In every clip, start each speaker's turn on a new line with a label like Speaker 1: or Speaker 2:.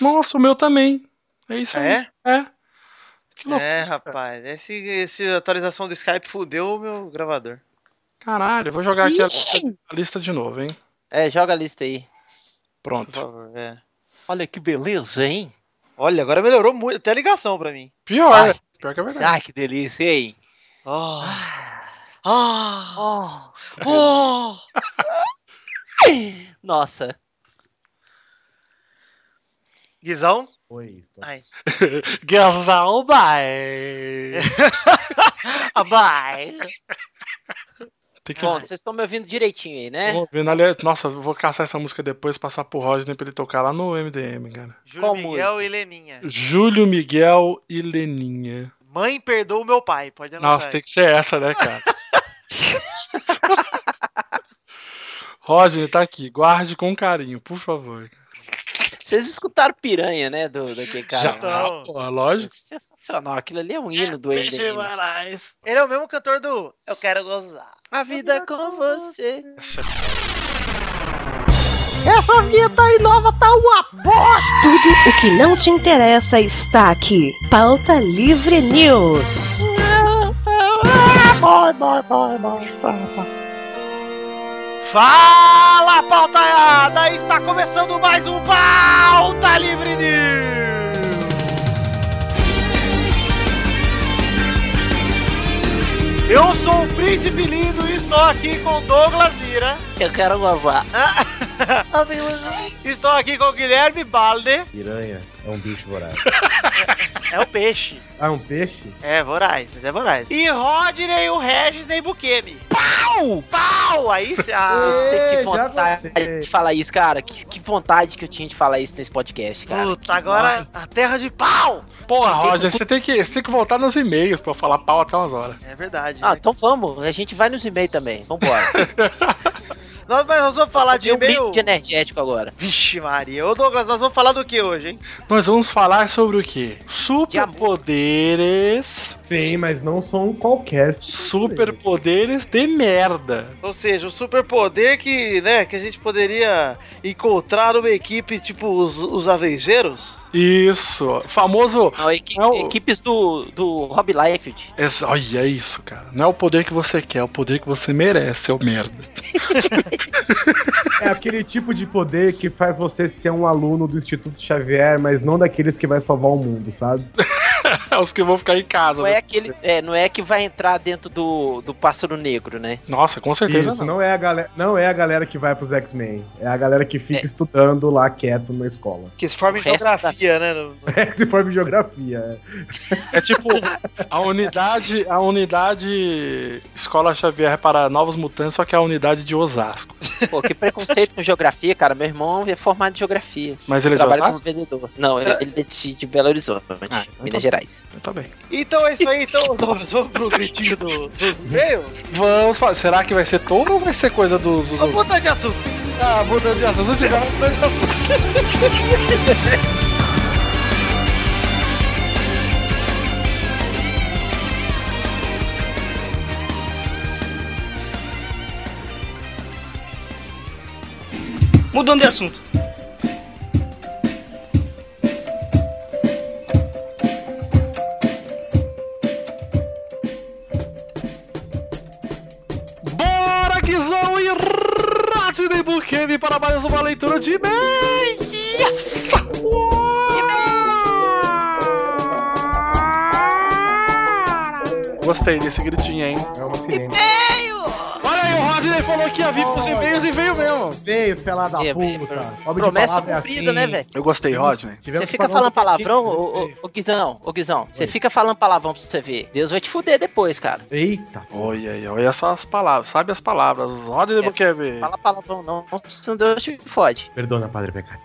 Speaker 1: Nossa, o meu também. É isso aí.
Speaker 2: É?
Speaker 1: É. Que louco.
Speaker 2: É, rapaz. Esse, esse atualização do Skype fudeu o meu gravador.
Speaker 1: Caralho, vou jogar aqui a
Speaker 3: Ih!
Speaker 1: lista, a lista de novo, hein?
Speaker 3: É, joga a lista aí.
Speaker 2: Por
Speaker 1: Pronto.
Speaker 2: favor, é.
Speaker 3: Olha que beleza, hein?
Speaker 2: Olha, agora melhorou muito. Até a ligação pra mim.
Speaker 1: Pior,
Speaker 3: Vai.
Speaker 1: velho. pior que é verdade.
Speaker 3: Ah, que delícia, hein?
Speaker 2: Ah,
Speaker 3: Ah,
Speaker 2: ah,
Speaker 3: oh.
Speaker 2: ah.
Speaker 3: Nossa.
Speaker 2: Guizão?
Speaker 4: Oi, estou...
Speaker 2: Ai.
Speaker 1: Gazal bye.
Speaker 2: Abai.
Speaker 1: Tem que
Speaker 3: Bom, vocês estão me ouvindo direitinho aí, né?
Speaker 1: Vou ouvindo, aliás, Nossa, eu vou caçar essa música depois, passar pro Rodney pra ele tocar lá no MDM, cara.
Speaker 2: Júlio
Speaker 3: Qual
Speaker 2: Miguel
Speaker 3: música?
Speaker 2: e Leninha.
Speaker 1: Júlio Miguel e Leninha.
Speaker 2: Mãe perdoa o meu pai. Pode anotar.
Speaker 1: Nossa, tem que ser essa, né, cara? Rodney tá aqui, guarde com carinho, por favor.
Speaker 3: Vocês escutaram Piranha, né, do, daquele cara?
Speaker 2: Já. não.
Speaker 1: Porra, lógico.
Speaker 3: Sensacional, aquilo ali é um hino do MDM.
Speaker 2: Ele é o mesmo cantor do Eu Quero Gozar.
Speaker 3: A vida é com você.
Speaker 1: Essa-
Speaker 3: Essa vinheta aí nova tá uma bosta!
Speaker 5: Tudo o que não te interessa está aqui. Pauta Livre News.
Speaker 2: Fala, pautaiada! Está começando mais um Pauta Livre News! Eu sou o Príncipe Lindo e estou aqui com Douglas Lira. Tá
Speaker 3: Eu quero gozar.
Speaker 2: Estou aqui com o Guilherme Balde.
Speaker 4: Piranha é um bicho voraz.
Speaker 2: É o peixe.
Speaker 4: Ah, é um peixe?
Speaker 2: É, voraz, mas é voraz. E Rodney, o Regis nem Buquemi. Pau! Pau! Aí cê- ah,
Speaker 3: Nossa,
Speaker 4: Ei,
Speaker 3: que
Speaker 4: já
Speaker 3: vontade
Speaker 4: gostei.
Speaker 3: de falar isso, cara. Que, que vontade que eu tinha de falar isso nesse podcast, cara.
Speaker 2: Puta, agora a terra de pau!
Speaker 1: Porra, Roger, você tem, que, você tem que voltar nos e-mails pra eu falar pau até umas horas.
Speaker 2: É verdade.
Speaker 3: Ah, então vamos. A gente vai nos e-mails também. Vambora.
Speaker 2: Nós, mas nós vamos falar de
Speaker 3: Tem um
Speaker 2: e-mail.
Speaker 3: brinde de energético agora.
Speaker 2: Vixe, Maria. Ô, Douglas, nós vamos falar do que hoje, hein?
Speaker 1: Nós vamos falar sobre o quê?
Speaker 3: De amor.
Speaker 1: Superpoderes.
Speaker 4: Sim, mas não são qualquer. É
Speaker 1: Superpoderes de merda.
Speaker 2: Ou seja, o superpoder que, né, que a gente poderia encontrar uma equipe tipo os, os Avengeiros.
Speaker 1: Isso. Famoso.
Speaker 3: Não, equi-
Speaker 1: É o-
Speaker 3: Equipes do, do Rob Liefeld.
Speaker 1: Essa- Olha isso, cara. Não é o poder que você quer, é o poder que você merece, seu merda.
Speaker 4: É aquele tipo de poder que faz você ser um aluno do Instituto Xavier, mas não daqueles que vai salvar o mundo, sabe?
Speaker 1: É os que vão ficar em casa.
Speaker 3: Não
Speaker 1: né?
Speaker 3: é, aquele, é, não é que vai entrar dentro do, do pássaro negro, né?
Speaker 1: Nossa, com certeza
Speaker 4: Isso,
Speaker 1: não.
Speaker 4: não. é a galera, não é a galera que vai pros X-Men, é a galera que fica estudando lá quieto na escola.
Speaker 2: Que se forma em
Speaker 3: O resto da-
Speaker 2: geografia, né? No- no-
Speaker 4: É que se forma em geografia.
Speaker 1: É tipo a unidade, a unidade Escola Xavier para Novos Mutantes, só que é a unidade de Osasco.
Speaker 3: Pô, que preconceito com geografia, cara. Meu irmão é formado em geografia.
Speaker 1: Mas ele é de
Speaker 3: Trabalha como
Speaker 1: Osasco?
Speaker 3: vendedor. Não, ele, ele é de, de Belo Horizonte,
Speaker 1: Ah, então-
Speaker 3: Minas Gerais.
Speaker 1: Então Tá bem.
Speaker 2: Então é isso aí, então, Douglas, vamos pro gritinho do, dos e-mails?
Speaker 1: Vamos falar. Será que vai ser todo ou vai ser coisa dos. dos...
Speaker 2: Vamos mudar de assunto.
Speaker 1: Ah, muda de assunto. Se tiver, um muda de assunto.
Speaker 6: Mudando de assunto.
Speaker 1: Bora, Guizão e Rodney Bukemi para mais uma leitura de e-mails! Gostei desse gritinho, hein?
Speaker 4: É um acidente.
Speaker 1: Olha aí, o Rodney falou que ia vir pros e-mails e veio mesmo.
Speaker 4: Veio, fela da
Speaker 3: É, veio,
Speaker 4: puta.
Speaker 3: cara.
Speaker 4: Homem de
Speaker 3: Promessa
Speaker 4: palavra é
Speaker 3: cumprida,
Speaker 4: assim.
Speaker 3: né, velho?
Speaker 1: Eu gostei, Rodney.
Speaker 4: Tivemos
Speaker 3: Você
Speaker 4: que
Speaker 3: fica
Speaker 4: pagar um
Speaker 3: falando palavrão,
Speaker 4: pouquinho,
Speaker 3: ô,
Speaker 4: né?
Speaker 3: ô, ô Guizão, ô Guizão, você fica falando palavrão pra você ver. Deus vai te fuder depois, cara.
Speaker 4: Eita.
Speaker 1: Olha aí, olha só as palavras, sabe as palavras. Rodney
Speaker 3: É,
Speaker 1: Bukemi.
Speaker 3: Fala palavrão não, senão Deus te fode.
Speaker 4: Perdona, Padre Pecado.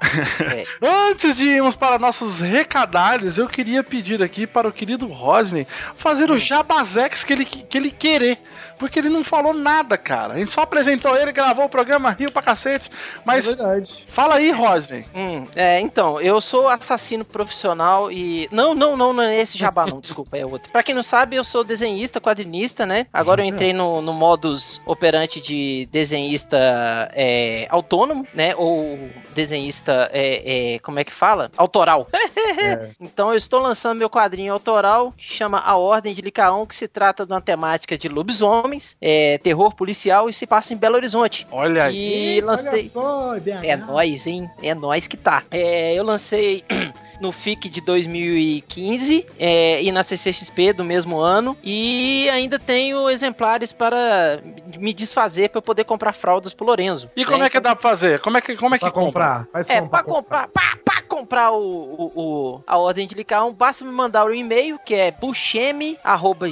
Speaker 3: É.
Speaker 1: Antes de irmos para nossos recadalhos, eu queria pedir aqui para o
Speaker 4: Hum.
Speaker 1: querido Rodney fazer o jabazex que ele, que ele querer. Porque ele não falou nada, cara. A gente só apresentou ele, gravou o programa, riu pra cacete. Mas
Speaker 4: É verdade.
Speaker 1: fala aí, Rodney.
Speaker 3: Hum, é, então, eu sou assassino profissional e. Não, não, não, não é esse jabá, não, desculpa, é outro. Pra quem não sabe, eu sou desenhista, quadrinista, né? Agora eu entrei no, no modus operante de desenhista é, autônomo, né? Ou desenhista, é, é, como é que fala? Autoral. Então eu estou lançando meu quadrinho autoral que chama A Ordem de Licaão, que se trata de uma temática de lobisomens, é, terror policial e se passa em Belo Horizonte.
Speaker 1: Olha aí.
Speaker 3: E lancei.
Speaker 4: Olha só, BH.
Speaker 3: É nóis, hein? É nóis que tá. É, eu lancei no FIC de 2015 é, e na CCXP do mesmo ano. E ainda tenho exemplares para me desfazer para eu poder comprar fraldas pro Lorenzo.
Speaker 1: E como é que dá pra fazer? Como é que, como é que
Speaker 4: Pra
Speaker 1: compra?
Speaker 4: comprar. Faz
Speaker 3: É,
Speaker 4: compra,
Speaker 3: pra
Speaker 4: compra.
Speaker 3: comprar, pra, pra comprar o, o- o- a ordem de Licaão, basta me mandar o e-mail, que é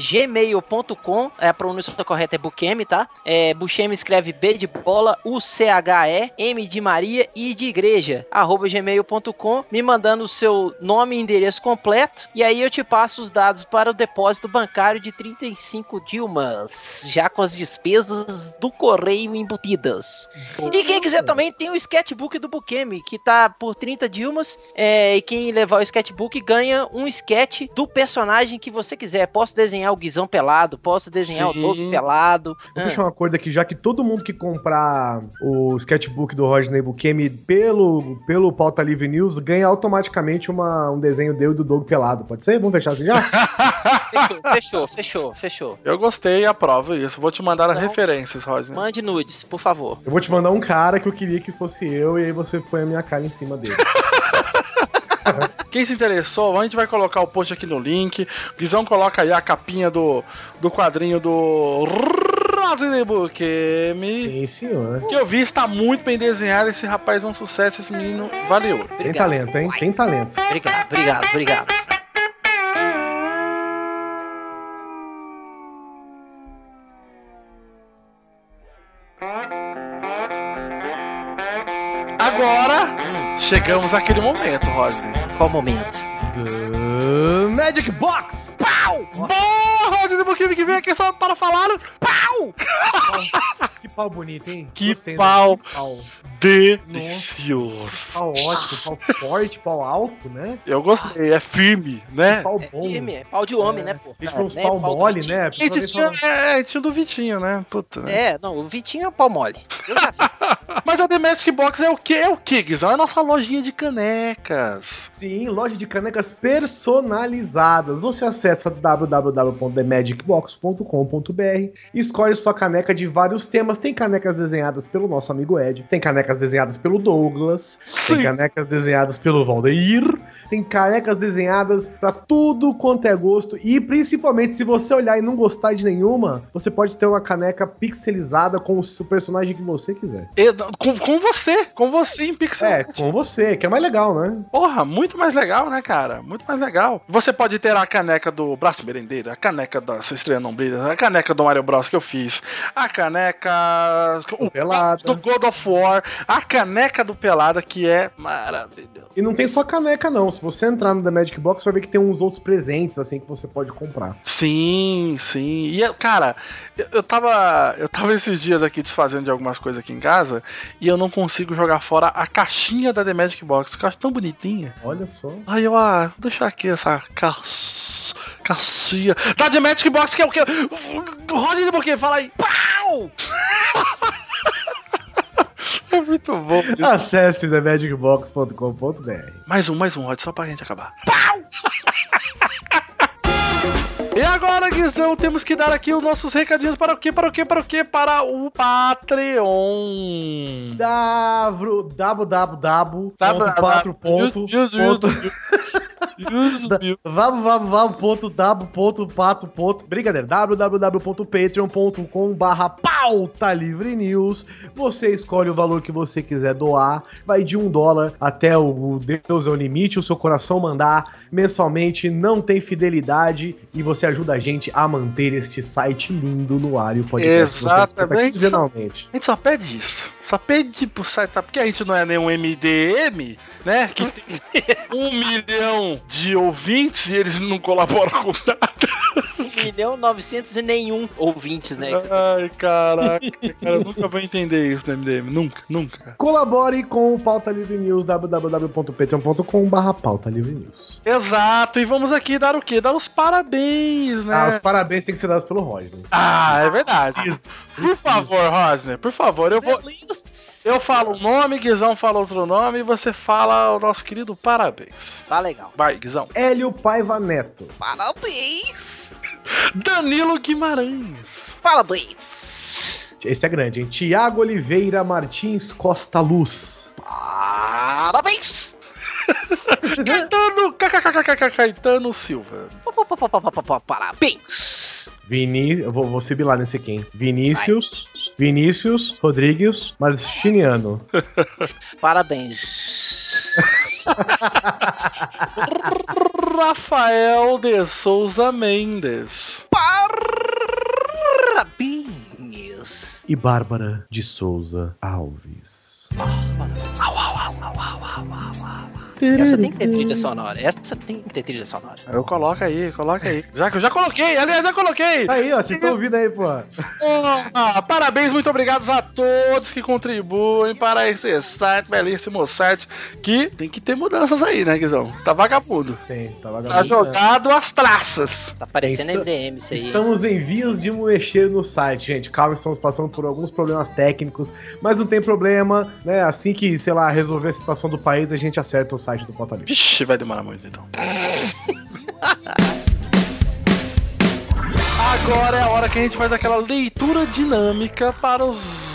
Speaker 3: bucheme.gmail.com. É, a pronúncia correta é bucheme, tá? É, bucheme escreve B de bola, U-C-H-E, M de Maria e de igreja, arroba gmail.com, me mandando o seu nome e endereço completo, e aí eu te passo os dados para o depósito bancário de 35 Dilmas, já com as despesas do correio embutidas. E quem quiser
Speaker 4: Então,
Speaker 3: também tem o sketchbook do Bukemi, que tá por 30 Dilmas. é, e quem levar o sketchbook ganha um sketch do personagem que você quiser. Posso desenhar o Guizão pelado, posso desenhar
Speaker 1: Sim.
Speaker 3: o Doug pelado. Ah.
Speaker 4: Vou puxar um acordo aqui, já que todo mundo que comprar o sketchbook do Rodney Bukemi pelo, pelo Pauta Livre News ganha automaticamente uma, um desenho dele do Doug Pelado. Pode ser? Vamos fechar assim já?
Speaker 3: Fechou, fechou, fechou, fechou.
Speaker 1: Eu gostei e aprovo isso. Vou te mandar as
Speaker 4: Então,
Speaker 3: Não.
Speaker 1: referências, Rodney.
Speaker 3: Mande nudes, por favor.
Speaker 4: Eu vou te mandar um cara que eu queria que fosse eu e aí você põe a minha cara em cima dele.
Speaker 1: Quem se interessou, a gente vai colocar o post aqui no link. Guizão coloca aí a capinha do, do quadrinho do Rodney Bukemi.
Speaker 4: Sim, senhor.
Speaker 1: Que eu vi, está muito bem desenhado. Esse rapaz é um sucesso, esse menino valeu.
Speaker 4: Tem
Speaker 3: Obrigado,
Speaker 4: talento, hein? Tem talento.
Speaker 3: obrigado, obrigado, obrigado.
Speaker 1: Agora chegamos àquele momento, Rodney.
Speaker 3: Qual o momento?
Speaker 4: Do Magic Box!
Speaker 1: Boa, Rodney Bukemi que vem aqui só para falar. Pau!
Speaker 4: Que pau bonito, hein?
Speaker 1: Que
Speaker 4: Gostei, né?
Speaker 1: pau.
Speaker 4: Que pau.
Speaker 1: Delicioso.
Speaker 4: Pau ótimo, pau forte, pau alto, né?
Speaker 1: Eu gostei, é firme, né?
Speaker 4: Pau bom.
Speaker 3: Firme, é pau de homem,
Speaker 4: É.
Speaker 3: né, pô?
Speaker 4: A gente falou uns
Speaker 3: É,
Speaker 4: pau
Speaker 3: pau
Speaker 4: mole,
Speaker 3: do-
Speaker 4: né? A
Speaker 1: E
Speaker 4: pessoa
Speaker 1: tinha,
Speaker 4: vem falar,
Speaker 1: é, tinha o do Vitinho, né? Puta, né?
Speaker 3: É, não, o Vitinho é pau mole. Eu já vi.
Speaker 1: Mas a The Magic Box é o que? É o que, Guizão? É a nossa lojinha de canecas.
Speaker 4: Sim, loja de canecas personalizadas. Você acessa www.themagicbox.com.br e escolhe sua caneca de vários temas. Tem canecas desenhadas pelo nosso amigo Ed, tem canecas desenhadas pelo Douglas, tem
Speaker 1: Sim.
Speaker 4: canecas desenhadas pelo Valdeir, tem canecas desenhadas pra tudo quanto é gosto. E principalmente, se você olhar e não gostar de nenhuma, você pode ter uma caneca pixelizada com o seu personagem que você quiser.
Speaker 1: E- é, com, com você, com você em pixel.
Speaker 4: É,
Speaker 1: art.
Speaker 4: com você, que é mais legal, né?
Speaker 1: Porra, muito mais legal, né, cara? Muito mais legal. Você pode ter a caneca do Braço Merendeiro, a caneca da Sua Estrela Não Brilha, a caneca do Mario Bros que eu fiz, a caneca o
Speaker 4: Pelada.
Speaker 1: do God of War, a caneca do Pelada, que é maravilhoso.
Speaker 4: E não tem só caneca, não. Se você entrar no The Magic Box, você vai ver que tem uns outros presentes, assim, que você pode comprar.
Speaker 1: Sim, sim. E, eu- cara, eu, eu tava. Eu tava esses dias aqui desfazendo de algumas coisas aqui em casa e eu não consigo jogar fora a caixinha da The Magic Box, que eu acho tão bonitinha.
Speaker 4: Olha só.
Speaker 1: Aí eu, ah, vou deixar aqui essa ca... cacia. Dá de Magic Box que é o quê? Roger de Boquê, fala aí. Pau! é muito bom.
Speaker 4: Acesse themagicbox.com.br.
Speaker 1: Mais um, mais um, Roger, só pra gente acabar. Pau! E agora, Guizão, temos que dar aqui os nossos recadinhos para o quê? Para o quê? Para o quê? Para o Patreon.
Speaker 4: Davro, dabo, dabo, dabo, ponto, quatro, ponto,
Speaker 1: Deus, Deus,
Speaker 4: ponto,
Speaker 1: Deus, Deus, Deus, Deus.
Speaker 4: vavo, vavo, vavo, ponto, dabo, ponto, pato, ponto, brincadeira, www.patreon.com barra pauta livre news, você escolhe o valor que você quiser doar, vai de um dólar até o, o Deus é o limite, o seu coração mandar, mensalmente, não tem fidelidade e você ajuda a gente a manter este site lindo no ar e o podcast que você escuta
Speaker 1: Exatamente.
Speaker 4: quinzenalmente.
Speaker 1: A gente só pede isso. Só pede pro site, tá? Porque a gente não é nenhum MDM, né? Que tem um milhão de ouvintes e eles não colaboram com nada.
Speaker 3: milhão 900 e nenhum ouvintes, né?
Speaker 1: Ai, caraca, cara, eu nunca vou entender isso do MDM. Nunca, nunca.
Speaker 4: Colabore com o Pauta Livre News, www.patreon.com.br Pauta Livre News.
Speaker 1: Exato, e vamos aqui dar o quê? Dar os parabéns, né?
Speaker 4: Ah, os parabéns têm que ser dados pelo né? Rodney.
Speaker 1: Ah, é verdade. Por favor, Rosner, por favor, eu vou. Eu falo um nome, Guizão fala outro nome e você fala o nosso querido parabéns.
Speaker 3: Tá legal.
Speaker 1: Vai, Guizão.
Speaker 4: Hélio Paiva Neto.
Speaker 2: Parabéns!
Speaker 1: Danilo Guimarães.
Speaker 2: Parabéns!
Speaker 4: Esse é grande, hein? Tiago Oliveira Martins Costa Luz.
Speaker 2: Parabéns!
Speaker 1: Caetano, kkkk, Caetano Silva.
Speaker 2: Parabéns!
Speaker 4: Vinícius. Eu vou, vou sibilar nesse aqui, hein? Vinícius. Vinícius Rodrigues Martiniano.
Speaker 3: Parabéns.
Speaker 1: Rafael de Souza Mendes.
Speaker 2: Parabéns!
Speaker 4: E Bárbara de Souza Alves.
Speaker 2: Au, au, au, au, au, au, au, au.
Speaker 3: Essa tem que ter trilha sonora. Essa tem que ter trilha sonora.
Speaker 1: Eu coloco aí, coloca aí. Já que eu já coloquei, aliás, já coloquei.
Speaker 4: Aí, ó, vocês estão ouvindo aí, pô.
Speaker 1: Ah, parabéns, muito obrigado a todos que contribuem para esse site, belíssimo site, que tem que ter mudanças aí, né, Guizão? Tá vagabundo.
Speaker 4: Tem, tá
Speaker 1: Tá jogado as traças.
Speaker 3: Tá parecendo
Speaker 4: Está-
Speaker 3: MDM isso aí.
Speaker 4: Estamos em vias de mexer no site, gente. Calma, estamos passando por alguns problemas técnicos, mas não tem problema, né? Assim que, sei lá, resolver a situação do país, a gente acerta o site do Pauta Livre.
Speaker 1: Vixe, vai demorar muito então. Agora é a hora que a gente faz aquela leitura dinâmica para os.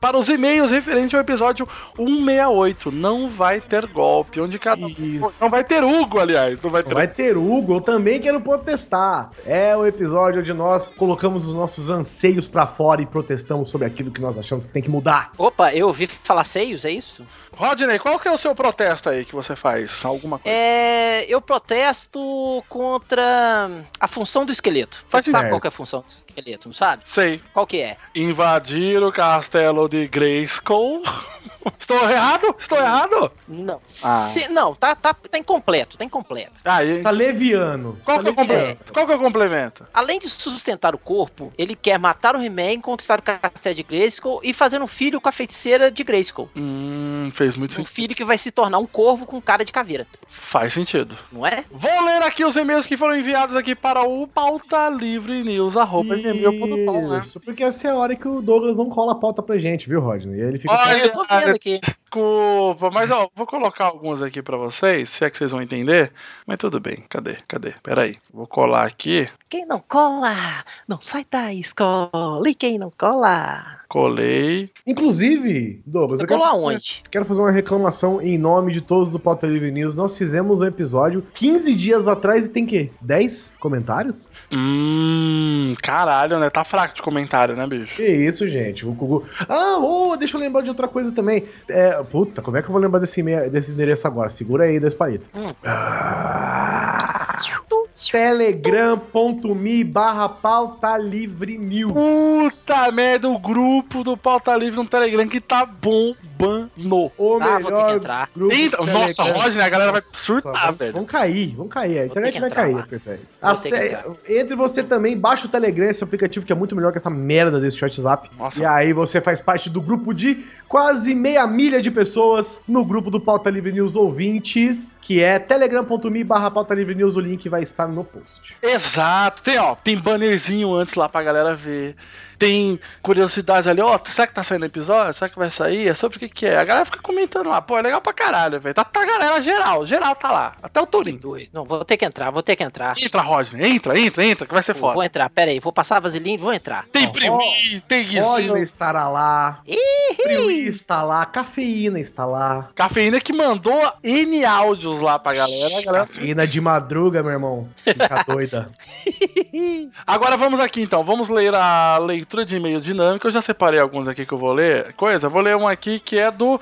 Speaker 1: Para os e-mails referente ao episódio 168. Não vai ter golpe, onde cada. um-
Speaker 4: Isso.
Speaker 1: Não vai ter Hugo, aliás. Não vai ter.
Speaker 4: Vai ter Hugo, eu também quero protestar. É o episódio onde nós colocamos os nossos anseios pra fora e protestamos sobre aquilo que nós achamos que tem que mudar.
Speaker 3: Opa, eu ouvi falar seios, é isso?
Speaker 1: Rodney, qual que é o seu protesto aí que você faz? Alguma coisa?
Speaker 3: É, eu protesto contra a função do esqueleto. Você
Speaker 4: Certo.
Speaker 3: sabe qual que é a função do esqueleto, não sabe?
Speaker 1: Sei.
Speaker 3: Qual que é?
Speaker 1: Invadir o castelo de Grayskull. Estou errado? Estou errado?
Speaker 3: Não.
Speaker 1: Ah.
Speaker 3: Se- não, tá, tá, tá incompleto, tá incompleto.
Speaker 1: Aí.
Speaker 4: Tá leviano.
Speaker 1: Qual
Speaker 4: tá
Speaker 1: que, é o complemento? qual que é o complemento?
Speaker 3: Além de sustentar o corpo, ele quer matar o He-Man, conquistar o castelo de Grayskull e fazer um filho com a feiticeira de Grayskull.
Speaker 1: Hum, fez muito
Speaker 3: Um
Speaker 1: sentido.
Speaker 3: filho que vai se tornar um corvo com cara de caveira,
Speaker 1: Faz sentido.
Speaker 3: não é?
Speaker 1: Vou ler aqui os e-mails que foram enviados aqui para o pauta livre news, arroba gmail.com, né?
Speaker 4: Isso, porque essa é a hora que o Douglas não cola a pauta pra gente, viu, Rodney? Ele fica.
Speaker 1: Olha,
Speaker 3: eu tô vendo aqui.
Speaker 1: Desculpa, mas ó, vou colocar alguns aqui pra vocês, se é que vocês vão entender. Mas tudo bem, cadê? Cadê? Pera aí, vou colar aqui.
Speaker 3: Quem não cola, não sai da escola. E quem não cola?
Speaker 1: Colei.
Speaker 4: Inclusive, Douglas,
Speaker 3: Você
Speaker 4: eu quero-
Speaker 3: colou aonde?
Speaker 4: Quero fazer uma reclamação em nome de todos do Pauta Livre News. Nós fizemos um episódio 15 dias atrás e tem que 10 comentários?
Speaker 1: Hum, caralho, né? Tá fraco de comentário, né, bicho?
Speaker 4: Que isso, gente. O Gugu... Ah, ô, deixa eu lembrar de outra coisa também. É, puta, como é que eu vou lembrar desse, e-mail- desse endereço agora? Segura aí, dois palitos.
Speaker 3: Hum.
Speaker 4: Ah, Telegram.me barra pauta livre news.
Speaker 1: Puta merda, o grupo do pauta livre no Telegram que tá bombando.
Speaker 4: O
Speaker 3: Ah, vou ter que
Speaker 4: melhor
Speaker 3: entrar.
Speaker 4: grupo
Speaker 1: Eita,
Speaker 4: do
Speaker 1: nossa,
Speaker 4: Telegram.
Speaker 1: Rodney, a galera vai
Speaker 4: Nossa,
Speaker 1: surtar,
Speaker 4: vamos-
Speaker 1: velho.
Speaker 4: Vamos cair, vamos cair. é,
Speaker 3: Vou
Speaker 4: A
Speaker 3: ter
Speaker 4: internet
Speaker 3: que
Speaker 4: vai
Speaker 3: entrar
Speaker 4: cair,
Speaker 3: lá.
Speaker 4: essa internet.
Speaker 3: Vou ter que
Speaker 4: Ace- é, Entre você também, baixa o Telegram, esse aplicativo que é muito melhor que essa merda desse WhatsApp.
Speaker 1: Nossa,
Speaker 4: E aí você faz parte do grupo de quase meia milha de pessoas no grupo do Pauta Livre News Ouvintes, que é telegram.me barra pauta livre news, o link vai estar no post.
Speaker 1: Exato, tem ó, tem bannerzinho antes lá pra galera ver. Tem curiosidades ali, ó, será que tá saindo episódio? Será que vai sair? É sobre o que que é? A galera fica comentando lá, pô, é legal pra caralho, velho. Tá, tá a galera geral, geral tá lá, até o Turim.
Speaker 3: Doido. Não, vou ter que entrar, vou ter que entrar.
Speaker 1: Entra, Rodney, entra, entra, entra, que vai ser
Speaker 3: Vou
Speaker 1: foda.
Speaker 3: entrar, pera aí, vou passar a vaselina e vou entrar.
Speaker 1: Tem
Speaker 3: Ó,
Speaker 1: imprimir, tem guizinho.
Speaker 4: Roger estará lá, Priui está lá, Cafeína está lá,
Speaker 1: Cafeína que mandou N áudios lá pra galera. A galera
Speaker 4: Cafeína de madruga, meu irmão, fica doida.
Speaker 1: Agora vamos aqui então, vamos ler a lei- leitura de e-mail dinâmica. Eu já separei alguns aqui que eu vou ler. Coisa, eu vou ler um aqui que é do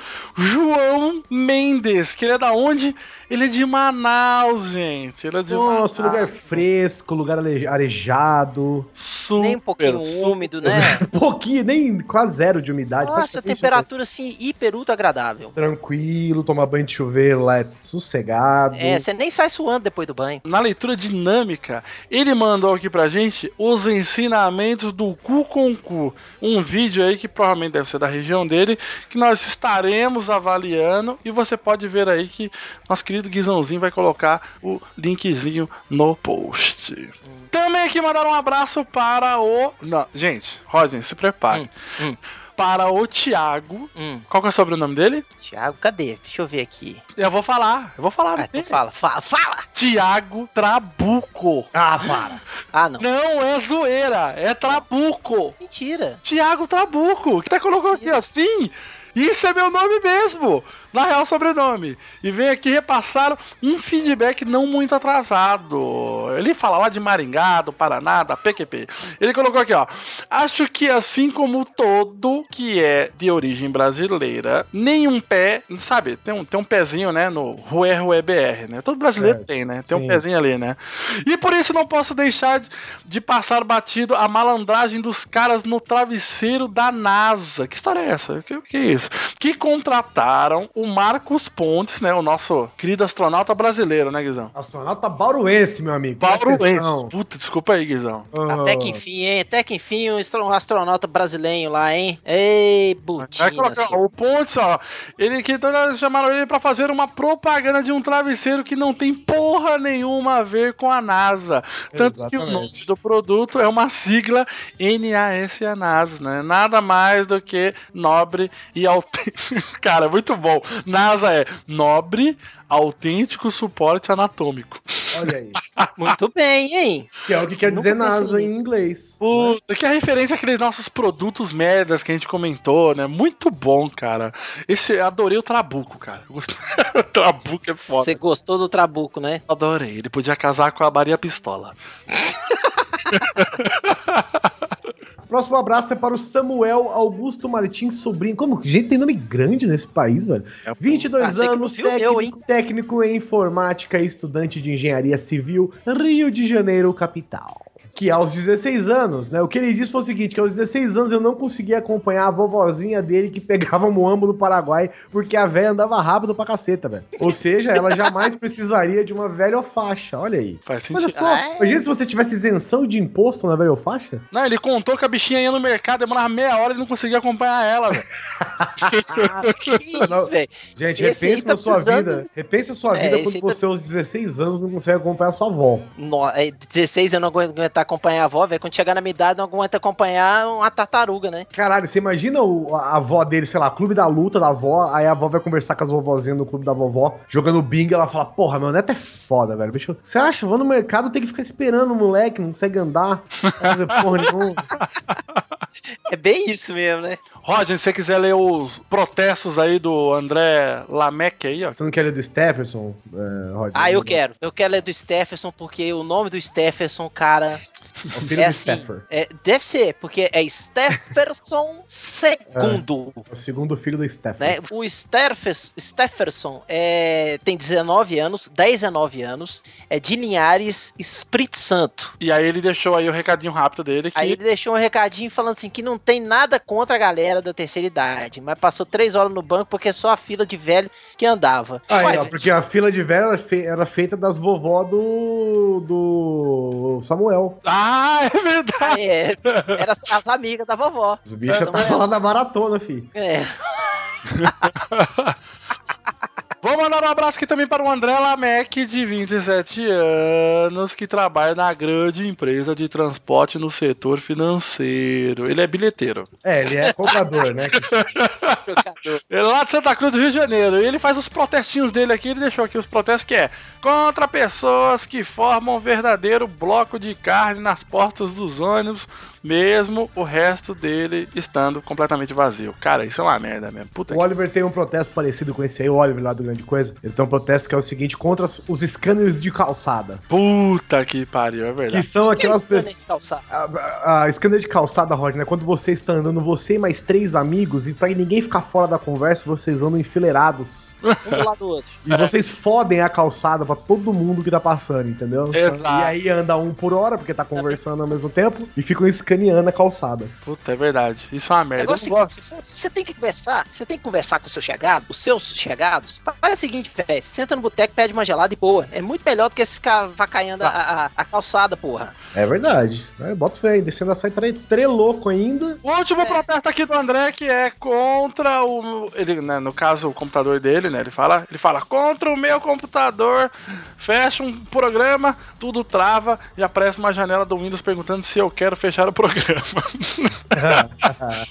Speaker 1: João Mendes, que ele é da onde? Ele é de Manaus, gente. Ele é de
Speaker 4: Nossa,
Speaker 1: Manaus.
Speaker 4: lugar fresco, lugar ale- arejado.
Speaker 1: Super,
Speaker 3: Nem um pouquinho
Speaker 1: super.
Speaker 3: úmido, né?
Speaker 4: Pouquinho, nem quase zero de umidade.
Speaker 3: Nossa,
Speaker 4: praticamente
Speaker 3: temperatura assim, hiper ultra agradável.
Speaker 4: não tem- tá Tranquilo, tomar banho de chuveiro lá é sossegado.
Speaker 3: É, você nem sai suando depois do banho.
Speaker 1: Na leitura dinâmica, ele mandou aqui pra gente os ensinamentos do cu com cu. Um vídeo aí que provavelmente deve ser da região dele, que nós estaremos avaliando. E você pode ver aí que nosso querido Guizãozinho vai colocar o linkzinho no post.
Speaker 3: Hum.
Speaker 1: Também aqui mandaram um abraço para o. Não, gente, Rodney, se prepare.
Speaker 3: Hum, hum.
Speaker 1: Para o Thiago.
Speaker 3: Hum,
Speaker 1: Qual que é o sobrenome dele?
Speaker 3: Thiago, cadê? Deixa eu ver aqui.
Speaker 1: Eu vou falar, eu vou falar.
Speaker 3: Ah, então fala, fala, fala!
Speaker 1: Tiago Trabuco.
Speaker 4: Ah, para.
Speaker 3: Ah, não.
Speaker 1: Não é zoeira, é Trabuco.
Speaker 3: Mentira.
Speaker 1: Tiago Trabuco, que tá colocando aqui assim. Isso é meu nome mesmo, na real sobrenome. E vem aqui repassar um feedback não muito atrasado. Ele fala lá de Maringá, do Paraná, da PQP. Ele colocou aqui, ó. Acho que assim como todo que é de origem brasileira, nenhum pé, sabe, tem um, tem um pezinho, né, no Rué Rué BR, né? Todo brasileiro
Speaker 4: Certo.
Speaker 1: tem, né? Tem um
Speaker 4: Sim.
Speaker 1: pezinho ali, né? E por isso não posso deixar de, de passar batido a malandragem dos caras no travesseiro da NASA. Que história é essa? Que, que é isso? Que contrataram o Marcos Pontes, né? O nosso querido astronauta brasileiro, né, Guizão?
Speaker 4: Astronauta bauruense, meu amigo. presta
Speaker 1: Paulo Enz.
Speaker 4: atenção.
Speaker 1: Puta, desculpa aí, Guizão.
Speaker 4: Ah,
Speaker 3: Até que enfim, hein? Até que enfim, um astro- um astronauta brasileiro lá, hein?
Speaker 1: Vai
Speaker 3: Ei, Butina.
Speaker 1: colocar o Pontes, ó. Ele que então, chamaram ele pra fazer uma propaganda de um travesseiro que não tem porra nenhuma a ver com a NASA. Tanto que o
Speaker 4: Ah, Exatamente.
Speaker 1: nome do produto é uma sigla NAS a NASA, né? Nada mais do que nobre e autêntico. Cara, muito bom. NASA é nobre, autêntico suporte anatômico.
Speaker 4: Olha aí.
Speaker 3: Muito bem, hein?
Speaker 4: Que é o que quer dizer
Speaker 3: Nunca pensei
Speaker 4: NASA em
Speaker 3: nisso.
Speaker 4: inglês.
Speaker 1: Puta, que é referente àqueles nossos produtos merdas que a gente comentou, né? Muito bom, cara. Esse, adorei o Trabuco, cara. Gostei- o Trabuco é foda.
Speaker 3: Você gostou do Trabuco, né?
Speaker 1: Adorei. Ele podia casar com a Maria Pistola.
Speaker 4: Próximo abraço é para o Samuel Augusto Martins Sobrinho. Como? Gente, tem nome grande nesse país, velho.
Speaker 1: É,
Speaker 4: 22
Speaker 3: Ah, sei
Speaker 4: anos,
Speaker 3: que fio deu, hein?
Speaker 4: técnico, técnico em informática e estudante de engenharia civil, Rio de Janeiro, capital. Que aos 16 anos, né? O que ele disse foi o seguinte: que aos 16 anos eu não conseguia acompanhar a vovozinha dele que pegava muambo no Paraguai, porque a velha andava rápido pra caceta, velho. Ou seja, ela jamais precisaria de uma velha faixa. Olha aí.
Speaker 1: Faz sentido.
Speaker 4: Olha só,
Speaker 3: é.
Speaker 4: imagina se você tivesse isenção de imposto na velha faixa.
Speaker 1: Não, ele contou que a bichinha ia no mercado, demorava meia hora e ele não conseguia acompanhar ela, velho.
Speaker 3: Que isso, velho.
Speaker 4: Gente,
Speaker 3: Esse aí
Speaker 4: repensa
Speaker 3: tá
Speaker 4: na sua
Speaker 3: precisando-
Speaker 4: vida. Repensa a sua
Speaker 3: É,
Speaker 4: vida
Speaker 3: esse
Speaker 4: quando
Speaker 3: aí tá-
Speaker 4: você, aos 16 anos, não consegue acompanhar a sua avó.
Speaker 3: No- é, 16 eu não aguento aguentar acompanhar a avó, velho. Quando chegar na minha idade, eu não aguento acompanhar uma tartaruga, né?
Speaker 4: Caralho, você imagina o- a avó dele, sei lá, clube da luta da avó, aí a avó vai conversar com as vovozinhas no clube da vovó, jogando bingo, ela fala, porra, meu neto é foda, velho. bicho, você acha, vou no mercado, tem que ficar esperando o moleque, não consegue andar, não fazer porra nenhuma.
Speaker 3: É bem isso mesmo, né?
Speaker 1: Roger, se você quiser ler os protestos aí do André Lamec aí, ó.
Speaker 4: Você não quer ler do Stephenson, é, Roger?
Speaker 3: Ah,
Speaker 1: Uhum.
Speaker 3: eu quero. Eu quero ler do Stephenson, porque o nome do Stephenson, cara,
Speaker 4: É o filho
Speaker 3: é
Speaker 4: do
Speaker 3: assim.
Speaker 4: Stepher.
Speaker 3: é- deve ser, porque é Stephenson
Speaker 1: É.
Speaker 3: II.
Speaker 4: É o segundo filho do Stephen.
Speaker 3: né? O Steffers- Stefferson é, tem 19 anos, 19 anos, é de Linhares, Espírito Santo.
Speaker 1: E aí ele deixou aí o recadinho rápido dele que
Speaker 3: Aí ele deixou um recadinho falando assim que não tem nada contra a galera da terceira idade, mas passou três horas no banco porque só a fila de velho que andava.
Speaker 4: Aí,
Speaker 3: Ué,
Speaker 4: ó,
Speaker 3: velho,
Speaker 4: porque a fila de velho era, fe- era feita das vovó do. do Samuel.
Speaker 1: Ah, é verdade.
Speaker 3: é, eram as- as amigas da vovó.
Speaker 4: Os bichos
Speaker 3: Samuel.
Speaker 4: estavam lá da maratona, fi.
Speaker 3: É.
Speaker 1: Vou mandar um abraço aqui também para o André Lamec, de 27 anos, que trabalha na grande empresa de transporte no setor financeiro. Ele é bilheteiro.
Speaker 4: É, ele é comprador, né?
Speaker 1: Ele é lá de Santa Cruz do Rio de Janeiro. E ele faz os protestinhos dele aqui. Ele deixou aqui os protestos que é contra pessoas que formam um verdadeiro bloco de carne nas portas dos ônibus, mesmo o resto dele estando completamente vazio. Cara, isso é uma merda mesmo. Puta
Speaker 4: O
Speaker 1: que...
Speaker 4: Oliver tem um protesto parecido com esse aí, o Oliver lá do Grande coisas. Ele tem um protesto que é o seguinte: contra os scanners de calçada.
Speaker 1: Puta que pariu, é
Speaker 4: Que
Speaker 1: verdade.
Speaker 4: são Então, aquelas pessoas.
Speaker 3: pessoas.
Speaker 4: A, a, a scanner de calçada, Rodney, é quando você está andando, você e mais três amigos, e pra ninguém ficar fora da conversa, vocês andam enfileirados.
Speaker 3: Um do lado do outro.
Speaker 4: E
Speaker 1: É.
Speaker 4: vocês fodem a calçada pra todo mundo que tá passando, entendeu?
Speaker 1: Exato.
Speaker 4: E aí anda um por hora, porque tá conversando ao mesmo tempo, e ficam escaneando a calçada.
Speaker 1: Puta, é verdade. Isso é uma
Speaker 3: O
Speaker 1: merda. Eu
Speaker 3: negócio
Speaker 1: não
Speaker 3: é o
Speaker 1: gosto.
Speaker 3: seguinte, se for- você tem que conversar, você tem que conversar com o seu chegado, os seus chegados. Faz o seguinte, velho, senta no boteco, pede uma gelada e boa. É muito melhor do que se ficar vacaiando a, a- a calçada, porra.
Speaker 4: É verdade. É, bota fé aí, descendo a saia tre- trelouco ainda.
Speaker 1: O último
Speaker 3: É.
Speaker 1: protesto aqui do André que é contra o ele, né, no caso o computador dele, né? Ele fala, ele fala contra o meu computador. Fecha um programa, tudo trava e aparece uma janela do Windows perguntando se eu quero fechar o programa.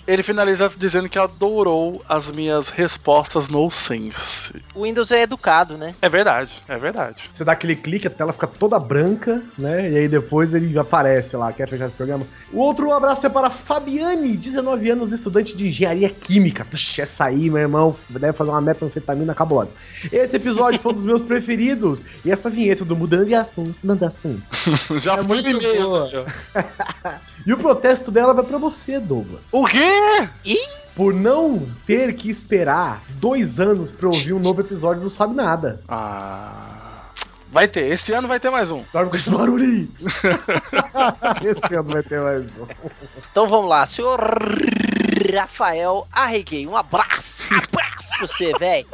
Speaker 1: ele finaliza dizendo que adorou as minhas respostas no sense.
Speaker 3: O Windows é educado, né?
Speaker 1: É verdade, é verdade.
Speaker 4: Você dá aquele clique, a tela fica toda branca, né? E aí depois ele aparece lá, quer fechar esse programa. O outro abraço é para Fabiane, 19 anos, estudante de engenharia química. Puxa, essa aí, meu irmão, deve fazer uma metanfetamina cabulosa. Esse episódio foi um dos meus preferidos. E essa vinheta do Mudando de Assunto, mudando de assunto.
Speaker 1: Já
Speaker 4: É
Speaker 1: fui
Speaker 4: muito boa.
Speaker 1: mesmo.
Speaker 4: E o protesto dela vai para você, Douglas.
Speaker 1: O quê?
Speaker 4: Por não ter que esperar dois anos pra ouvir um novo episódio do Sabe Nada.
Speaker 1: Ah. Vai ter, esse ano vai ter mais um.
Speaker 4: Dorme com esse barulho aí. esse ano vai ter mais um.
Speaker 3: Então vamos lá, senhor Rafael Arregui. Um abraço, abraço pra você, velho.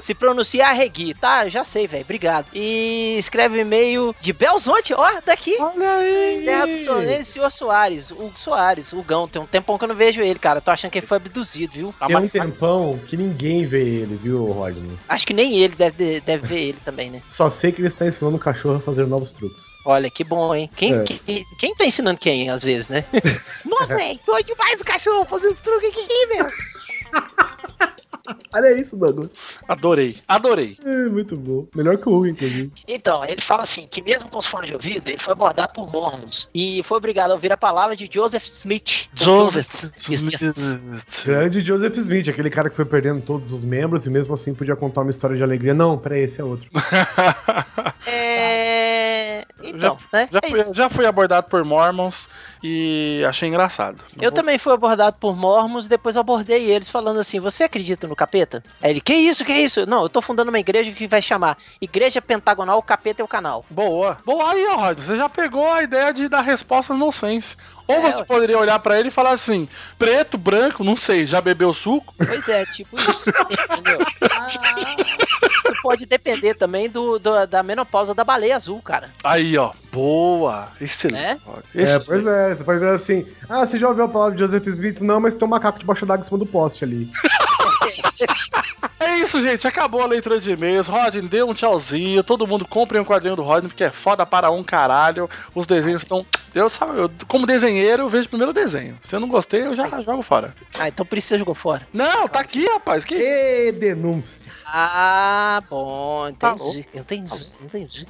Speaker 3: Se pronuncia Arregui, tá? Eu já sei, velho. Obrigado. E escreve um e-mail de Belzonte, ó, daqui.
Speaker 1: Olha aí.
Speaker 3: Terra do Soleil, senhor Soares. O Soares, o Gão. Tem um tempão que eu não vejo ele, cara. Tô achando que ele foi abduzido, viu?
Speaker 1: Tá
Speaker 4: Tem um
Speaker 1: mais-
Speaker 4: tempão que ninguém vê ele, viu, Rodney?
Speaker 3: Acho que nem ele deve, deve ver ele também, né?
Speaker 4: Só sei que ele está ensinando o cachorro a fazer novos truques.
Speaker 3: Olha, que bom, hein? Quem,
Speaker 4: É.
Speaker 3: que- quem tá ensinando quem, às vezes, né? Nossa, velho, tô demais o cachorro fazendo esse truque aqui, meu.
Speaker 4: Olha isso, Douglas.
Speaker 1: Adorei, adorei.
Speaker 4: É, muito bom. Melhor que o Hugo, inclusive.
Speaker 3: Então, ele fala assim, que mesmo com os fones de ouvido, ele foi abordado por mormons. E foi obrigado a ouvir a palavra de Joseph Smith. Smith.
Speaker 4: Grande Joseph Smith, aquele cara que foi perdendo todos os membros e mesmo assim podia contar uma história de alegria. Não, peraí, esse é outro.
Speaker 3: É... Então, né?
Speaker 1: já,
Speaker 3: é
Speaker 1: fui, já fui abordado por Mormons e achei engraçado. Não
Speaker 3: Eu
Speaker 1: vou-
Speaker 3: também fui abordado por mormons e depois eu abordei eles falando assim: Você acredita no capeta? Aí ele: Que isso, que isso? Não, eu tô fundando uma igreja que vai chamar Igreja Pentagonal, o capeta é o canal.
Speaker 1: Boa. Boa aí, ó, Rod. Você já pegou a ideia de dar respostas no sense. Ou
Speaker 3: É,
Speaker 1: você
Speaker 3: ué.
Speaker 1: poderia olhar pra ele e falar assim: preto, branco, não sei, já bebeu suco?
Speaker 3: Pois é, tipo isso. entendeu? Isso pode depender também do, do- da menopausa da baleia azul, cara. né?
Speaker 1: Aí, ó. Boa. Excelente. Rod.
Speaker 4: É,
Speaker 1: Excelente.
Speaker 4: pois é, você pode virar assim. Ah, você já ouviu a palavra de Joseph Smith? Não, mas tem um macaco debaixo d'água em cima do poste ali.
Speaker 1: É isso, gente. Acabou a leitura de e-mails. Rodney, dê um tchauzinho. Todo mundo compre um quadrinho do Rodney, porque é foda para um caralho. Os desenhos estão. Eu, sabe, eu, como desenheiro, eu vejo primeiro o desenho. Se eu não gostei, eu já jogo fora.
Speaker 3: Ah, então por isso você jogou fora.
Speaker 1: Não, tá aqui, rapaz. Que
Speaker 4: E denúncia.
Speaker 3: Ah, bom,
Speaker 1: Tá
Speaker 3: entendi, entendi, entendi.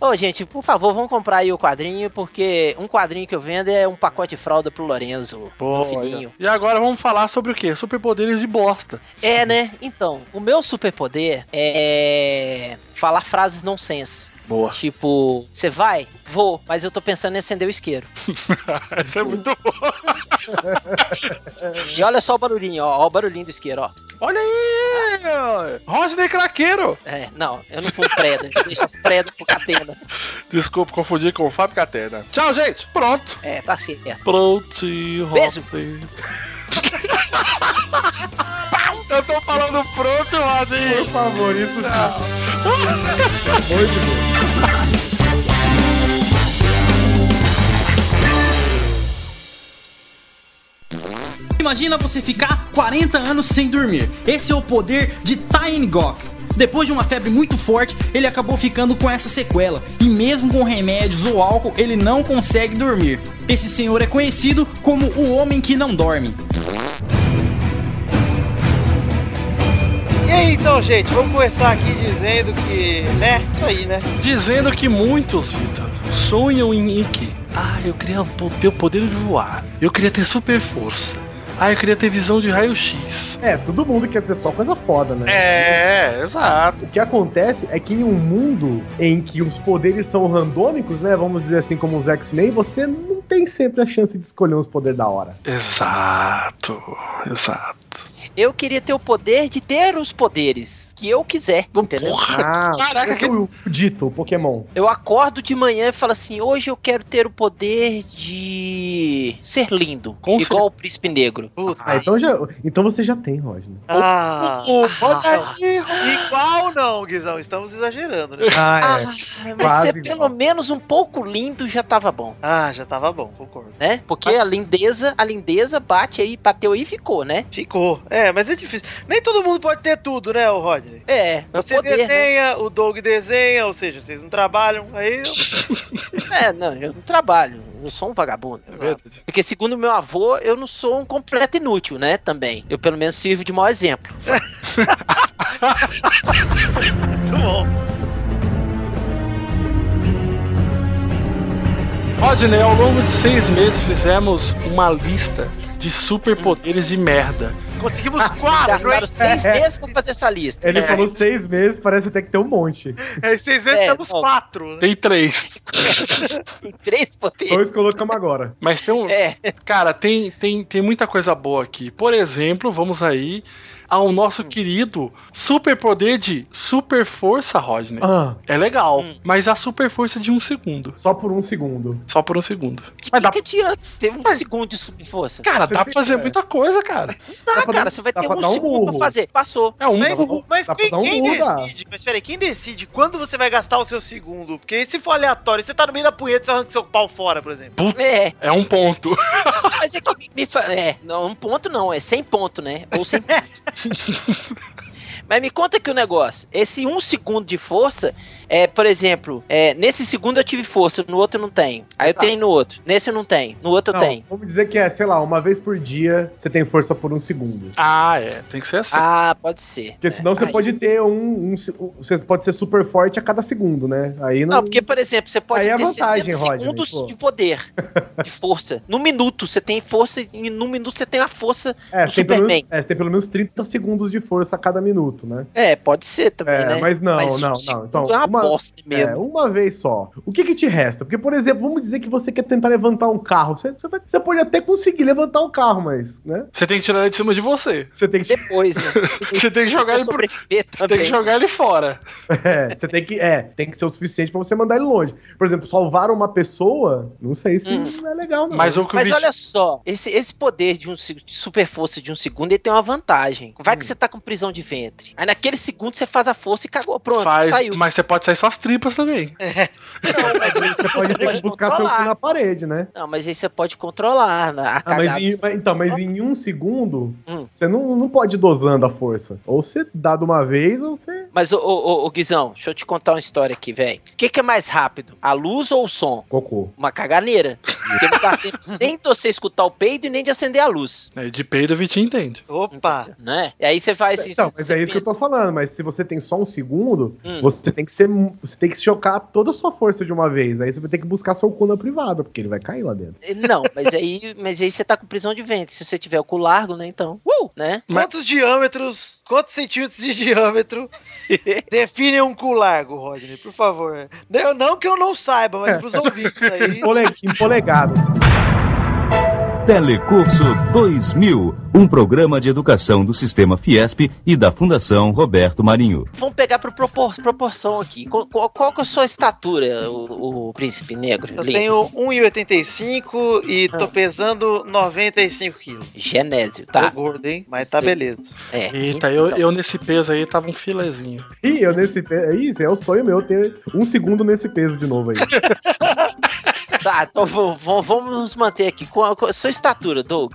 Speaker 3: Ô, gente, por favor, vão comprar aí o quadrinho, porque um quadrinho que eu vendo é um pacote de fralda pro Lorenzo,
Speaker 1: Boa.
Speaker 3: meu filhinho.
Speaker 1: E agora vamos falar sobre o quê? Superpoderes de bosta.
Speaker 3: É, né? Então, o meu superpoder é falar frases nonsense.
Speaker 1: Boa.
Speaker 3: Tipo, você vai? Vou, mas eu tô pensando em acender o isqueiro.
Speaker 1: Isso é muito bom.
Speaker 3: E olha só o barulhinho, ó, ó o barulhinho do isqueiro, ó.
Speaker 1: Olha aí! Rodney Craqueiro!
Speaker 3: É, não, eu não fumo preda, deixa as predas pro catena.
Speaker 1: Desculpa confundir com o Fábio Catena. Tchau, gente! Pronto!
Speaker 3: É, tá certo.
Speaker 1: Pronto,
Speaker 3: Beijo.
Speaker 1: Rodney. Eu tô falando pronto, Rodney!
Speaker 4: Por favor, isso já.
Speaker 6: Imagina você ficar 40 anos sem dormir. Esse é o poder de Time Gok. Depois de uma febre muito forte, ele acabou ficando com essa sequela. E mesmo com remédios ou álcool, ele não consegue dormir. Esse senhor é conhecido como o homem que não dorme.
Speaker 2: E aí então, gente, vamos começar aqui dizendo que, né? Isso aí, né?
Speaker 1: Dizendo que muitos, Vitor, sonham em em que? Ah, eu queria po- ter o poder de voar. Eu queria ter super força. Ah, eu queria ter visão de raio-x.
Speaker 4: É, todo mundo quer ter só coisa foda, né?
Speaker 1: É, exato.
Speaker 4: O que acontece é que em um mundo em que os poderes são randômicos, né? Vamos dizer assim, como os X-Men, você não tem sempre a chance de escolher uns poderes da hora.
Speaker 1: Exato, exato.
Speaker 3: Eu queria ter o poder de ter os poderes que eu quiser, entendeu?
Speaker 4: Ah,
Speaker 1: Caraca,
Speaker 4: esse é o dito, o Pokémon.
Speaker 3: Eu acordo de manhã e falo assim: hoje eu quero ter o poder de ser lindo,
Speaker 1: Com
Speaker 3: igual o príncipe negro.
Speaker 2: Puta.
Speaker 4: Ah, então, já, então você já tem, Rodney.
Speaker 2: Ah,
Speaker 1: Ô,
Speaker 2: não. Igual não, Guizão. Estamos exagerando, né?
Speaker 4: Ah,
Speaker 3: Ah,
Speaker 4: é.
Speaker 3: mas
Speaker 4: quase
Speaker 3: ser
Speaker 4: igual.
Speaker 3: pelo menos um pouco lindo já tava bom,
Speaker 2: Ah, já tava bom, concordo.
Speaker 3: né? Porque a lindeza, a lindeza bate aí, bateu aí e ficou, né?
Speaker 2: Ficou. É, mas é difícil. Nem todo mundo pode ter tudo, né, ô Rodney?
Speaker 3: É, é o
Speaker 2: Você
Speaker 3: poder, né?
Speaker 2: desenha, o Doug desenha, ou seja, vocês não trabalham, aí...
Speaker 3: É, não, eu não trabalho, eu sou um vagabundo.
Speaker 1: É verdade.
Speaker 3: Porque segundo meu avô, eu não sou um completo inútil, né, também. Eu pelo menos sirvo de mau exemplo.
Speaker 2: Muito bom.
Speaker 1: Rodney, ao longo de seis meses fizemos uma lista de superpoderes de merda.
Speaker 4: Ah,
Speaker 2: Conseguimos quatro, hein?
Speaker 3: Gastaram seis
Speaker 4: É.
Speaker 3: meses pra fazer essa lista.
Speaker 4: Ele
Speaker 1: É.
Speaker 4: falou seis meses, parece até que tem um monte.
Speaker 2: É, seis vezes
Speaker 3: É,
Speaker 2: estamos
Speaker 3: bom.
Speaker 2: quatro, né?
Speaker 1: Tem três.
Speaker 3: Tem três poderes.
Speaker 4: Dois colocamos agora.
Speaker 1: Mas tem um.
Speaker 3: É,
Speaker 1: Cara, tem, tem, tem muita coisa boa aqui. Por exemplo, vamos aí ao nosso querido superpoder de super força, Rodney.
Speaker 4: Ah,
Speaker 1: É legal,
Speaker 2: Hum.
Speaker 1: mas a super força de um segundo.
Speaker 4: só por um segundo.
Speaker 1: Só por um segundo.
Speaker 3: que,
Speaker 1: Mas dá-
Speaker 3: que adianta ter um segundo de subforça?
Speaker 1: Cara,
Speaker 4: Você
Speaker 1: dá pra
Speaker 4: tem-
Speaker 1: fazer
Speaker 4: é.
Speaker 1: muita coisa, cara.
Speaker 3: Dá,
Speaker 4: dá pra
Speaker 3: cara,
Speaker 4: dar-
Speaker 3: você vai
Speaker 4: dá
Speaker 3: ter
Speaker 4: pra
Speaker 3: um
Speaker 4: dar um
Speaker 3: segundo pra
Speaker 4: burro.
Speaker 3: fazer. Passou.
Speaker 1: É um.
Speaker 2: Mas,
Speaker 4: Dá pra-
Speaker 2: mas
Speaker 4: dá pra
Speaker 2: quem,
Speaker 4: dar um
Speaker 2: quem
Speaker 4: burro, dá.
Speaker 2: decide? Mas peraí, quem decide quando você vai gastar o seu segundo? Porque se for aleatório, você tá no meio da punheta e você arranca seu pau fora, por exemplo.
Speaker 3: É,
Speaker 1: É um ponto.
Speaker 3: mas é que me, me fa... É, não, um ponto não, é sem ponto, né? Ou sem ponto. Mas me conta aqui o negócio. Esse um segundo de força, é, por exemplo, é, nesse segundo eu tive força, no outro eu não tenho. Aí eu
Speaker 2: Exato.
Speaker 3: tenho no outro. Nesse eu não tenho. No outro
Speaker 4: Não,
Speaker 3: eu tenho.
Speaker 4: Vamos dizer que é, sei lá, uma vez por dia você tem força por um segundo.
Speaker 1: Ah, é. Tem que ser assim.
Speaker 3: Ah, pode ser.
Speaker 4: Porque senão você
Speaker 3: Aí.
Speaker 4: pode ter um, um se- um- Você pode ser super forte a cada segundo, né? Aí não.
Speaker 3: Não, porque, por exemplo, você pode
Speaker 4: Aí é
Speaker 3: ter
Speaker 4: vantagem,
Speaker 3: 60
Speaker 4: Rodney,
Speaker 3: segundos
Speaker 4: pô.
Speaker 3: de poder, de força. Num minuto você tem força, e num minuto você tem a força.
Speaker 4: é,
Speaker 3: o
Speaker 4: tem pelo menos,
Speaker 3: Superman.
Speaker 4: é, você tem pelo menos 30 segundos de força a cada minuto, né?
Speaker 3: É, pode ser também,
Speaker 4: É,
Speaker 3: né?
Speaker 4: mas não,
Speaker 3: Mas um
Speaker 4: não, não.
Speaker 3: segundo
Speaker 4: Então,
Speaker 3: é uma,
Speaker 4: uma,
Speaker 3: bosta mesmo.
Speaker 4: É, uma vez só. O que que te resta? Porque, por exemplo, vamos dizer que você quer tentar levantar um carro. Você, você vai- você pode até conseguir levantar um carro, mas, né?
Speaker 1: Você tem que tirar ele de cima de você.
Speaker 4: Você tem que.
Speaker 3: Depois, né?
Speaker 1: Você tem que jogar ele
Speaker 3: Pra
Speaker 1: pro...
Speaker 3: sobreviver
Speaker 1: Você tem que
Speaker 3: também.
Speaker 1: jogar ele fora.
Speaker 4: É, você tem que. É, tem que ser o suficiente pra você mandar ele longe. Por exemplo, salvar uma pessoa, não sei se
Speaker 3: Hum.
Speaker 4: é legal, não.
Speaker 1: Mas o que o
Speaker 3: Mas
Speaker 1: Vitinho-
Speaker 3: olha só, esse, esse poder de um se- de super força de um segundo, ele tem uma vantagem. Vai
Speaker 4: Hum.
Speaker 3: que você tá com prisão de ventre. Aí naquele segundo você faz a força e cagou. Pronto,
Speaker 1: faz,
Speaker 3: saiu. É.
Speaker 1: mas você pode sair só as tripas também.
Speaker 3: Não, mas aí
Speaker 4: Você pode ter que buscar seu cu na parede, né?
Speaker 3: Não, mas aí você pode controlar né, a
Speaker 4: Ah,
Speaker 3: cagada.
Speaker 4: mas em- mas- então, mas em um segundo,
Speaker 3: Hum.
Speaker 4: você não, não pode ir dosando a força. Ou você dá de uma vez, ou você.
Speaker 3: Mas, ô, ô, ô, ô, Guizão, deixa eu te contar uma história aqui, velho. O que, que é mais rápido, a luz ou o som?
Speaker 4: Cocô.
Speaker 3: Uma caganeira. Porque não dá tempo nem de você escutar o peido e nem de acender a luz.
Speaker 1: É, De peido, o Vitinho entende.
Speaker 2: Opa!
Speaker 3: Né? E aí você faz assim.
Speaker 4: Então, mas
Speaker 3: você
Speaker 4: é isso que eu
Speaker 3: pensa,
Speaker 4: tô falando. Mas se você tem só um segundo,
Speaker 3: Hum.
Speaker 4: você tem que ser. mu- Você tem que chocar toda a sua força de uma vez. Aí você vai ter que buscar seu cu na privada, porque ele vai cair lá dentro.
Speaker 3: Não, mas aí, mas aí você tá com prisão de ventre. Se você tiver o cu largo, né? Então. Uh! Né?
Speaker 1: Mas-
Speaker 2: Quantos diâmetros, quantos centímetros de diâmetro definem um cu largo, Rodney? Por favor. Não, não que eu não saiba, mas pros ouvintes aí.
Speaker 4: Em, pole, em polegadas.
Speaker 7: Telecurso 2000, um programa de educação do Sistema Fiesp e da Fundação Roberto Marinho.
Speaker 3: Vamos pegar por propor- proporção aqui. Qual, qual- qual que é a sua estatura, o, o príncipe negro?
Speaker 2: Eu
Speaker 3: Lindo?
Speaker 2: tenho 1,85 e tô pesando 95 quilos.
Speaker 3: Genésio,
Speaker 2: Tá.
Speaker 3: tá?
Speaker 2: gordo, hein? Mas tá
Speaker 3: Sei.
Speaker 2: beleza.
Speaker 3: É.
Speaker 1: Eita, eu, eu nesse peso aí tava um filezinho.
Speaker 4: Ih, eu nesse peso. Isso, é o sonho meu ter um segundo nesse peso de novo aí.
Speaker 3: Tá, então vamos, vamos- vamos nos manter aqui. Qual, qual, sua estatura, Doug?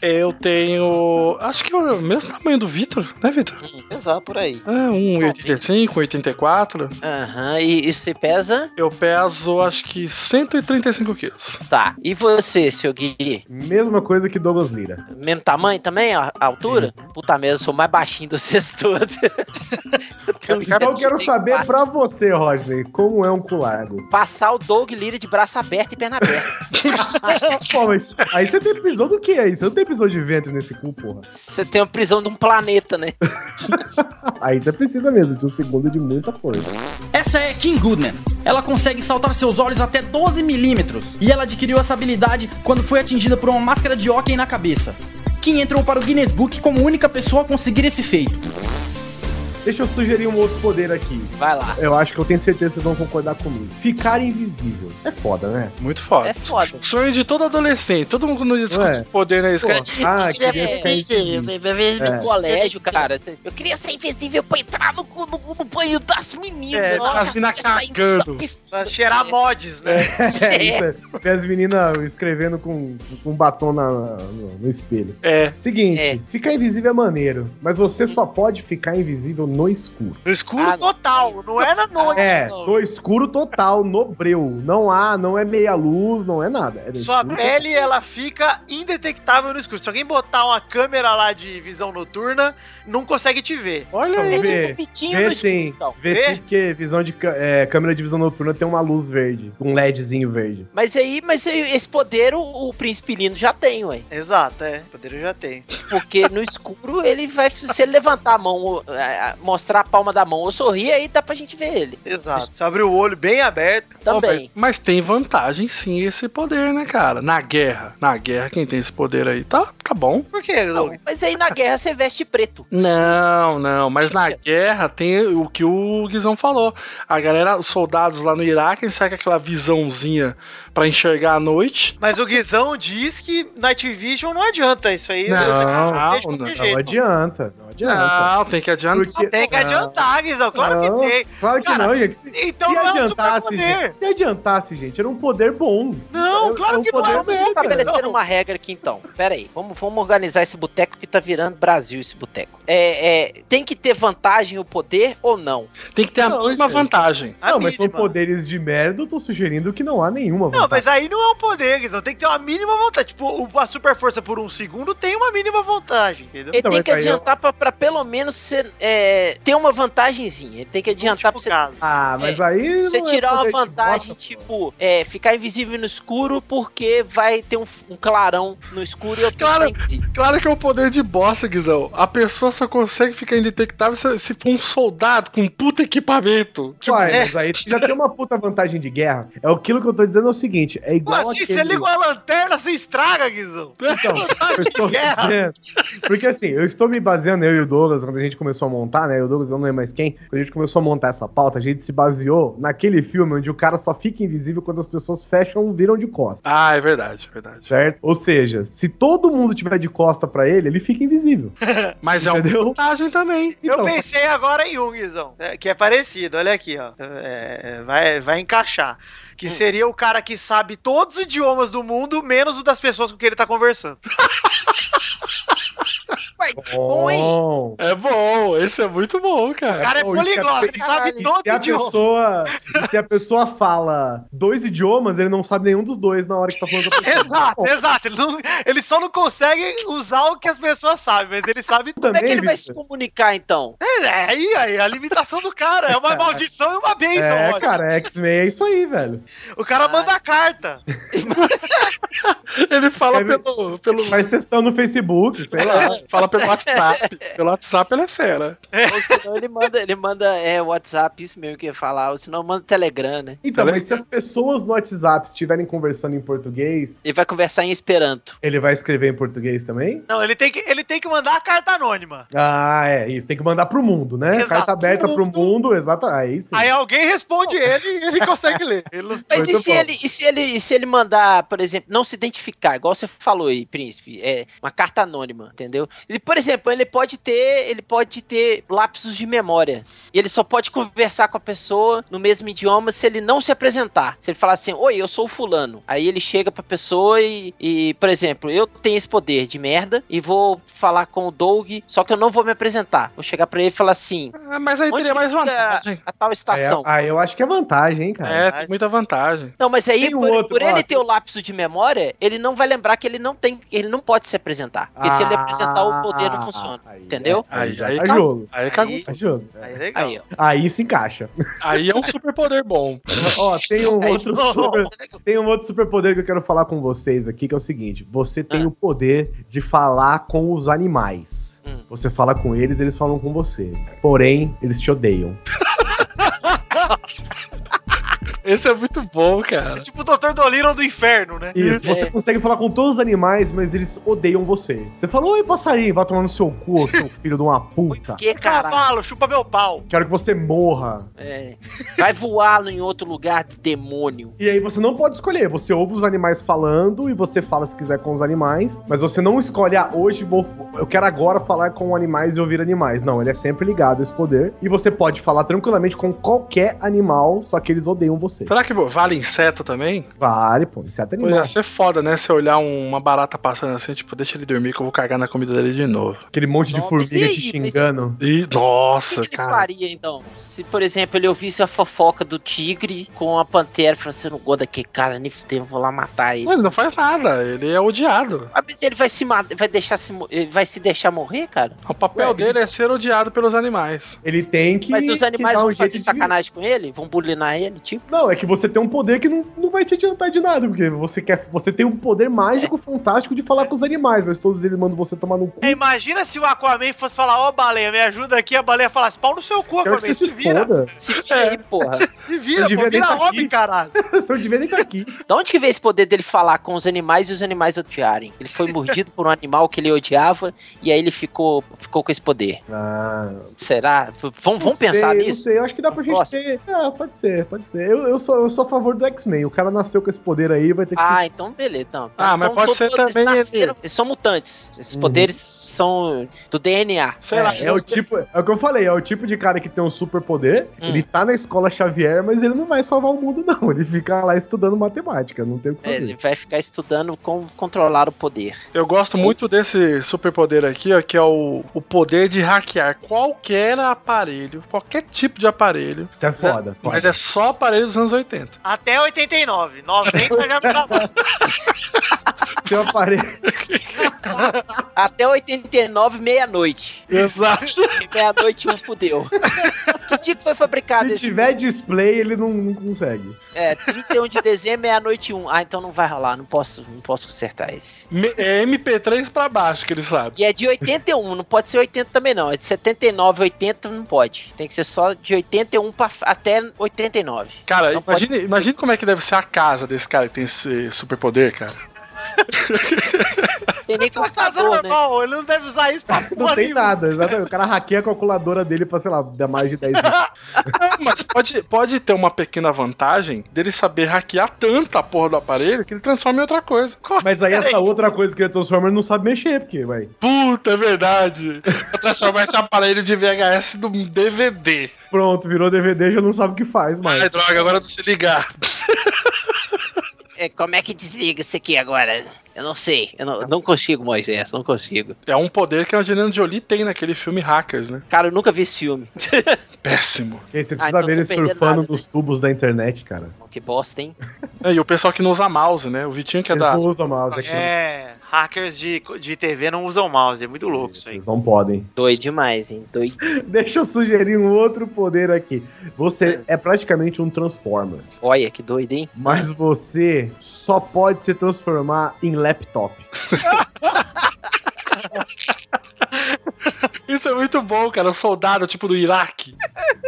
Speaker 1: Eu tenho. Acho que é o mesmo tamanho do Vitor, né, Vitor?
Speaker 2: Pesar por aí.
Speaker 1: É,
Speaker 3: Uhum.
Speaker 1: 1,85, 84.
Speaker 3: Aham, e isso você pesa?
Speaker 1: Eu peso, acho que 135 quilos.
Speaker 3: Tá. E você, seu Gui?
Speaker 4: Mesma coisa que Douglas Lira.
Speaker 3: Mesmo tamanho também? A a altura? Puta merda, eu sou mais baixinho do vocês todos. eu tenho um
Speaker 4: Então eu quero
Speaker 3: 1,74.
Speaker 4: saber pra você, Rodney, como é um cu largo.
Speaker 3: Passar o Doug Lira de braço aberto e perna aberta.
Speaker 4: Pô, mas aí você tem prisão do quê aí? Você não tem prisão de ventre nesse cu, porra.
Speaker 3: Você tem uma prisão de um planeta, né?
Speaker 4: Aí você precisa mesmo de um segundo de muita força.
Speaker 6: Essa é Kim Goodman. Ela consegue saltar seus olhos até 12 milímetros e ela adquiriu essa habilidade quando foi atingida por uma máscara de hóquei na cabeça. Kim entrou para o Guinness Book como única pessoa a conseguir esse feito.
Speaker 4: Deixa eu sugerir um outro poder aqui.
Speaker 3: Vai lá.
Speaker 4: Eu acho que eu tenho certeza que vocês vão concordar comigo. Ficar invisível. É foda, né?
Speaker 1: Muito foda.
Speaker 3: É foda.
Speaker 1: Sonho de todo adolescente. Todo mundo discute
Speaker 4: Ué.
Speaker 1: poder na escada.
Speaker 4: Pô, ah,
Speaker 3: Ele é
Speaker 4: queria ficar
Speaker 3: invisível,
Speaker 4: invisível.
Speaker 3: eu vejo
Speaker 4: É.
Speaker 3: no colégio, cara. assim, Eu queria
Speaker 2: é
Speaker 3: ser invisível pra entrar no, cu- no, no banho das meninas.
Speaker 1: É,
Speaker 3: Nossa,
Speaker 1: as meninas
Speaker 3: essa
Speaker 1: cagando.
Speaker 3: absurda.
Speaker 2: Pra cheirar mods, né?
Speaker 4: É, isso é. Tem as meninas escrevendo com, com um batom na, no, no espelho.
Speaker 1: É.
Speaker 4: Seguinte,
Speaker 3: É.
Speaker 4: ficar invisível é maneiro, mas você só pode ficar invisível no escuro.
Speaker 2: No escuro
Speaker 3: Ah, não.
Speaker 2: total, não. é na noite,
Speaker 4: É,
Speaker 2: não.
Speaker 4: no escuro total, no breu. Não há, não é meia luz, não é nada. É no
Speaker 2: Sua
Speaker 4: escuro
Speaker 2: pele, ela fica indetectável no escuro. Se alguém botar uma câmera lá de visão noturna, não consegue te ver.
Speaker 1: Olha
Speaker 4: Então,
Speaker 1: aí.
Speaker 3: Ele
Speaker 4: vê,
Speaker 3: é um fitinho
Speaker 4: Vê
Speaker 3: do
Speaker 4: sim,
Speaker 3: então.
Speaker 4: vê,
Speaker 2: Vê?
Speaker 4: sim, porque visão de ca- é, câmera de visão noturna tem uma luz verde, um LEDzinho verde.
Speaker 3: Mas aí, mas aí, esse poder o, o príncipe Lino já tem, ué.
Speaker 2: Exato, é. Poder eu já tenho.
Speaker 3: Porque no escuro ele vai. Se ele levantar a mão, ou, é, mostrar a palma da mão ou sorrir, aí dá pra gente ver ele.
Speaker 2: Exato. Você abre o olho bem aberto.
Speaker 3: Também.
Speaker 1: Mas, mas tem vantagem sim esse poder, né, cara? Na guerra. Na guerra, quem tem esse poder aí tá, tá bom.
Speaker 2: Por quê, Doug?
Speaker 3: Não, mas aí na guerra você veste preto.
Speaker 1: Não, não, mas na guerra tem o que o Guizão falou. A galera, os soldados lá no Iraque, eles sacam aquela visãozinha pra enxergar à noite.
Speaker 2: Mas o Guizão diz que Night Vision não adianta isso aí.
Speaker 1: Não,
Speaker 2: você
Speaker 1: não,
Speaker 2: de qualquer
Speaker 4: Não adianta, não adianta.
Speaker 1: Não, tem que adiantar.
Speaker 4: Porque-
Speaker 2: Tem que
Speaker 4: Não.
Speaker 2: adiantar, Guizão, claro
Speaker 4: Não,
Speaker 2: que tem.
Speaker 4: Claro que
Speaker 2: Cara,
Speaker 4: não, gente. Se,
Speaker 2: Então
Speaker 4: se
Speaker 2: não é um
Speaker 4: adiantasse,
Speaker 2: superpoder.
Speaker 4: gente, se adiantasse, gente, era um poder bom.
Speaker 2: Não,
Speaker 4: Era-
Speaker 2: claro
Speaker 4: era um
Speaker 2: que não é
Speaker 4: poder
Speaker 2: um
Speaker 4: bom,
Speaker 3: Vamos
Speaker 2: Eita,
Speaker 3: estabelecer
Speaker 2: não.
Speaker 3: uma regra aqui então. Pera aí, vamos, vamos organizar esse boteco que tá virando Brasil esse boteco. É, é, tem que ter vantagem o poder ou não?
Speaker 1: Tem que ter a
Speaker 4: Não,
Speaker 1: mesma
Speaker 4: gente.
Speaker 1: vantagem.
Speaker 2: A
Speaker 4: não, mas é um são
Speaker 2: mínima.
Speaker 4: poderes de merda, eu tô sugerindo que não há nenhuma
Speaker 2: Não, mas
Speaker 4: vantagem.
Speaker 2: aí não é um poder, Guizão. Tem que ter uma mínima vontade. Tipo, o- a super força por um segundo tem uma mínima vantagem, entendeu?
Speaker 3: Ele
Speaker 4: Então,
Speaker 3: tem
Speaker 4: mas
Speaker 3: que
Speaker 4: aí eu-
Speaker 3: adiantar pra, pra pelo menos ser, é, ter uma vantagenzinha. Ele tem que adiantar pra você.
Speaker 2: caso.
Speaker 4: Ah, mas aí.
Speaker 3: Você
Speaker 4: não é
Speaker 3: tirar uma
Speaker 4: poder de
Speaker 3: vantagem,
Speaker 4: bosta, pô.
Speaker 3: tipo, é, ficar invisível no escuro porque vai ter um, um clarão no escuro e eu tenho
Speaker 1: Claro.
Speaker 3: que ficar invisível.
Speaker 1: Claro que é um poder de bosta, Guizão. A pessoa só consegue ficar indetectável se, se for um soldado com um puta equipamento. Tipo,
Speaker 4: Uai,
Speaker 2: é.
Speaker 4: mas aí você já tem uma puta vantagem de guerra. É aquilo que eu tô dizendo é o seguinte: é
Speaker 2: Pô,
Speaker 4: igual.
Speaker 2: assim, você
Speaker 4: aquele-
Speaker 2: liga a lanterna, você estraga, Guizão.
Speaker 4: Então, eu estou
Speaker 3: é.
Speaker 2: guerra.
Speaker 4: dizendo. Porque assim, eu estou me baseando, eu e o Douglas, quando a gente começou a montar, né? Eu e o Douglas eu não lembro mais quem. Quando a gente começou a montar essa pauta, a gente se baseou naquele filme onde o cara só fica invisível quando as pessoas fecham ou viram de costas.
Speaker 1: Ah, é verdade, é verdade.
Speaker 4: Certo? Ou seja, se todo mundo tiver de costa pra ele, ele fica invisível.
Speaker 1: Mas
Speaker 3: um
Speaker 1: é uma
Speaker 4: Entendeu?
Speaker 1: vantagem também.
Speaker 2: eu
Speaker 4: Então,
Speaker 2: pensei agora em um, Guizão, é, que é parecido, olha aqui, ó. É, é, vai, vai encaixar.
Speaker 4: Hum.
Speaker 2: Que seria o cara que sabe todos os idiomas do mundo, menos o das pessoas com quem ele tá conversando.
Speaker 3: bom, um, hein?
Speaker 4: bom.
Speaker 1: É bom, esse é muito bom,
Speaker 2: O
Speaker 1: cara.
Speaker 2: cara é
Speaker 4: bom, isso é
Speaker 2: poliglota, ele sabe
Speaker 4: E
Speaker 2: todos
Speaker 4: se a
Speaker 2: os idiomas.
Speaker 4: pessoa, e se a pessoa fala dois idiomas, ele não sabe nenhum dos dois na hora que tá falando com a pessoa.
Speaker 2: Exato, exato. Ele, não- ele só não consegue usar o que as pessoas sabem, mas ele sabe tudo.
Speaker 3: Como é que ele vai se
Speaker 4: Victor.
Speaker 3: comunicar então?
Speaker 2: É, é, aí, aí, a limitação do cara é uma maldição e uma bênção,
Speaker 4: É,
Speaker 2: olha.
Speaker 4: cara, É. X-Men é isso aí, velho.
Speaker 2: O cara manda carta.
Speaker 1: Ele fala
Speaker 4: Escreve-
Speaker 1: pelo, pelo,
Speaker 4: Faz testando no Facebook, sei
Speaker 3: Tá
Speaker 4: lá.
Speaker 1: fala pelo WhatsApp. Pelo WhatsApp ele é fera.
Speaker 3: Ou senão ele manda, ele manda é, WhatsApp, isso mesmo que eu ia falar, ou senão manda Telegram, né?
Speaker 4: Então,
Speaker 1: Tá
Speaker 4: mas se as pessoas no WhatsApp estiverem conversando em português,
Speaker 3: Ele vai conversar em Esperanto.
Speaker 4: ele vai escrever em português também?
Speaker 2: Não, ele tem que, ele tem que mandar a carta anônima.
Speaker 4: Ah, é isso. Tem que mandar pro mundo, né?
Speaker 2: Exato.
Speaker 4: Carta aberta pro mundo, exato. Aí sim.
Speaker 2: Aí alguém responde ele e ele consegue ler. Ele não-
Speaker 3: Mas
Speaker 4: Muito
Speaker 3: e se,
Speaker 4: bom.
Speaker 3: ele, e, se ele, e se ele mandar, por exemplo, não se identificar, igual você falou aí, príncipe, é uma carta anônima, entendeu? E, por exemplo, ele pode ter, ele pode ter lapsos de memória. E ele só pode conversar com a pessoa no mesmo idioma se ele não se apresentar. Se ele falar assim, oi, eu sou o fulano. Aí ele chega pra pessoa e, e, por exemplo, eu tenho esse poder de merda e vou falar com o Doug, só que eu não vou me apresentar. Vou chegar pra ele e falar assim,
Speaker 1: Ah, mas aí
Speaker 3: onde
Speaker 1: teria
Speaker 3: que
Speaker 1: mais
Speaker 3: fica
Speaker 1: vantagem.
Speaker 3: a tal
Speaker 4: Aí-
Speaker 3: estação?
Speaker 4: aí eu acho que é vantagem, hein, cara.
Speaker 1: É, tem muita vantagem.
Speaker 3: Não, mas aí,
Speaker 4: Tem um
Speaker 3: por,
Speaker 4: outro,
Speaker 3: por
Speaker 4: ó,
Speaker 3: ele
Speaker 4: tem- Ah.
Speaker 3: ter o lapso de memória, ele não vai lembrar que ele não tem, ele não pode se apresentar. Porque se ele apresentar, o poder não funciona. entendeu?
Speaker 1: Aí,
Speaker 4: Aí,
Speaker 1: aí,
Speaker 4: é
Speaker 1: cagou.
Speaker 4: jogo.
Speaker 1: Aí cagou.
Speaker 2: Aí-
Speaker 4: É jogo.
Speaker 2: Aí é legal.
Speaker 3: Aí, ó.
Speaker 4: Aí se encaixa.
Speaker 1: Aí é um superpoder bom.
Speaker 4: Ó, tem um
Speaker 3: Aí,
Speaker 4: outro
Speaker 3: ó,
Speaker 4: super, Tem um outro superpoder que eu quero falar com vocês aqui, que é o seguinte: você tem
Speaker 3: Ah.
Speaker 4: o poder de falar com os animais.
Speaker 3: Hum.
Speaker 4: Você fala com eles, eles falam com você. Porém, eles te odeiam.
Speaker 1: Esse é muito bom, cara.
Speaker 2: É tipo o Dr. Dolittle do inferno, né?
Speaker 4: Isso,
Speaker 3: É.
Speaker 4: você consegue falar com todos os animais, mas eles odeiam você. Você fala, oi, passarinho, vai tomar no seu cu, seu filho de uma puta.
Speaker 3: Porque, cara,
Speaker 2: Cavalo, chupa meu pau.
Speaker 4: Quero que você morra.
Speaker 3: é, vai voá-lo em outro lugar de demônio.
Speaker 4: E aí você não pode escolher, você ouve os animais falando e você fala se quiser com os animais, mas você não escolhe, ah, hoje vou, eu quero agora falar com animais e ouvir animais. Não, ele é sempre ligado a esse poder e você pode falar tranquilamente com qualquer animal, só que eles odeiam você.
Speaker 1: Será que vale inseto também?
Speaker 4: Vale, pô, inseto é
Speaker 1: Pô,
Speaker 4: animal.
Speaker 1: ia ser foda, né? Se olhar uma barata passando assim, tipo, deixa ele dormir que eu vou cagar na comida dele de novo.
Speaker 4: Aquele monte de
Speaker 3: Não, mas
Speaker 4: formiga
Speaker 3: e
Speaker 4: te
Speaker 3: aí? Mas-
Speaker 4: xingando.
Speaker 1: E,
Speaker 3: O
Speaker 1: nossa,
Speaker 3: que que ele
Speaker 1: cara.
Speaker 3: faria então? Se, por exemplo, ele ouvisse a fofoca do tigre com a pantera, falando assim: "Eu não gosto daquele cara, nem fudendo, vou lá matar ele.
Speaker 1: Mano, ele não faz nada, ele é odiado.
Speaker 3: Ah, Mas ele vai se matar, vai deixar se, mo- ele vai se deixar morrer, cara?
Speaker 1: O papel
Speaker 4: Ué,
Speaker 1: dele é ser odiado pelos animais.
Speaker 4: Ele tem que.
Speaker 3: Mas os
Speaker 4: que
Speaker 3: animais
Speaker 4: dar um
Speaker 3: vão
Speaker 4: jeito
Speaker 3: fazer
Speaker 4: de-
Speaker 3: sacanagem com ele? Vão bulinar ele, tipo?
Speaker 4: Não, é que você tem um poder que não, não vai te adiantar de nada, porque você quer. Você tem um poder
Speaker 3: É.
Speaker 4: mágico fantástico de falar com os animais, mas todos eles mandam você tomar no cu.
Speaker 2: É, imagina se o Aquaman fosse falar, ó baleia, me ajuda aqui, a baleia falasse, pau no seu cu, Aquaman,
Speaker 4: Quero que você
Speaker 2: se
Speaker 4: se
Speaker 2: vira,
Speaker 4: foda.
Speaker 3: Se vira aí, porra.
Speaker 2: se
Speaker 4: Eu
Speaker 2: vira,
Speaker 4: devia
Speaker 2: pô,
Speaker 4: nem
Speaker 2: vira
Speaker 4: tá
Speaker 2: homem,
Speaker 4: aqui.
Speaker 2: caralho.
Speaker 4: Se eu devia nem estar aqui.
Speaker 3: Da onde que veio esse poder dele falar com os animais e os animais odiarem? Ele foi mordido por um animal que ele odiava e aí ele ficou, ficou com esse poder.
Speaker 4: Ah,
Speaker 3: Será? V- Vamos, vamos
Speaker 4: sei,
Speaker 3: pensar
Speaker 4: Não
Speaker 3: nisso?
Speaker 4: sei, eu acho que dá pra gente
Speaker 3: Próximo.
Speaker 4: ter. Ah, pode ser, pode ser. Eu, eu sou, eu sou a favor do X-Men. O cara nasceu com esse poder aí, vai ter que
Speaker 3: Ah, então beleza. Então,
Speaker 1: Ah, mas
Speaker 3: Então,
Speaker 1: pode
Speaker 3: todos
Speaker 1: ser
Speaker 3: eles
Speaker 1: também
Speaker 3: nasceram- Eles são mutantes. Esses
Speaker 4: Uhum.
Speaker 3: poderes são do DNA.
Speaker 4: se.
Speaker 1: Sei lá.
Speaker 4: É, é o tipo, é o que eu falei, é o tipo de cara que tem um superpoder,
Speaker 3: Hum.
Speaker 4: ele tá na escola Xavier, mas ele não vai salvar o mundo, não. Ele fica lá estudando matemática, não tem o que
Speaker 3: É,
Speaker 4: fazer.
Speaker 3: ele vai ficar estudando como controlar o poder.
Speaker 1: Eu gosto muito desse superpoder aqui, ó, que é o, o poder de hackear qualquer aparelho, qualquer tipo de aparelho.
Speaker 4: Isso é foda. foda.
Speaker 1: Mas é só aparelho dos anos 80.
Speaker 2: Até 89, 90 já me dá
Speaker 3: é-
Speaker 4: Seu aparelho.
Speaker 3: Até 89, meia-noite.
Speaker 1: Exato.
Speaker 3: Meia-noite um fudeu. que dia que foi fabricado
Speaker 4: Se
Speaker 3: esse?
Speaker 4: tiver display, ele não, não consegue.
Speaker 3: É, 31 de dezembro, meia-noite um. Ah, então não vai rolar, não posso, não posso consertar esse.
Speaker 1: É MP3 pra baixo que ele sabe.
Speaker 3: E é de 81, não pode ser 80 também não. É de 79, 80 não pode. Tem que ser só de 81 pra, até 89.
Speaker 1: Cara,
Speaker 3: Não pode
Speaker 1: imagine, imagine como é que deve ser a casa desse cara que tem esse superpoder, cara.
Speaker 3: Tem nem
Speaker 2: uma casa
Speaker 4: é
Speaker 3: computador, né?
Speaker 2: normal, ele não deve usar isso pra
Speaker 4: Não
Speaker 2: porra
Speaker 4: tem
Speaker 2: nenhuma.
Speaker 4: nada, exatamente. O cara hackeia a calculadora dele pra, sei lá, dar mais de 10 mil.
Speaker 1: Não, Mas pode, pode ter uma pequena vantagem dele saber hackear tanto a porra do aparelho que ele transforma em outra coisa.
Speaker 4: Mas aí essa outra coisa que ele transforma, ele não sabe mexer, porque, vai.
Speaker 1: Puta, é verdade. Vou transformar esse aparelho de VHS num DVD.
Speaker 4: Pronto, virou DVD, já não sabe o que faz mais.
Speaker 2: Ah,
Speaker 1: Ai, droga, agora eu não se ligar.
Speaker 3: É, como é que desliga isso aqui agora? Eu não sei. Eu não, eu não consigo, Moisés, não consigo.
Speaker 1: É um poder que a Angelina Jolie tem naquele filme Hackers, né?
Speaker 3: Cara, eu nunca vi esse filme.
Speaker 1: Péssimo.
Speaker 4: E aí, você
Speaker 3: Ah,
Speaker 4: precisa
Speaker 3: então
Speaker 4: ver
Speaker 3: não
Speaker 4: ele
Speaker 3: tô perdendo
Speaker 4: surfando
Speaker 3: nada,
Speaker 4: nos tubos da internet, cara.
Speaker 3: que bosta, hein?
Speaker 1: É, e o pessoal que não usa mouse, né? O Vitinho que é
Speaker 4: Eles
Speaker 1: da.
Speaker 4: não usam mouse aqui.
Speaker 2: É, hackers de, de TV não usam mouse, é muito louco isso aí.
Speaker 4: Vocês não podem.
Speaker 3: Doido demais, hein? Doido.
Speaker 4: Deixa eu sugerir um outro poder aqui. Você é praticamente um Transformer,
Speaker 3: Olha, que doido, hein?
Speaker 4: mas você só pode se transformar em laptop.
Speaker 1: Isso é muito bom, cara. O soldado, tipo, do Iraque.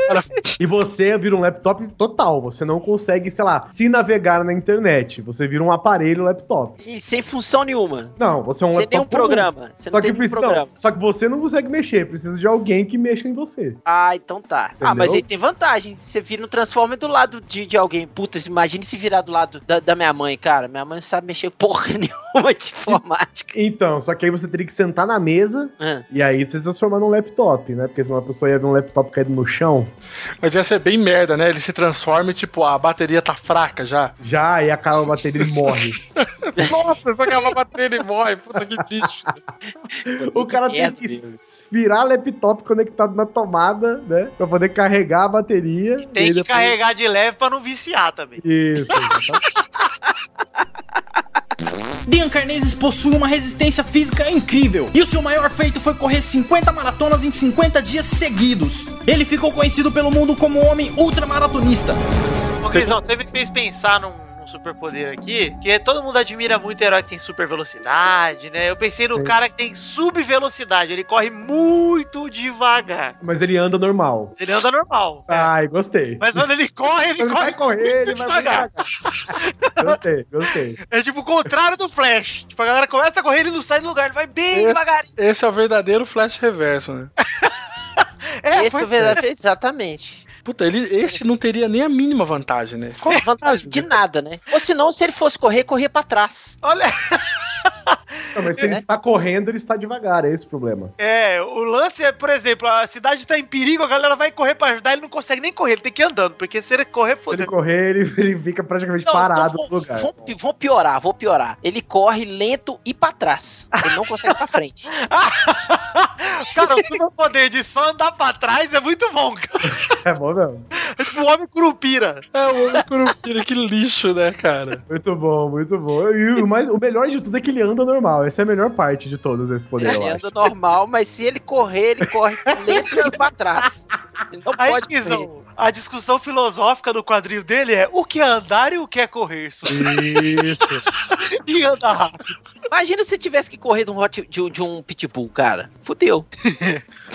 Speaker 1: Cara,
Speaker 4: E você vira um laptop total. Você não consegue, sei lá, se navegar na internet. Você vira um aparelho laptop.
Speaker 3: E sem função nenhuma.
Speaker 4: Não, você é um
Speaker 3: Você
Speaker 4: laptop.
Speaker 3: tem um
Speaker 4: comum.
Speaker 3: programa. Você
Speaker 4: Só
Speaker 3: não
Speaker 4: que,
Speaker 3: tem um
Speaker 4: precisa,
Speaker 3: programa.
Speaker 4: não, só que você não consegue mexer, precisa de alguém que mexa em você.
Speaker 3: Ah, então tá. Ah, mas
Speaker 4: Entendeu?
Speaker 3: aí tem vantagem. Você vira um Transformer do lado de, de alguém. Puta, imagine se virar do lado da, da minha mãe, cara. Minha mãe não sabe mexer porra nenhuma de informática.
Speaker 4: Então, só que aí você teria que sentar na mesa
Speaker 3: Ah,
Speaker 4: e aí você se transformar num laptop, né? Porque senão a pessoa ia ver um laptop caído no chão,
Speaker 1: Mas ia ser bem merda, né? Ele se transforma e, tipo, a bateria tá fraca já.
Speaker 4: já e acaba a bateria e morre.
Speaker 1: Nossa, só que a bateria e morre. Puta que bicho.
Speaker 4: o cara tem
Speaker 3: Merda,
Speaker 4: que
Speaker 3: Deus.
Speaker 4: virar laptop conectado na tomada, né? Pra poder carregar a bateria. E
Speaker 2: Tem
Speaker 4: aí
Speaker 2: que
Speaker 4: depois-
Speaker 2: carregar de leve pra não viciar também.
Speaker 4: Isso. exatamente.
Speaker 6: Dean Carneses possui uma resistência física incrível e o seu maior feito foi correr 50 maratonas em 50 dias seguidos. Ele ficou conhecido pelo mundo como o homem ultramaratonista.
Speaker 2: Ô, Grisão, você me fez pensar num, num superpoder aqui, que é, todo mundo admira muito o herói que tem super velocidade, né? Eu pensei no
Speaker 4: Sim.
Speaker 2: cara que tem subvelocidade, ele corre muito devagar.
Speaker 4: Mas ele anda normal.
Speaker 2: Ele anda normal. né?
Speaker 4: Ai, gostei.
Speaker 2: Mas quando ele corre, ele
Speaker 4: Ele
Speaker 2: corre.
Speaker 4: vai correr, ele vai
Speaker 2: devagar.
Speaker 4: Gostei, gostei.
Speaker 2: É tipo o contrário do Flash. Tipo, a galera começa a correr, ele não sai do lugar, ele vai bem devagar.
Speaker 1: Esse, esse é o verdadeiro Flash Reverso, né?
Speaker 2: É,
Speaker 3: Esse é o
Speaker 2: pois
Speaker 3: verdadeiro. Exatamente.
Speaker 1: Puta, ele, esse não teria nem a mínima vantagem, né?
Speaker 3: Qual a vantagem? De nada, né? Ou senão, se ele fosse correr, corria pra trás.
Speaker 2: Olha,
Speaker 4: Não, mas se ele está correndo, ele está devagar, é esse o problema.
Speaker 2: é, o lance é, por exemplo, a cidade tá em perigo, a galera vai correr pra ajudar, ele não consegue nem correr, ele tem que ir andando, porque se ele correr,
Speaker 4: Se ele
Speaker 2: fodeu.
Speaker 4: correr, ele, ele fica praticamente
Speaker 3: Não,
Speaker 4: parado
Speaker 3: então
Speaker 4: no
Speaker 3: vou-
Speaker 4: lugar.
Speaker 3: vou- Vou piorar, vou piorar. Ele corre lento e pra trás. Ele não consegue pra frente.
Speaker 2: cara, o superpoder de só andar pra trás é muito bom, cara.
Speaker 4: É bom mesmo.
Speaker 2: É tipo o homem curupira.
Speaker 1: É o homem curupira, que lixo, né, cara?
Speaker 4: Muito bom, muito bom. E o, mais, o melhor de tudo é que ele anda normal. Essa é a melhor parte de todos esse
Speaker 2: É,
Speaker 4: poder, eu
Speaker 3: Ele
Speaker 4: acho.
Speaker 3: anda normal, mas se ele correr, ele corre lento e pra trás. Ele não
Speaker 2: Aí,
Speaker 3: pode correr.
Speaker 2: Guizão, a discussão filosófica do quadrinho dele é o que é andar e o que é correr. Se você
Speaker 1: Isso.
Speaker 2: ia andar rápido.
Speaker 3: Imagina se tivesse que correr de um, hot- de um- de um pitbull, cara. Fudeu.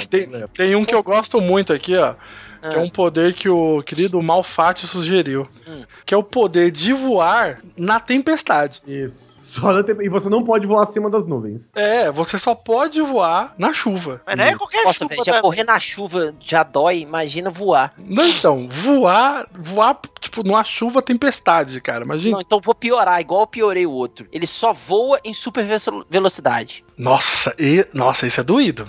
Speaker 1: Tem, tem um que eu gosto muito aqui, ó. Que é um poder que o querido Malfatti sugeriu.
Speaker 3: Hum.
Speaker 1: Que é o poder de voar na tempestade.
Speaker 4: Isso. Só dá tempo- E você não pode voar acima das nuvens.
Speaker 1: É, você só pode voar na chuva.
Speaker 2: Mas não é qualquer
Speaker 3: Nossa,
Speaker 2: chuva,
Speaker 3: velho, já
Speaker 2: né?
Speaker 3: correr na chuva já dói, imagina voar.
Speaker 1: Não, então, voar, voar, tipo, numa chuva tempestade, cara. Imagina.
Speaker 3: Não, então vou piorar, igual eu piorei o outro. Ele só voa em super ve- velocidade.
Speaker 1: Nossa, e, nossa, isso é doído.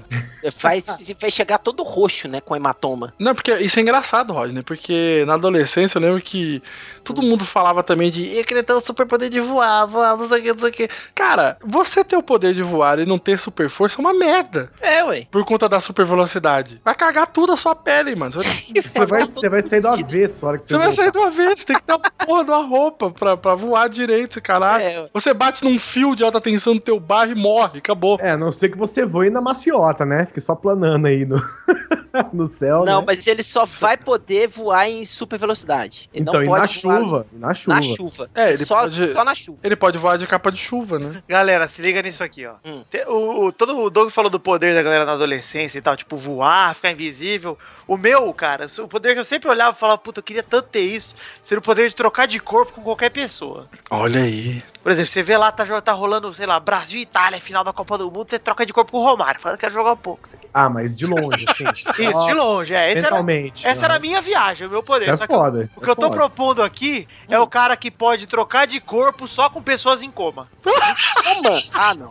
Speaker 3: Faz, vai chegar todo roxo, né, com hematoma.
Speaker 1: Não, porque isso é engraçado, Rodney, porque na adolescência eu lembro que todo mundo falava também de "Ih, aquele tal super poder de voar, voar, não sei o que, não sei o que. Cara, você ter o poder de voar e não ter super força é uma merda.
Speaker 3: É, ué.
Speaker 1: Por conta da super velocidade. Vai cagar tudo a sua pele, mano. Você vai,
Speaker 4: Você vai, você vai sair do avesso a hora que você,
Speaker 1: você vai
Speaker 4: voar.
Speaker 1: sair de uma vez, você tem que dar uma porra de uma roupa pra, pra voar direito, esse caralho.
Speaker 3: É, ué.
Speaker 1: Você bate num fio de alta tensão no teu barro e morre, acabou.
Speaker 4: É, a não ser que você voe na maciota, né? Fique só planando aí no, no céu.
Speaker 3: Não,
Speaker 4: né?
Speaker 3: mas ele só vai poder voar em super velocidade. Ele
Speaker 4: Então,
Speaker 3: não
Speaker 4: e
Speaker 3: pode
Speaker 4: na
Speaker 3: voar
Speaker 4: chuva, e na chuva.
Speaker 3: Na chuva.
Speaker 1: É, ele
Speaker 3: só,
Speaker 1: pode-
Speaker 3: só na chuva.
Speaker 1: Ele pode voar de capa de chuva, né?
Speaker 2: Galera, se liga nisso aqui, ó.
Speaker 3: Hum.
Speaker 2: Te- O, o- todo o Doug falou do poder da galera na adolescência e tal, tipo voar, ficar invisível. O meu, cara, o poder que eu sempre olhava e falava, puta, eu queria tanto ter isso, seria o poder de trocar de corpo com qualquer pessoa.
Speaker 1: Olha aí.
Speaker 2: Por exemplo, você vê lá, tá, jo- tá rolando, sei lá, Brasil e Itália, final da Copa do Mundo, você troca de corpo com o Romário, fala, quero jogar um pouco. isso aqui.
Speaker 4: Ah, mas de longe, assim.
Speaker 2: Isso, de longe, é. Esse era,
Speaker 4: Mentalmente.
Speaker 2: essa era a
Speaker 4: né?
Speaker 2: minha viagem, o meu poder.
Speaker 4: Isso
Speaker 2: só
Speaker 4: é
Speaker 2: que eu-
Speaker 4: foda.
Speaker 2: o que eu tô
Speaker 4: é foda.
Speaker 2: propondo aqui é o cara que pode trocar de corpo só com pessoas em coma.
Speaker 3: Não, mano. Ah, não.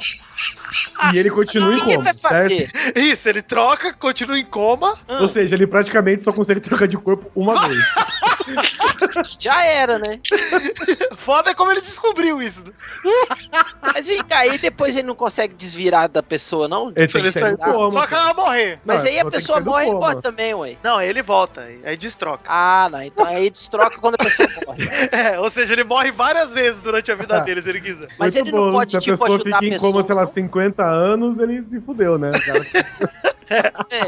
Speaker 4: E ele continua em
Speaker 3: O que ele vai
Speaker 4: coma, certo?
Speaker 3: fazer?
Speaker 2: Isso, ele troca, continua em coma,
Speaker 4: Ou seja, ele praticamente só consegue trocar de corpo uma vez.
Speaker 3: Já era, né?
Speaker 2: Foda é como ele descobriu isso.
Speaker 3: Mas vem cá, aí depois ele não consegue desvirar da pessoa, não?
Speaker 4: Ele tem que sair do
Speaker 3: Seleção-
Speaker 4: coma.
Speaker 2: Só que ela morrer.
Speaker 3: Mas
Speaker 4: Não,
Speaker 3: aí a
Speaker 4: então tem que
Speaker 3: pessoa
Speaker 4: sair do
Speaker 3: morre e
Speaker 4: coma.
Speaker 3: morre também, ué.
Speaker 2: Não, ele volta, aí destroca.
Speaker 3: Ah, não. Então aí destroca quando a pessoa morre.
Speaker 2: É, ou seja, ele morre várias vezes durante a vida dele, se ele quiser.
Speaker 3: Mas
Speaker 4: Muito
Speaker 3: ele não pode,
Speaker 4: Se a
Speaker 3: tipo,
Speaker 4: pessoa
Speaker 3: ajudar
Speaker 4: fica
Speaker 3: a
Speaker 4: em coma,
Speaker 3: pessoa.
Speaker 4: sei lá, 50 anos, ele se fudeu, né? cara?
Speaker 3: É.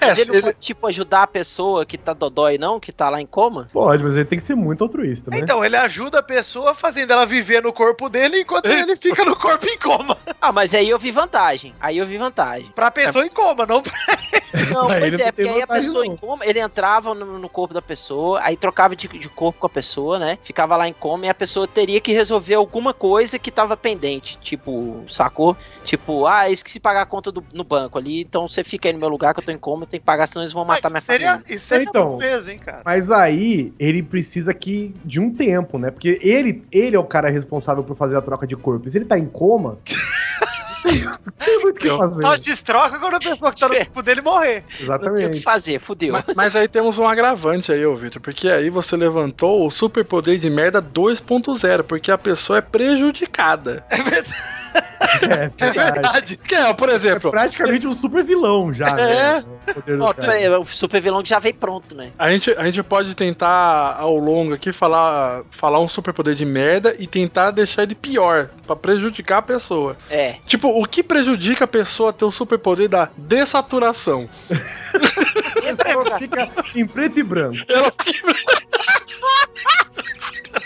Speaker 1: É,
Speaker 3: Mas
Speaker 1: se
Speaker 3: ele não
Speaker 1: ele,
Speaker 3: pode, tipo, ajudar a pessoa que tá dodói, não? Que tá lá em coma?
Speaker 4: Pode, mas ele tem que ser muito altruísta, né?
Speaker 2: Então, ele ajuda a pessoa fazendo ela viver no corpo dele enquanto ele fica no corpo em coma.
Speaker 3: Ah, mas aí eu vi vantagem. Aí eu vi vantagem.
Speaker 2: Pra pessoa em coma, não pra...
Speaker 3: Não,
Speaker 4: Aí
Speaker 3: pois
Speaker 4: ele
Speaker 3: é,
Speaker 4: não tem
Speaker 3: porque aí a
Speaker 4: vantagem,
Speaker 3: pessoa
Speaker 4: não.
Speaker 3: em coma, ele entrava no, no corpo da pessoa, aí trocava de, de corpo com a pessoa, né? Ficava lá em coma e a pessoa teria que resolver alguma coisa que tava pendente. Tipo, sacou? Tipo, ah, esqueci de pagar a conta do- no banco ali, então você fica aí no meu lugar que eu tô em coma, eu tenho que pagar, senão eles vão matar minha
Speaker 2: isso seria,
Speaker 3: família.
Speaker 2: isso seria
Speaker 4: Então.
Speaker 2: bom mesmo, hein, cara.
Speaker 4: Mas aí ele precisa que de um tempo, né? Porque ele, ele é o cara responsável por fazer a troca de corpo. E Se ele tá em coma, não tem muito o que
Speaker 1: Eu-
Speaker 4: fazer.
Speaker 2: Só destroca quando a pessoa que tá no corpo dele morrer.
Speaker 3: Não tem o que
Speaker 4: Exatamente.
Speaker 3: fazer, fudeu.
Speaker 1: Ma- Mas aí temos um agravante aí, ô Victor, porque aí você levantou o superpoder de merda 2.0, porque a pessoa é prejudicada.
Speaker 4: É,
Speaker 2: É verdade.
Speaker 1: Que é, por exemplo,
Speaker 4: Praticamente um super vilão já,
Speaker 1: É.
Speaker 4: né? O poder do
Speaker 3: Ó,
Speaker 4: cara.
Speaker 3: é o super vilão que já veio pronto, né?
Speaker 1: a gente, a gente pode tentar ao longo aqui falar, falar um superpoder de merda e tentar deixar ele pior, pra prejudicar a pessoa.
Speaker 3: É.
Speaker 1: Tipo, o que prejudica a pessoa ter o superpoder da dessaturação?
Speaker 3: Esse é o
Speaker 4: Ela
Speaker 3: cara.
Speaker 4: fica em preto e branco.
Speaker 1: Ela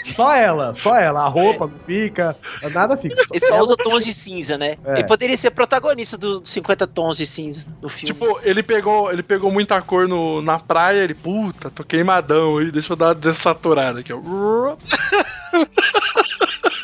Speaker 4: Só ela, só ela. A roupa não fica, nada fica. Só
Speaker 3: Ele só
Speaker 4: ela.
Speaker 3: usa tons de cinza, né?
Speaker 4: É.
Speaker 3: Ele poderia ser protagonista dos 50 tons de cinza do filme.
Speaker 1: Tipo, ele pegou, ele pegou muita cor no, na praia, ele, puta, tô queimadão aí, deixa eu dar uma dessaturada aqui, ó.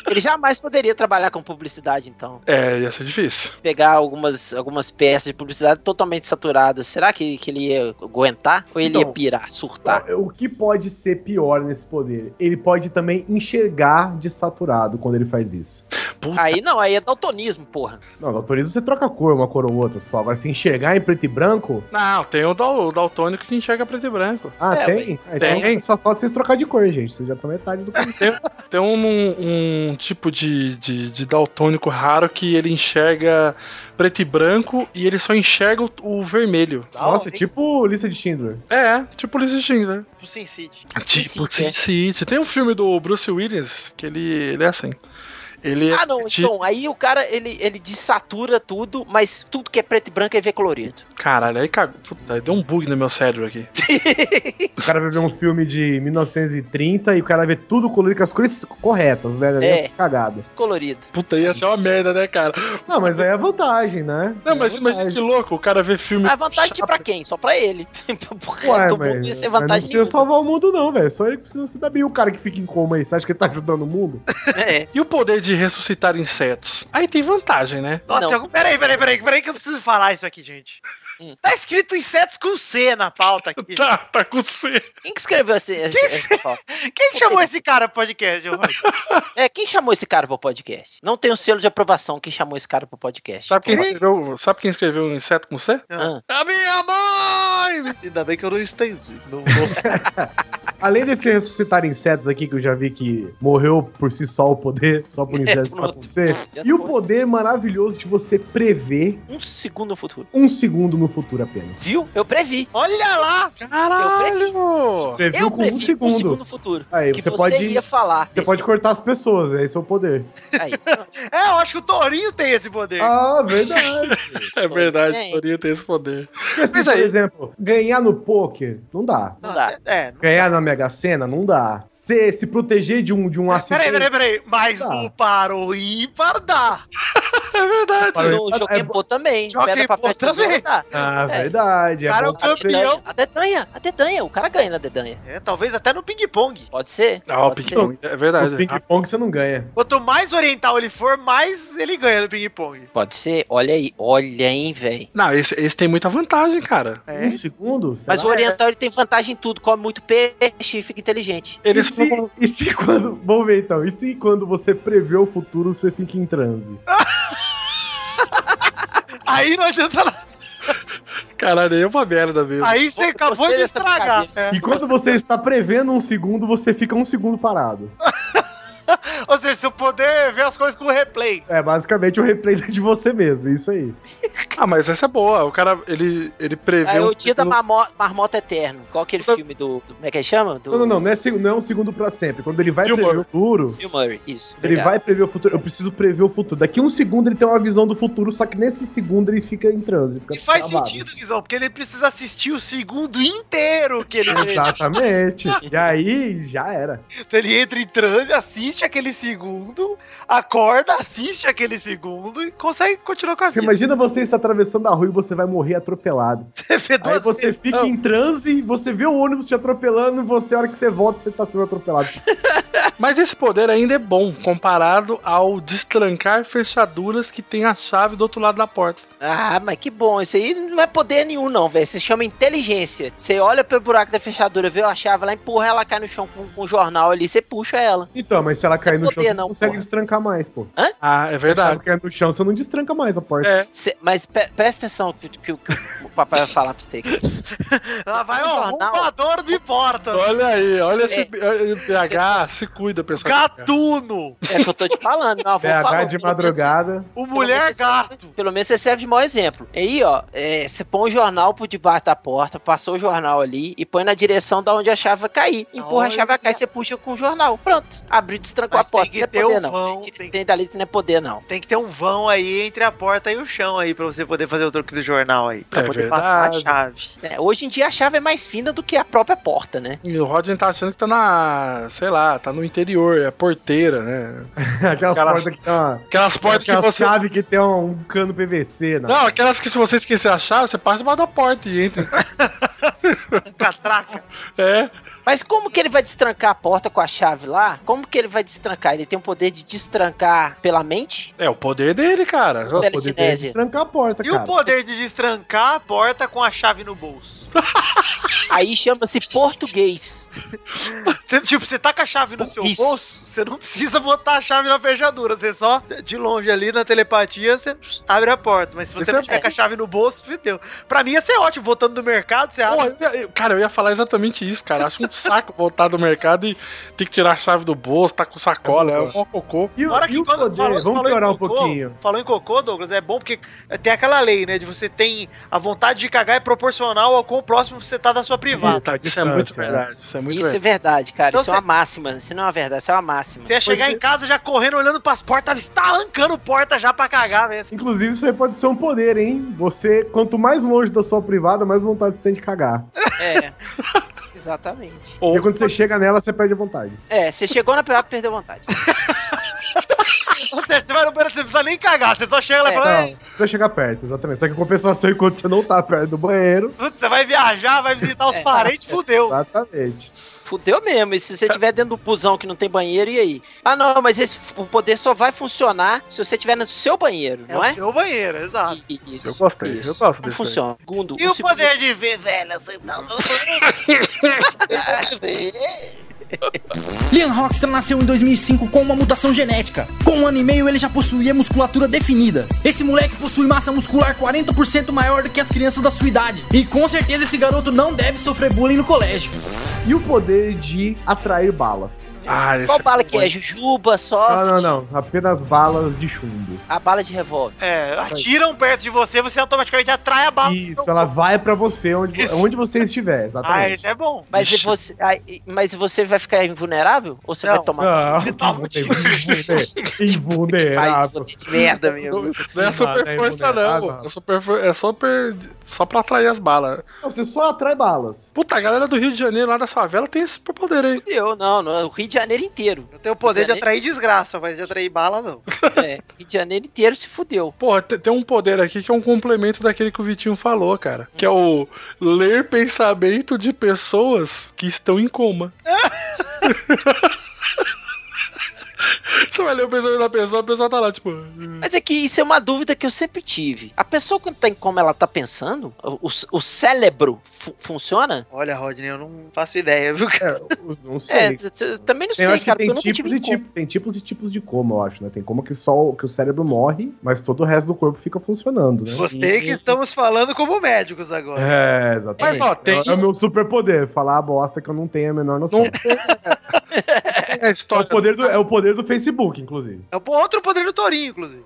Speaker 3: Ele jamais poderia trabalhar com publicidade, então.
Speaker 1: É, ia ser difícil.
Speaker 3: Pegar algumas, algumas peças de publicidade totalmente saturadas. Será que, que ele ia aguentar? Ou ele
Speaker 4: Então,
Speaker 3: ia pirar, surtar?
Speaker 4: O que pode ser pior nesse poder? Ele pode também enxergar de saturado quando ele faz isso.
Speaker 1: Puta,
Speaker 3: Aí não, aí é daltonismo, porra.
Speaker 4: Não, autoriza você troca a cor, uma cor ou outra só. Agora, se enxergar em preto e branco.
Speaker 1: Não, tem o, dal, o daltônico que enxerga preto e branco.
Speaker 4: Ah,
Speaker 3: É,
Speaker 4: tem? Ah,
Speaker 1: tem.
Speaker 4: Então só falta vocês trocar de cor, gente. Vocês já estão metade do caminho.
Speaker 1: Tem um, um tipo de, de, de daltônico raro que ele enxerga preto e branco e ele só enxerga o, o vermelho.
Speaker 4: Nossa,
Speaker 2: Não,
Speaker 4: tipo lista de Schindler.
Speaker 1: É, tipo o Lizzie né?
Speaker 2: Tipo Sin City.
Speaker 1: Tipo
Speaker 3: Sim,
Speaker 1: Sin
Speaker 3: sim.
Speaker 1: City. Tem um filme do Bruce Willis que ele, ele é assim. Ele
Speaker 3: Ah, não,
Speaker 1: é tipo...
Speaker 3: então, aí o cara, ele, ele desatura tudo, mas tudo que é preto e branco ele vê colorido.
Speaker 1: Caralho, aí cagou. Puta, deu um bug no meu cérebro aqui.
Speaker 4: O cara vai ver um filme de 1930 e o cara vê tudo colorido com as cores corretas, né?
Speaker 3: É.
Speaker 4: É. Cagada.
Speaker 3: Colorido.
Speaker 1: Puta, ia ser uma merda, né, cara?
Speaker 4: Não, mas aí é vantagem, né?
Speaker 1: Não, mas
Speaker 4: é
Speaker 1: imagina que louco, o cara vê filme.
Speaker 3: A vantagem pra quem? Só pra ele. Pro
Speaker 4: Ué,
Speaker 3: resto do mundo ia
Speaker 4: mas,
Speaker 3: ser
Speaker 4: mas não
Speaker 3: vantagem
Speaker 4: precisa
Speaker 3: nenhuma.
Speaker 4: salvar o mundo, não, velho. Só ele que precisa se dar bem. O cara que fica em coma aí, você acha que ele tá ajudando o mundo?
Speaker 3: É.
Speaker 1: E o poder de ressuscitar insetos? Aí tem vantagem, né?
Speaker 2: Nossa,
Speaker 3: Não.
Speaker 2: eu- peraí, peraí, peraí, peraí que eu preciso falar isso aqui, gente.
Speaker 3: Hum.
Speaker 2: Tá escrito insetos com C na pauta aqui.
Speaker 1: Tá, tá com C.
Speaker 3: Quem que escreveu esse, esse, essa foto?
Speaker 2: Quem chamou esse cara pro podcast? ô, Rod?
Speaker 3: É, quem chamou esse cara pro podcast? Não tem o selo de aprovação quem chamou esse cara pro podcast.
Speaker 1: Sabe quem escreveu, sabe quem escreveu um inseto com C?
Speaker 3: Ah,
Speaker 1: A minha mãe!
Speaker 2: Ainda bem que eu não estendi. Não
Speaker 4: Além desse ressuscitar insetos aqui, que eu já vi que morreu por si só o poder, só por insetos que tá com você.
Speaker 3: É, já
Speaker 4: E o
Speaker 3: foi.
Speaker 4: poder maravilhoso de você prever
Speaker 3: Um segundo no futuro.
Speaker 4: um segundo no futuro apenas.
Speaker 3: Viu? Eu previ.
Speaker 2: Olha lá! Ah,
Speaker 1: Caralho!
Speaker 4: Previu
Speaker 3: eu
Speaker 4: com
Speaker 3: previ
Speaker 4: um segundo.
Speaker 3: no futuro.
Speaker 4: Aí,
Speaker 3: que
Speaker 4: você
Speaker 3: você
Speaker 4: pode-
Speaker 3: ia falar.
Speaker 4: Você pode cortar as pessoas, é esse é o poder.
Speaker 3: Aí.
Speaker 2: É, eu acho que o Torinho tem esse poder.
Speaker 4: Ah, verdade.
Speaker 1: É verdade,
Speaker 3: Tem.
Speaker 1: Torinho tem esse poder.
Speaker 4: Porque, assim,
Speaker 1: Mas
Speaker 4: por
Speaker 1: aí-
Speaker 4: exemplo, ganhar no poker, não dá.
Speaker 3: Não dá.
Speaker 2: É. não-
Speaker 4: Ganhar na Mega Sena, não dá. Se, se proteger de um, de um acidente.
Speaker 2: É, Peraí, peraí, peraí. Mas
Speaker 4: Tá.
Speaker 2: no par ou ímpar dá.
Speaker 1: É verdade.
Speaker 4: Olha,
Speaker 3: No
Speaker 4: é- é-
Speaker 3: Joaquim Pô também.
Speaker 2: Joaquim
Speaker 3: Pedra, papel,
Speaker 2: Pô também.
Speaker 3: tesoura, tá.
Speaker 4: Ah, verdade.
Speaker 2: É. Cara,
Speaker 4: bom
Speaker 2: o campeão.
Speaker 3: A dedanha, a dedanha. O cara ganha na dedanha.
Speaker 2: É, talvez até no ping-pong.
Speaker 3: Pode ser.
Speaker 1: Ah, o
Speaker 3: pode
Speaker 1: Pink
Speaker 3: ser.
Speaker 1: Pong, é verdade.
Speaker 4: O ping-pong você não ganha.
Speaker 2: Quanto mais oriental ele for, mais ele ganha no ping-pong.
Speaker 3: Pode ser. Olha aí. Olha, hein, velho.
Speaker 1: Não, esse, esse tem muita vantagem, cara.
Speaker 2: É.
Speaker 4: Um segundo? será?
Speaker 3: Mas o oriental ele tem vantagem em tudo. Come muito peixe e fica inteligente.
Speaker 1: Eles
Speaker 4: e, se, e se quando. Vamos ver então. E se quando você prevê o futuro, você fica em transe?
Speaker 2: Aí não adianta nada.
Speaker 1: Caralho, aí é uma merda mesmo.
Speaker 2: Aí você
Speaker 3: Eu
Speaker 2: acabou
Speaker 3: gostei
Speaker 2: de
Speaker 3: dessa
Speaker 2: estragar. É.
Speaker 4: E quando você está prevendo um segundo, você fica um segundo parado.
Speaker 2: Ou seja, seu poder é ver as coisas com replay.
Speaker 4: É basicamente o replay de você mesmo, é isso aí.
Speaker 1: Ah, mas essa é boa. O cara, ele, ele prevê.
Speaker 3: Aí
Speaker 1: um
Speaker 3: É, o dia da
Speaker 1: segundo-
Speaker 3: marmo- marmota eterno. Qual aquele filme do, do- Como é que chama? Do
Speaker 4: Não, não, não, não é, seg- não é um segundo pra sempre. Quando ele vai
Speaker 1: Gilmore.
Speaker 4: prever o futuro,
Speaker 3: Bill Murray. Isso.
Speaker 4: ele
Speaker 3: obrigado.
Speaker 4: vai prever o futuro. Eu preciso prever o futuro. Daqui um segundo ele tem uma visão do futuro, só que nesse segundo ele fica em transe. Fica
Speaker 2: E faz
Speaker 4: travado.
Speaker 2: sentido, Guizão, porque ele precisa assistir o segundo inteiro que ele
Speaker 4: Exatamente. e aí já era.
Speaker 2: Então ele entra em transe, assiste aquele segundo, acorda, assiste aquele segundo e consegue continuar com a
Speaker 4: Você
Speaker 2: vida.
Speaker 4: imagina você está atravessando a rua e você vai morrer atropelado.
Speaker 2: Você vê
Speaker 4: Aí
Speaker 2: duas
Speaker 4: você
Speaker 2: vezes.
Speaker 4: fica em transe, você vê o ônibus te atropelando, e você, a hora que você volta, você tá sendo atropelado.
Speaker 1: Mas esse poder ainda é bom comparado ao destrancar fechaduras que tem a chave do outro lado da porta.
Speaker 3: Ah, mas que bom. Isso aí não é poder nenhum, não, velho. Isso se chama inteligência. Você olha pelo buraco da fechadura, vê a chave lá, empurra ela, cai no chão com, com o jornal ali, você puxa ela.
Speaker 4: Então, mas se ela cair no
Speaker 3: poder,
Speaker 4: chão, você
Speaker 3: não,
Speaker 4: não consegue
Speaker 3: porra.
Speaker 4: destrancar mais, pô.
Speaker 1: Ah, é
Speaker 4: Se ela
Speaker 1: verdade.
Speaker 4: cair no chão, você não destranca mais a porta.
Speaker 1: É.
Speaker 3: Cê- mas pre- presta atenção que, que- que o papai vai falar pra você.
Speaker 2: Lá Ah, vai
Speaker 3: Não,
Speaker 2: o
Speaker 3: não.
Speaker 2: arrombador do importa.
Speaker 1: Olha aí, olha
Speaker 3: É.
Speaker 1: esse olha o PH, se cuida, pessoal.
Speaker 2: Gatuno.
Speaker 3: É o que eu tô te falando. Meu avô
Speaker 4: BH
Speaker 3: falou,
Speaker 4: É, de
Speaker 3: pelo menos-
Speaker 4: madrugada.
Speaker 2: O
Speaker 3: pelo
Speaker 2: mulher
Speaker 3: menos você serve-
Speaker 2: gato.
Speaker 3: Pelo menos você serve de maior exemplo. Aí, ó, é, você põe o jornal por debaixo da porta, passou o jornal ali e põe na direção da onde a chave vai cair. Empurra a chave vai cair, você puxa com o jornal. Pronto. Abriu, destrancou
Speaker 2: Mas
Speaker 3: a porta.
Speaker 2: tem que
Speaker 3: Isso não é
Speaker 2: ter
Speaker 3: poder,
Speaker 2: um
Speaker 3: não.
Speaker 2: vão,
Speaker 3: Tira
Speaker 2: tem
Speaker 3: isso dali, isso não é poder, não.
Speaker 2: Tem que ter um vão aí entre a porta e o chão aí pra você poder fazer o truque do jornal aí. Pra
Speaker 1: É
Speaker 2: poder passar a
Speaker 1: verdade.
Speaker 2: chave.
Speaker 3: É, hoje em dia a chave é mais fina do que a própria porta, né?
Speaker 1: E o Rodney tá achando que tá na, sei lá, tá no interior, é porteira, né?
Speaker 4: Aquelas
Speaker 1: Aquela-
Speaker 4: portas que tem uma.
Speaker 1: Aquelas portas que
Speaker 4: aquela
Speaker 1: você
Speaker 4: chave que tem um, um cano PVC, né?
Speaker 1: Não, aquelas que se você esquecer a chave, você passa debaixo da porta e entra.
Speaker 2: Catraca.
Speaker 1: É,
Speaker 3: Mas como que ele vai destrancar a porta com a chave lá? Como que ele vai destrancar? Ele tem o poder de destrancar pela mente?
Speaker 1: é o poder dele, cara.
Speaker 3: Pela
Speaker 4: Poder ter
Speaker 3: Telecinese.
Speaker 4: destrancar a porta,
Speaker 2: E
Speaker 4: cara.
Speaker 2: o poder de destrancar a porta com a chave no bolso.
Speaker 3: Aí chama-se português.
Speaker 2: Você, tipo, você tá com a chave no seu
Speaker 3: Burrice.
Speaker 2: bolso, você não precisa botar a chave na fechadura. Você só, de longe ali, na telepatia, você abre a porta. Mas se você
Speaker 1: Isso
Speaker 2: não
Speaker 1: é
Speaker 2: tiver
Speaker 3: bom.
Speaker 2: com a chave no bolso, fudeu. Pra mim ia ser ótimo, voltando do mercado, você
Speaker 1: Pô,
Speaker 2: abre.
Speaker 1: eu ia- eu- cara, eu ia falar exatamente isso, cara. Acho um saco voltar do mercado e ter que tirar a chave do bolso, tá com sacola, é um cocô.
Speaker 4: E, o-
Speaker 2: Na hora
Speaker 4: e o poder? Vamos
Speaker 2: em
Speaker 4: piorar um
Speaker 2: cocô,
Speaker 4: pouquinho.
Speaker 2: Falou em cocô, Douglas, é bom porque tem aquela lei, né? De você tem a vontade de cagar é proporcional ao quão próximo você tá da sua privada.
Speaker 4: Isso,
Speaker 1: Isso é muito
Speaker 4: distância,
Speaker 1: verdade. Isso é muito
Speaker 3: isso é
Speaker 1: verdade.
Speaker 3: verdade, cara.
Speaker 2: Então
Speaker 3: isso é uma máxima. Isso não é uma verdade, isso é uma máxima.
Speaker 2: Você ia chegar em casa já correndo, olhando pras portas, tá arrancando porta já pra cagar, velho.
Speaker 4: Inclusive, isso aí pode ser um poder, hein? Você, quanto mais longe da sua privada, mais vontade você tem de cagar.
Speaker 3: É. Exatamente.
Speaker 1: Ou-
Speaker 4: E quando você chega nela, você perde a vontade.
Speaker 3: É, você chegou na pelada e perdeu vontade.
Speaker 2: Acontece, Você vai no banheiro, você não precisa nem cagar, você só chega lá e
Speaker 3: É,
Speaker 2: fala, "Ei,
Speaker 4: Não, precisa chegar perto, exatamente. Só que em compensação, enquanto você não tá perto do banheiro,
Speaker 2: Putz, Você vai viajar, vai visitar os
Speaker 3: É.
Speaker 2: parentes, fudeu.
Speaker 4: exatamente.
Speaker 3: Fudeu mesmo. E se você tiver dentro do busão que não tem banheiro, e aí? Ah, não, mas esse o poder só vai funcionar se você tiver no seu banheiro, não é?
Speaker 2: o seu banheiro, exato.
Speaker 3: I- i- Isso,
Speaker 1: Eu gostei, eu gosto
Speaker 3: Não
Speaker 1: desse
Speaker 3: funciona. Segundo,
Speaker 2: E o
Speaker 1: tipo
Speaker 3: segundo-
Speaker 2: poder de ver, velho? Assim, não, não,
Speaker 6: Leon Hoxton nasceu em 2005 com uma mutação genética. Com um ano e meio ele já possuía musculatura definida. Esse moleque possui massa muscular 40% maior do que as crianças da sua idade. E com certeza esse garoto não deve sofrer bullying no colégio.
Speaker 4: E o poder de atrair balas.
Speaker 1: Ah, esse
Speaker 3: Qual
Speaker 1: é
Speaker 3: bala
Speaker 1: bom,
Speaker 3: que é?
Speaker 1: hein?
Speaker 3: Jujuba, soft?
Speaker 4: Não, não, não. Apenas balas de chumbo.
Speaker 3: A bala de revólver.
Speaker 2: é, atiram perto de você, você automaticamente atrai a bala.
Speaker 4: Isso, ela vai pra você onde,
Speaker 2: Isso.
Speaker 4: onde você estiver,
Speaker 2: Ah,
Speaker 4: exatamente.
Speaker 2: isso é bom.
Speaker 3: Mas se você, aí- mas você vai ficar invulnerável? Ou você
Speaker 2: Não.
Speaker 3: vai tomar
Speaker 4: Não,
Speaker 2: toma
Speaker 4: não
Speaker 2: um
Speaker 4: tem
Speaker 2: tiro.
Speaker 4: invulner-
Speaker 3: Faz
Speaker 4: invulnerável.
Speaker 3: poder de merda mesmo.
Speaker 1: Não, não é super
Speaker 4: Não, não é
Speaker 1: força, não.
Speaker 4: vulnerável.
Speaker 1: É super, for- é super. Só pra atrair as balas.
Speaker 4: Não, Você só atrai balas.
Speaker 1: Puta, a galera do Rio de Janeiro, lá da favela, tem esse superpoder aí.
Speaker 3: Eu não, não, o Rio de Janeiro inteiro.
Speaker 2: Eu tenho o poder de
Speaker 3: Não é nem-
Speaker 2: atrair desgraça, mas de atrair bala, não.
Speaker 3: É, o Rio de Janeiro inteiro se fudeu.
Speaker 1: Porra, te- tem um poder aqui que é um complemento daquele que o Vitinho falou, cara. Que é o ler pensamento de pessoas que estão em coma. Você vai ler o pensamento da pessoa, a pessoa tá lá, tipo.
Speaker 3: Mas é que isso é uma dúvida que eu sempre tive. A pessoa quando tem como ela tá pensando, o, o- o cérebro fu- funciona?
Speaker 2: Olha, Rodney, eu não faço ideia, viu?
Speaker 4: É, eu não
Speaker 3: É,
Speaker 4: sei.
Speaker 3: t- t- também não
Speaker 4: Eu
Speaker 3: sei,
Speaker 4: acho
Speaker 3: É, cara, porque
Speaker 4: que tem
Speaker 3: eu nunca
Speaker 4: tipos,
Speaker 3: tive
Speaker 4: e
Speaker 3: como.
Speaker 4: tipo, tem tipos e tipos de coma, eu acho, né? Tem como que só o- que o cérebro morre, mas todo o resto do corpo fica funcionando, né?
Speaker 2: Gostei que estamos falando como médicos agora.
Speaker 4: É, exatamente.
Speaker 1: Mas, ó, tem-
Speaker 4: É o meu superpoder, falar a bosta que eu não tenho a menor noção.
Speaker 1: Não É a
Speaker 4: É, o
Speaker 1: história.
Speaker 4: poder do, é o poder do Facebook, inclusive.
Speaker 2: É o outro poder do Torinho, inclusive.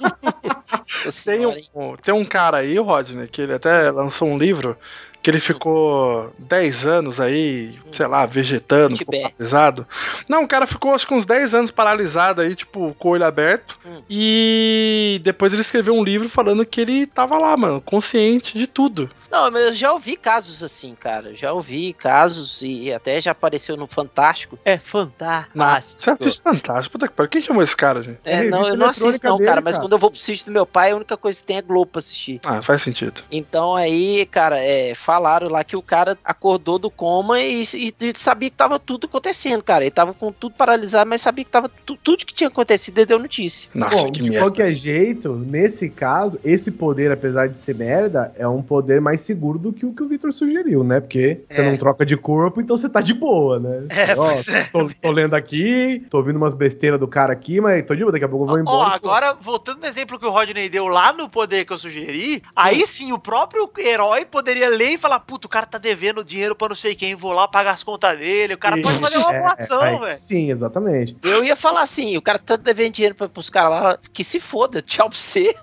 Speaker 3: Nossa
Speaker 1: Tem
Speaker 3: senhora, hein?
Speaker 1: um, tem um cara aí, o Rodney, que ele até lançou um livro que ele ficou 10 anos aí, sei lá, vegetando, ficou
Speaker 3: Tibete.
Speaker 1: paralisado. Não, o cara ficou acho que uns 10 anos paralisado aí, tipo, com o olho aberto.
Speaker 3: Hum.
Speaker 1: E depois ele escreveu um livro falando que ele tava lá, mano, consciente de tudo.
Speaker 3: Não, mas eu já ouvi casos assim, cara. Já ouvi casos e até já apareceu no Fantástico. É fantástico.
Speaker 1: Você assiste Fantástico? Puta que pariu. Quem chamou esse cara, gente?
Speaker 3: É,
Speaker 4: revista
Speaker 3: não, eu não assisto
Speaker 4: eletrônica
Speaker 3: não,
Speaker 4: dele,
Speaker 3: cara, mas
Speaker 4: cara.
Speaker 3: quando eu vou pro sítio do meu pai, a única coisa que tem é Globo pra assistir.
Speaker 1: Ah, faz sentido.
Speaker 3: Então aí, cara, é, falaram lá que o cara acordou do coma e, e- e sabia que tava tudo acontecendo, cara. Ele tava com tudo paralisado, mas sabia que tava tu- tudo que tinha acontecido, ele deu notícia.
Speaker 1: Nossa,
Speaker 4: Bom,
Speaker 1: que
Speaker 4: de
Speaker 1: merda.
Speaker 2: né?
Speaker 4: qualquer jeito, nesse caso, esse poder, apesar de ser merda, é um poder mais seguro do que o que o Victor sugeriu, né? Porque você
Speaker 2: É.
Speaker 4: não troca de corpo, então você tá de boa, né?
Speaker 2: É,
Speaker 4: Ó,
Speaker 2: pois é.
Speaker 4: tô, tô lendo aqui, tô ouvindo umas besteiras do cara aqui, mas tô de boa, daqui a pouco eu vou
Speaker 2: Ó,
Speaker 4: embora.
Speaker 2: agora, voltando no exemplo que o Rodney deu lá no poder que eu sugeri,
Speaker 4: Hum.
Speaker 2: aí sim o próprio herói poderia ler e falar: puta, o cara tá devendo dinheiro pra não sei quem, vou lá pagar as contas dele. O cara pode fazer uma
Speaker 4: É,
Speaker 2: boa
Speaker 4: aí-
Speaker 2: ação, velho.
Speaker 4: Sim, exatamente.
Speaker 3: Eu ia falar assim, o cara tá devendo dinheiro pra, pros caras lá, que se foda, tchau pra você.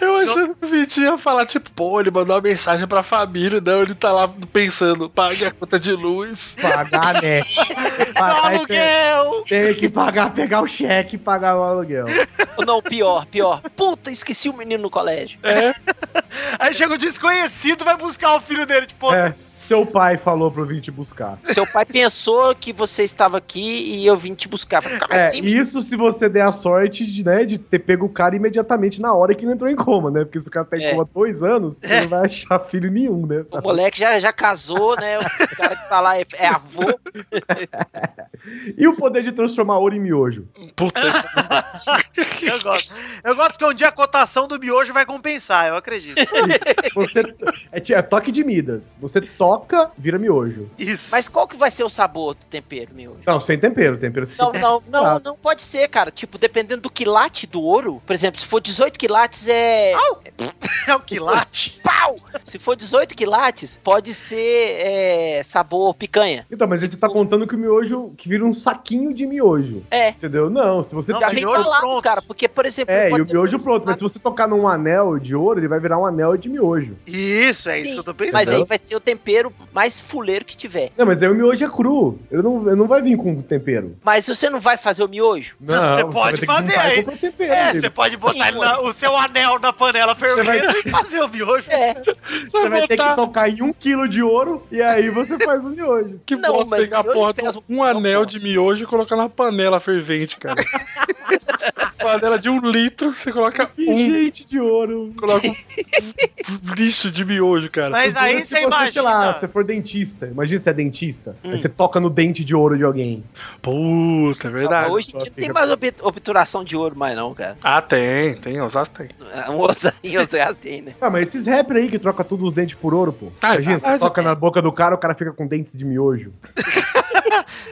Speaker 1: Eu achando que o Vitinho ia falar, tipo, pô, ele mandou uma mensagem pra família, não, ele tá lá pensando, pague a conta de luz.
Speaker 4: Pagar a net. Pagar e ter-
Speaker 2: Aluguel!
Speaker 4: tem que pagar, pegar o cheque e pagar o aluguel.
Speaker 3: Ou não, pior, pior. Puta, esqueci o menino no colégio.
Speaker 2: Aí chega o desconhecido, vai buscar o filho dele, tipo,
Speaker 4: É, seu pai falou pra eu vir te buscar.
Speaker 3: Seu pai pensou que você estava aqui e eu vim te buscar. Falei, Como
Speaker 4: É,
Speaker 3: assim,
Speaker 4: isso se você der a sorte de, né, de ter pego o cara imediatamente na hora que ele entrou em coma, né? Porque se o cara tá em
Speaker 3: É.
Speaker 4: coma há dois anos, você não vai achar filho nenhum, né?
Speaker 3: O moleque já, já casou, né? O cara que tá lá é, é avô.
Speaker 4: E o poder de transformar ouro em miojo?
Speaker 1: Puta,
Speaker 2: eu gosto. Eu gosto que um dia a cotação do miojo vai compensar, eu acredito.
Speaker 4: Você, é, ti- é toque de Midas. Você toca, vira miojo.
Speaker 2: Isso.
Speaker 3: Mas qual que vai ser o sabor do tempero, meu?
Speaker 4: Não, sem tempero, tempero sem
Speaker 3: Não, não, não, não pode ser, cara. Tipo, dependendo do quilate do ouro, por exemplo, se for 18 quilates é.
Speaker 2: é o quilate.
Speaker 3: Pau! Se for 18 quilates, pode ser é, sabor picanha.
Speaker 4: Então, mas aí você tá contando que o miojo, que vira um saquinho de miojo.
Speaker 3: É.
Speaker 4: Entendeu? Não, se você
Speaker 2: Não,
Speaker 3: Já
Speaker 4: tiver
Speaker 3: vem
Speaker 2: miojo
Speaker 3: falado,
Speaker 2: pronto.
Speaker 3: cara, porque, por exemplo.
Speaker 4: É,
Speaker 3: pode
Speaker 4: e o
Speaker 3: ter- um-
Speaker 4: miojo pronto. Mas se você tocar num anel de ouro, ele vai virar um anel de miojo.
Speaker 2: Isso, é isso
Speaker 3: Sim,
Speaker 2: que eu tô pensando.
Speaker 3: Mas aí vai ser o tempero mais fuleiro que tiver.
Speaker 4: Não, mas aí o miojo é cru. Ele não, ele não vai vir com tempero.
Speaker 3: Mas você não vai fazer o miojo?
Speaker 4: Não,
Speaker 2: você pode
Speaker 4: vai ter que
Speaker 2: fazer
Speaker 4: juntar e
Speaker 2: aí.
Speaker 4: comprar o tempero,
Speaker 2: É,
Speaker 4: amigo.
Speaker 2: você pode botar ele na- o seu anel na panela fervendo e fazer o miojo.
Speaker 3: É,
Speaker 4: Você vai ter que
Speaker 1: botar-
Speaker 4: tocar em um quilo de ouro e aí você faz um o miojo.
Speaker 1: que
Speaker 3: Não,
Speaker 1: posso
Speaker 3: mas
Speaker 1: pegar a
Speaker 3: miojo
Speaker 1: porra de
Speaker 3: pesa
Speaker 1: um,
Speaker 3: um
Speaker 1: anel
Speaker 3: pouco.
Speaker 1: de miojo e colocar na panela fervente, cara. panela de um litro, você coloca um,
Speaker 4: Pingente de ouro.
Speaker 1: coloca um lixo de miojo, cara.
Speaker 2: Mas aí
Speaker 4: Se
Speaker 2: você imagina.
Speaker 4: sei lá, você for dentista. Imagina se você é dentista.
Speaker 3: Hum.
Speaker 4: Aí você toca no dente de ouro de alguém.
Speaker 1: Puta, é verdade.
Speaker 3: hoje em
Speaker 4: só
Speaker 3: dia não tem
Speaker 4: fica-
Speaker 3: mais obtu- obturação de ouro mais não, cara.
Speaker 1: Ah, tem, tem, Osasco tem.
Speaker 3: Um ossainho, já tem, né?
Speaker 4: Ah, mas esses rappers aí que trocam todos os dentes por ouro, pô.
Speaker 1: Ah,
Speaker 4: Imagina,
Speaker 1: é
Speaker 4: você
Speaker 1: verdade.
Speaker 4: toca na boca do cara, o cara fica com dentes de miojo.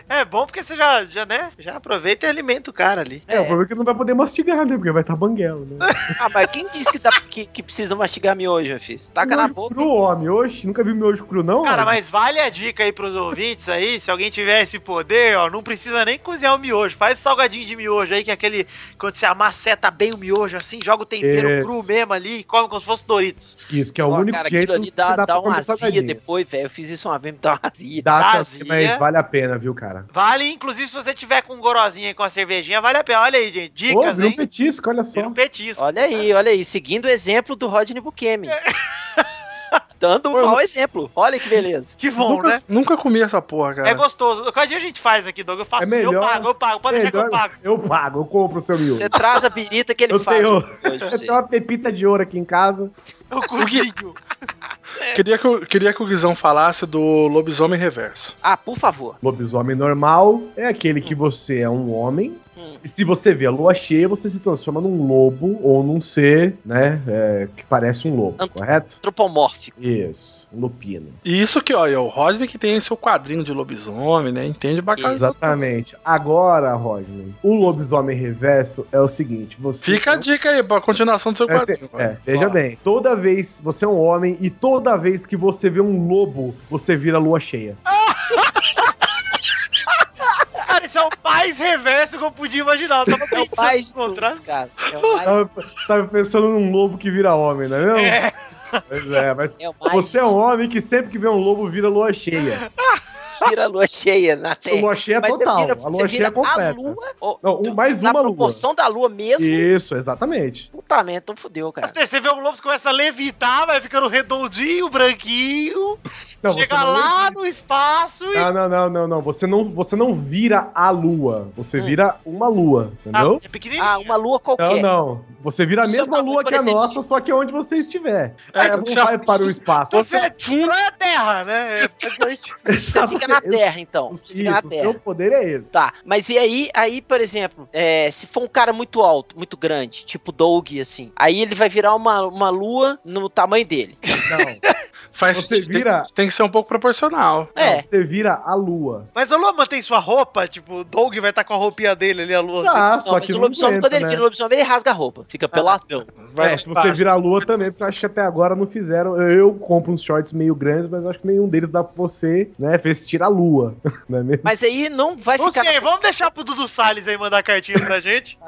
Speaker 2: É bom porque você já, já, né, já aproveita e alimenta o cara ali.
Speaker 4: É, o problema é que ele não vai poder mastigar, né? Porque vai estar banguelo, né?
Speaker 3: Ah, mas quem disse que, dá, que, que precisa mastigar miojo, meu filho? Taca na
Speaker 4: Miojo
Speaker 3: boca.
Speaker 4: Cru, ó, miojo. Nunca vi miojo cru, não?
Speaker 2: Cara,
Speaker 4: ó.
Speaker 2: mas vale a dica aí pros ouvintes aí, se alguém tiver esse poder, ó, não precisa nem cozinhar o miojo. Faz salgadinho de miojo aí, que é aquele, quando você amaceta bem o miojo assim, joga o tempero
Speaker 4: Isso.
Speaker 2: cru mesmo ali e come como se fosse Doritos.
Speaker 4: Isso, que é o
Speaker 3: Ó,
Speaker 4: único
Speaker 3: cara,
Speaker 4: jeito
Speaker 3: aquilo ali dá,
Speaker 4: que
Speaker 3: dá,
Speaker 4: pra
Speaker 3: uma
Speaker 4: comer
Speaker 3: azia
Speaker 4: salgadinho.
Speaker 3: depois, velho. Eu fiz isso uma vez, me dá uma azia.
Speaker 4: Dá, tá,
Speaker 2: Vazia.
Speaker 4: mas vale a pena, viu, cara?
Speaker 2: Vale, inclusive, se você tiver com um gorozinho aí, com a cervejinha, vale a pena. Olha aí, gente,
Speaker 4: Ô,
Speaker 2: dicas,
Speaker 4: virou um
Speaker 2: hein?
Speaker 4: petisco, olha
Speaker 2: Vira
Speaker 4: só.
Speaker 2: um petisco.
Speaker 3: Olha aí, olha aí. Seguindo o exemplo do Rodney Bukemi. Dando um mau exemplo. Olha que beleza.
Speaker 2: Que bom,
Speaker 1: nunca,
Speaker 2: né?
Speaker 1: nunca comi essa porra, cara.
Speaker 2: É gostoso. Qual dia a gente faz aqui, Doug? Eu faço,
Speaker 4: É melhor-
Speaker 2: eu pago, eu pago. Pode deixar que eu
Speaker 4: Melhor-
Speaker 2: pago.
Speaker 4: eu pago, eu compro o seu miojo.
Speaker 3: Você traz a birita que ele
Speaker 4: Eu
Speaker 3: faz.
Speaker 4: tenho-
Speaker 3: hoje pra
Speaker 4: Eu
Speaker 3: você.
Speaker 4: tenho uma pepita de ouro aqui em casa.
Speaker 2: Eu cozinho.
Speaker 1: Queria que, eu- queria que o Guizão falasse do lobisomem reverso.
Speaker 3: Ah, por favor.
Speaker 4: Lobisomem normal é aquele que você é um homem.
Speaker 3: Hum.
Speaker 4: E se você vê a lua cheia, você se transforma num lobo ou num ser, né? é, que parece um lobo,
Speaker 3: Ant-
Speaker 4: correto?
Speaker 3: Antropomórfico.
Speaker 4: Isso, um lupino.
Speaker 1: E isso que, ó, é o Rodney que tem seu quadrinho de lobisomem, né? Entende bacana.
Speaker 4: Exatamente. Agora, Rodney, o lobisomem reverso é o seguinte: você.
Speaker 1: Fica a dica aí pra continuação do seu
Speaker 4: É,
Speaker 1: quadrinho.
Speaker 4: cê- é, veja bem, toda vez você é um homem e toda vez que você vê um lobo, você vira lua cheia.
Speaker 2: Cara, isso é o mais reverso que eu podia imaginar. Eu tava
Speaker 3: É o
Speaker 2: pensando
Speaker 3: mais de
Speaker 2: no contrário.
Speaker 3: todos, cara. É o mais,
Speaker 4: Tava, tava tá pensando num lobo que vira homem, não é mesmo? Pois é, mas
Speaker 3: é o mais
Speaker 4: você é um homem que sempre que vê um lobo vira lua cheia. Então,
Speaker 3: tira a lua cheia na Terra.
Speaker 4: lua cheia é
Speaker 3: Mas você
Speaker 4: total,
Speaker 3: vira-
Speaker 4: a
Speaker 3: você
Speaker 4: lua
Speaker 3: vira
Speaker 4: cheia é completa.
Speaker 3: A lua, ó,
Speaker 4: Não, um- mais
Speaker 3: na
Speaker 4: uma lua.
Speaker 3: proporção da lua mesmo.
Speaker 4: Isso, exatamente.
Speaker 3: Puta merda, então fudeu, cara.
Speaker 2: Você, você vê um lobo que começa a levitar, vai ficando redondinho, branquinho,
Speaker 4: Não, você
Speaker 2: chega
Speaker 4: não-
Speaker 2: lá no espaço e.
Speaker 4: Não, não, não, não, não. Você não, você não vira a lua. Você
Speaker 3: Hum.
Speaker 4: vira uma lua, entendeu?
Speaker 2: é pequenininho.
Speaker 3: Ah, uma lua
Speaker 4: Não,
Speaker 3: qualquer.
Speaker 4: não. Você vira a
Speaker 3: Só
Speaker 4: mesma
Speaker 3: tá
Speaker 4: lua que a
Speaker 3: parecendo-
Speaker 4: nossa, só que é onde você estiver.
Speaker 1: É,
Speaker 4: Aí você
Speaker 1: você-
Speaker 4: não vai para o espaço.
Speaker 1: Você afunda.
Speaker 2: Não é terra, né? É,
Speaker 3: Você fica na Terra, então. Você fica na
Speaker 4: Isso, o
Speaker 3: Terra.
Speaker 4: seu poder é esse.
Speaker 3: Tá, mas e aí, aí por exemplo, é, se for um cara muito alto, muito grande, tipo Doug, assim, aí ele vai virar uma, uma lua no tamanho dele.
Speaker 4: Não,
Speaker 1: Faz
Speaker 4: Você
Speaker 1: tem que-
Speaker 4: vira-
Speaker 1: tem que ser um pouco proporcional.
Speaker 3: É,
Speaker 4: você vira a lua.
Speaker 2: Mas o Lobo mantém sua roupa, tipo, o Doug vai estar com a roupinha dele ali, a lua.
Speaker 4: Tá,
Speaker 3: não,
Speaker 4: só
Speaker 3: mas
Speaker 4: que
Speaker 3: o
Speaker 4: não
Speaker 3: lobisomem,
Speaker 4: aguenta,
Speaker 3: quando ele
Speaker 4: né? Ah.
Speaker 3: vira o lobisomem, ele rasga a roupa, fica peladão.
Speaker 1: Vai
Speaker 4: é, se você vira a lua também, porque eu acho que até agora não fizeram. Eu compro uns shorts meio grandes, mas eu acho que nenhum deles dá pra você, né, vestir a lua. Não é mesmo?
Speaker 3: Mas aí não vai
Speaker 2: Não
Speaker 3: ficar.
Speaker 2: sei, vamos deixar pro Dudu Salles aí mandar cartinha pra gente.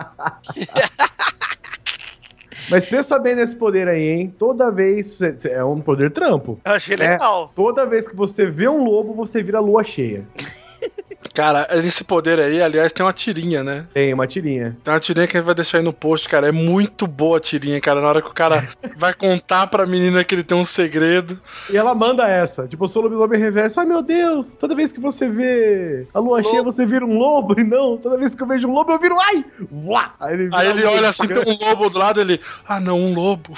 Speaker 4: Mas pensa bem nesse poder aí, hein? Toda vez. É um poder trampo.
Speaker 2: Eu achei
Speaker 4: É.
Speaker 2: legal.
Speaker 4: Toda vez que você vê um lobo, você vira a lua cheia.
Speaker 1: Cara, esse poder aí, aliás, tem uma tirinha, né?
Speaker 4: Tem uma tirinha.
Speaker 1: Tem uma tirinha que a gente vai deixar aí no post, cara. É muito boa a tirinha, cara. Na hora que o cara vai contar pra menina que ele tem um segredo.
Speaker 4: E ela manda essa. Tipo, eu sou lobisomem reverso. Ai, meu Deus! Toda vez que você vê a lua cheia, você vira um lobo. E não, toda vez que eu vejo um lobo, eu viro. Ai! Uá! Aí ele,
Speaker 1: Aí ele
Speaker 4: um
Speaker 1: olha assim, tem um lobo do lado, ele. Ah, não, um lobo.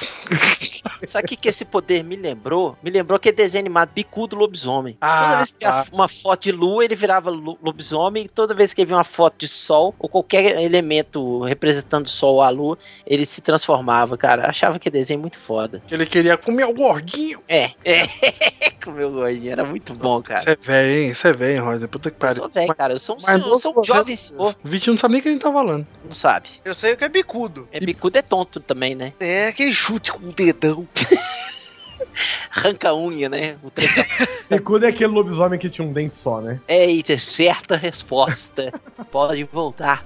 Speaker 3: Sabe o que, que esse poder me lembrou? Me lembrou que é desenho animado bicudo lobisomem.
Speaker 1: Ah,
Speaker 3: toda vez que tinha
Speaker 1: tá.
Speaker 3: uma foto de lua, ele virava lo- lobisomem. E toda vez que ele via uma foto de sol, ou qualquer elemento representando o sol ou a lua, ele se transformava, cara. Achava que desenho muito foda.
Speaker 1: Que ele queria comer o gordinho.
Speaker 3: É, é. Comeu gordinho, era muito bom, cara.
Speaker 1: Você é velho, hein? Você é velho, hein, Roger? Puta que
Speaker 3: Eu
Speaker 1: pariu.
Speaker 3: sou velho, cara. Eu sou um,
Speaker 1: Mas
Speaker 3: eu sou um
Speaker 1: você-
Speaker 3: jovem senhor.
Speaker 1: Vitinho não sabe nem o que a gente tá falando.
Speaker 3: Não sabe.
Speaker 2: Eu sei que é bicudo.
Speaker 3: É bicudo é tonto também, né?
Speaker 2: É aquele chute com o dedão.
Speaker 3: Arranca a unha, né? O três-
Speaker 4: Picudo é aquele lobisomem que tinha um dente só, né?
Speaker 3: é isso, é certa resposta. Pode voltar.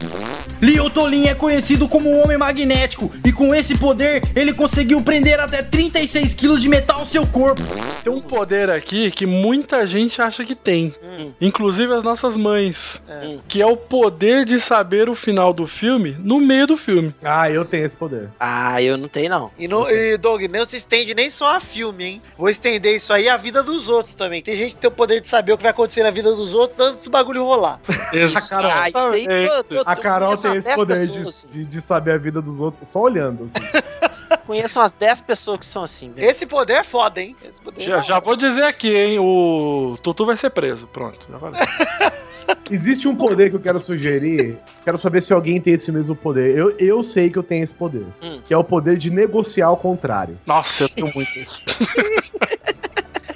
Speaker 6: Leo Tolin é conhecido como o Homem Magnético e com esse poder ele conseguiu prender até 36 quilos de metal ao seu corpo.
Speaker 1: Tem um poder aqui que muita gente acha que tem.
Speaker 3: Hum.
Speaker 1: Inclusive as nossas mães.
Speaker 3: É.
Speaker 1: Que é o poder de saber o final do filme no meio do filme.
Speaker 4: Ah, eu tenho esse poder.
Speaker 3: Ah, eu não tenho, não.
Speaker 2: E, não, e, Doug, não se estende nem só a filme, hein? Vou estender isso aí à vida dos outros também. Tem gente que tem o poder de saber o que vai acontecer na vida dos outros antes do bagulho rolar.
Speaker 4: Carol.
Speaker 3: Ah, isso aí, eu- eu-
Speaker 4: A
Speaker 1: Então,
Speaker 3: eu
Speaker 4: Carol
Speaker 3: conheço
Speaker 4: tem
Speaker 3: umas
Speaker 1: é
Speaker 4: esse
Speaker 3: 10
Speaker 4: poder
Speaker 3: pessoas
Speaker 4: de,
Speaker 3: assim.
Speaker 4: de- de saber a vida dos outros só olhando. Assim.
Speaker 3: Conheço umas 10 pessoas que são assim, velho.
Speaker 2: Esse poder é foda, hein? Esse poder é
Speaker 1: Já, já vou dizer aqui, hein? O Tutu vai ser preso. Pronto, já falei.
Speaker 4: Existe um poder que eu quero sugerir. Quero saber se alguém tem esse mesmo poder. Eu, eu sei que eu tenho esse poder.
Speaker 3: Hum.
Speaker 4: Que é o poder de negociar ao contrário.
Speaker 1: Nossa, eu tenho muito isso.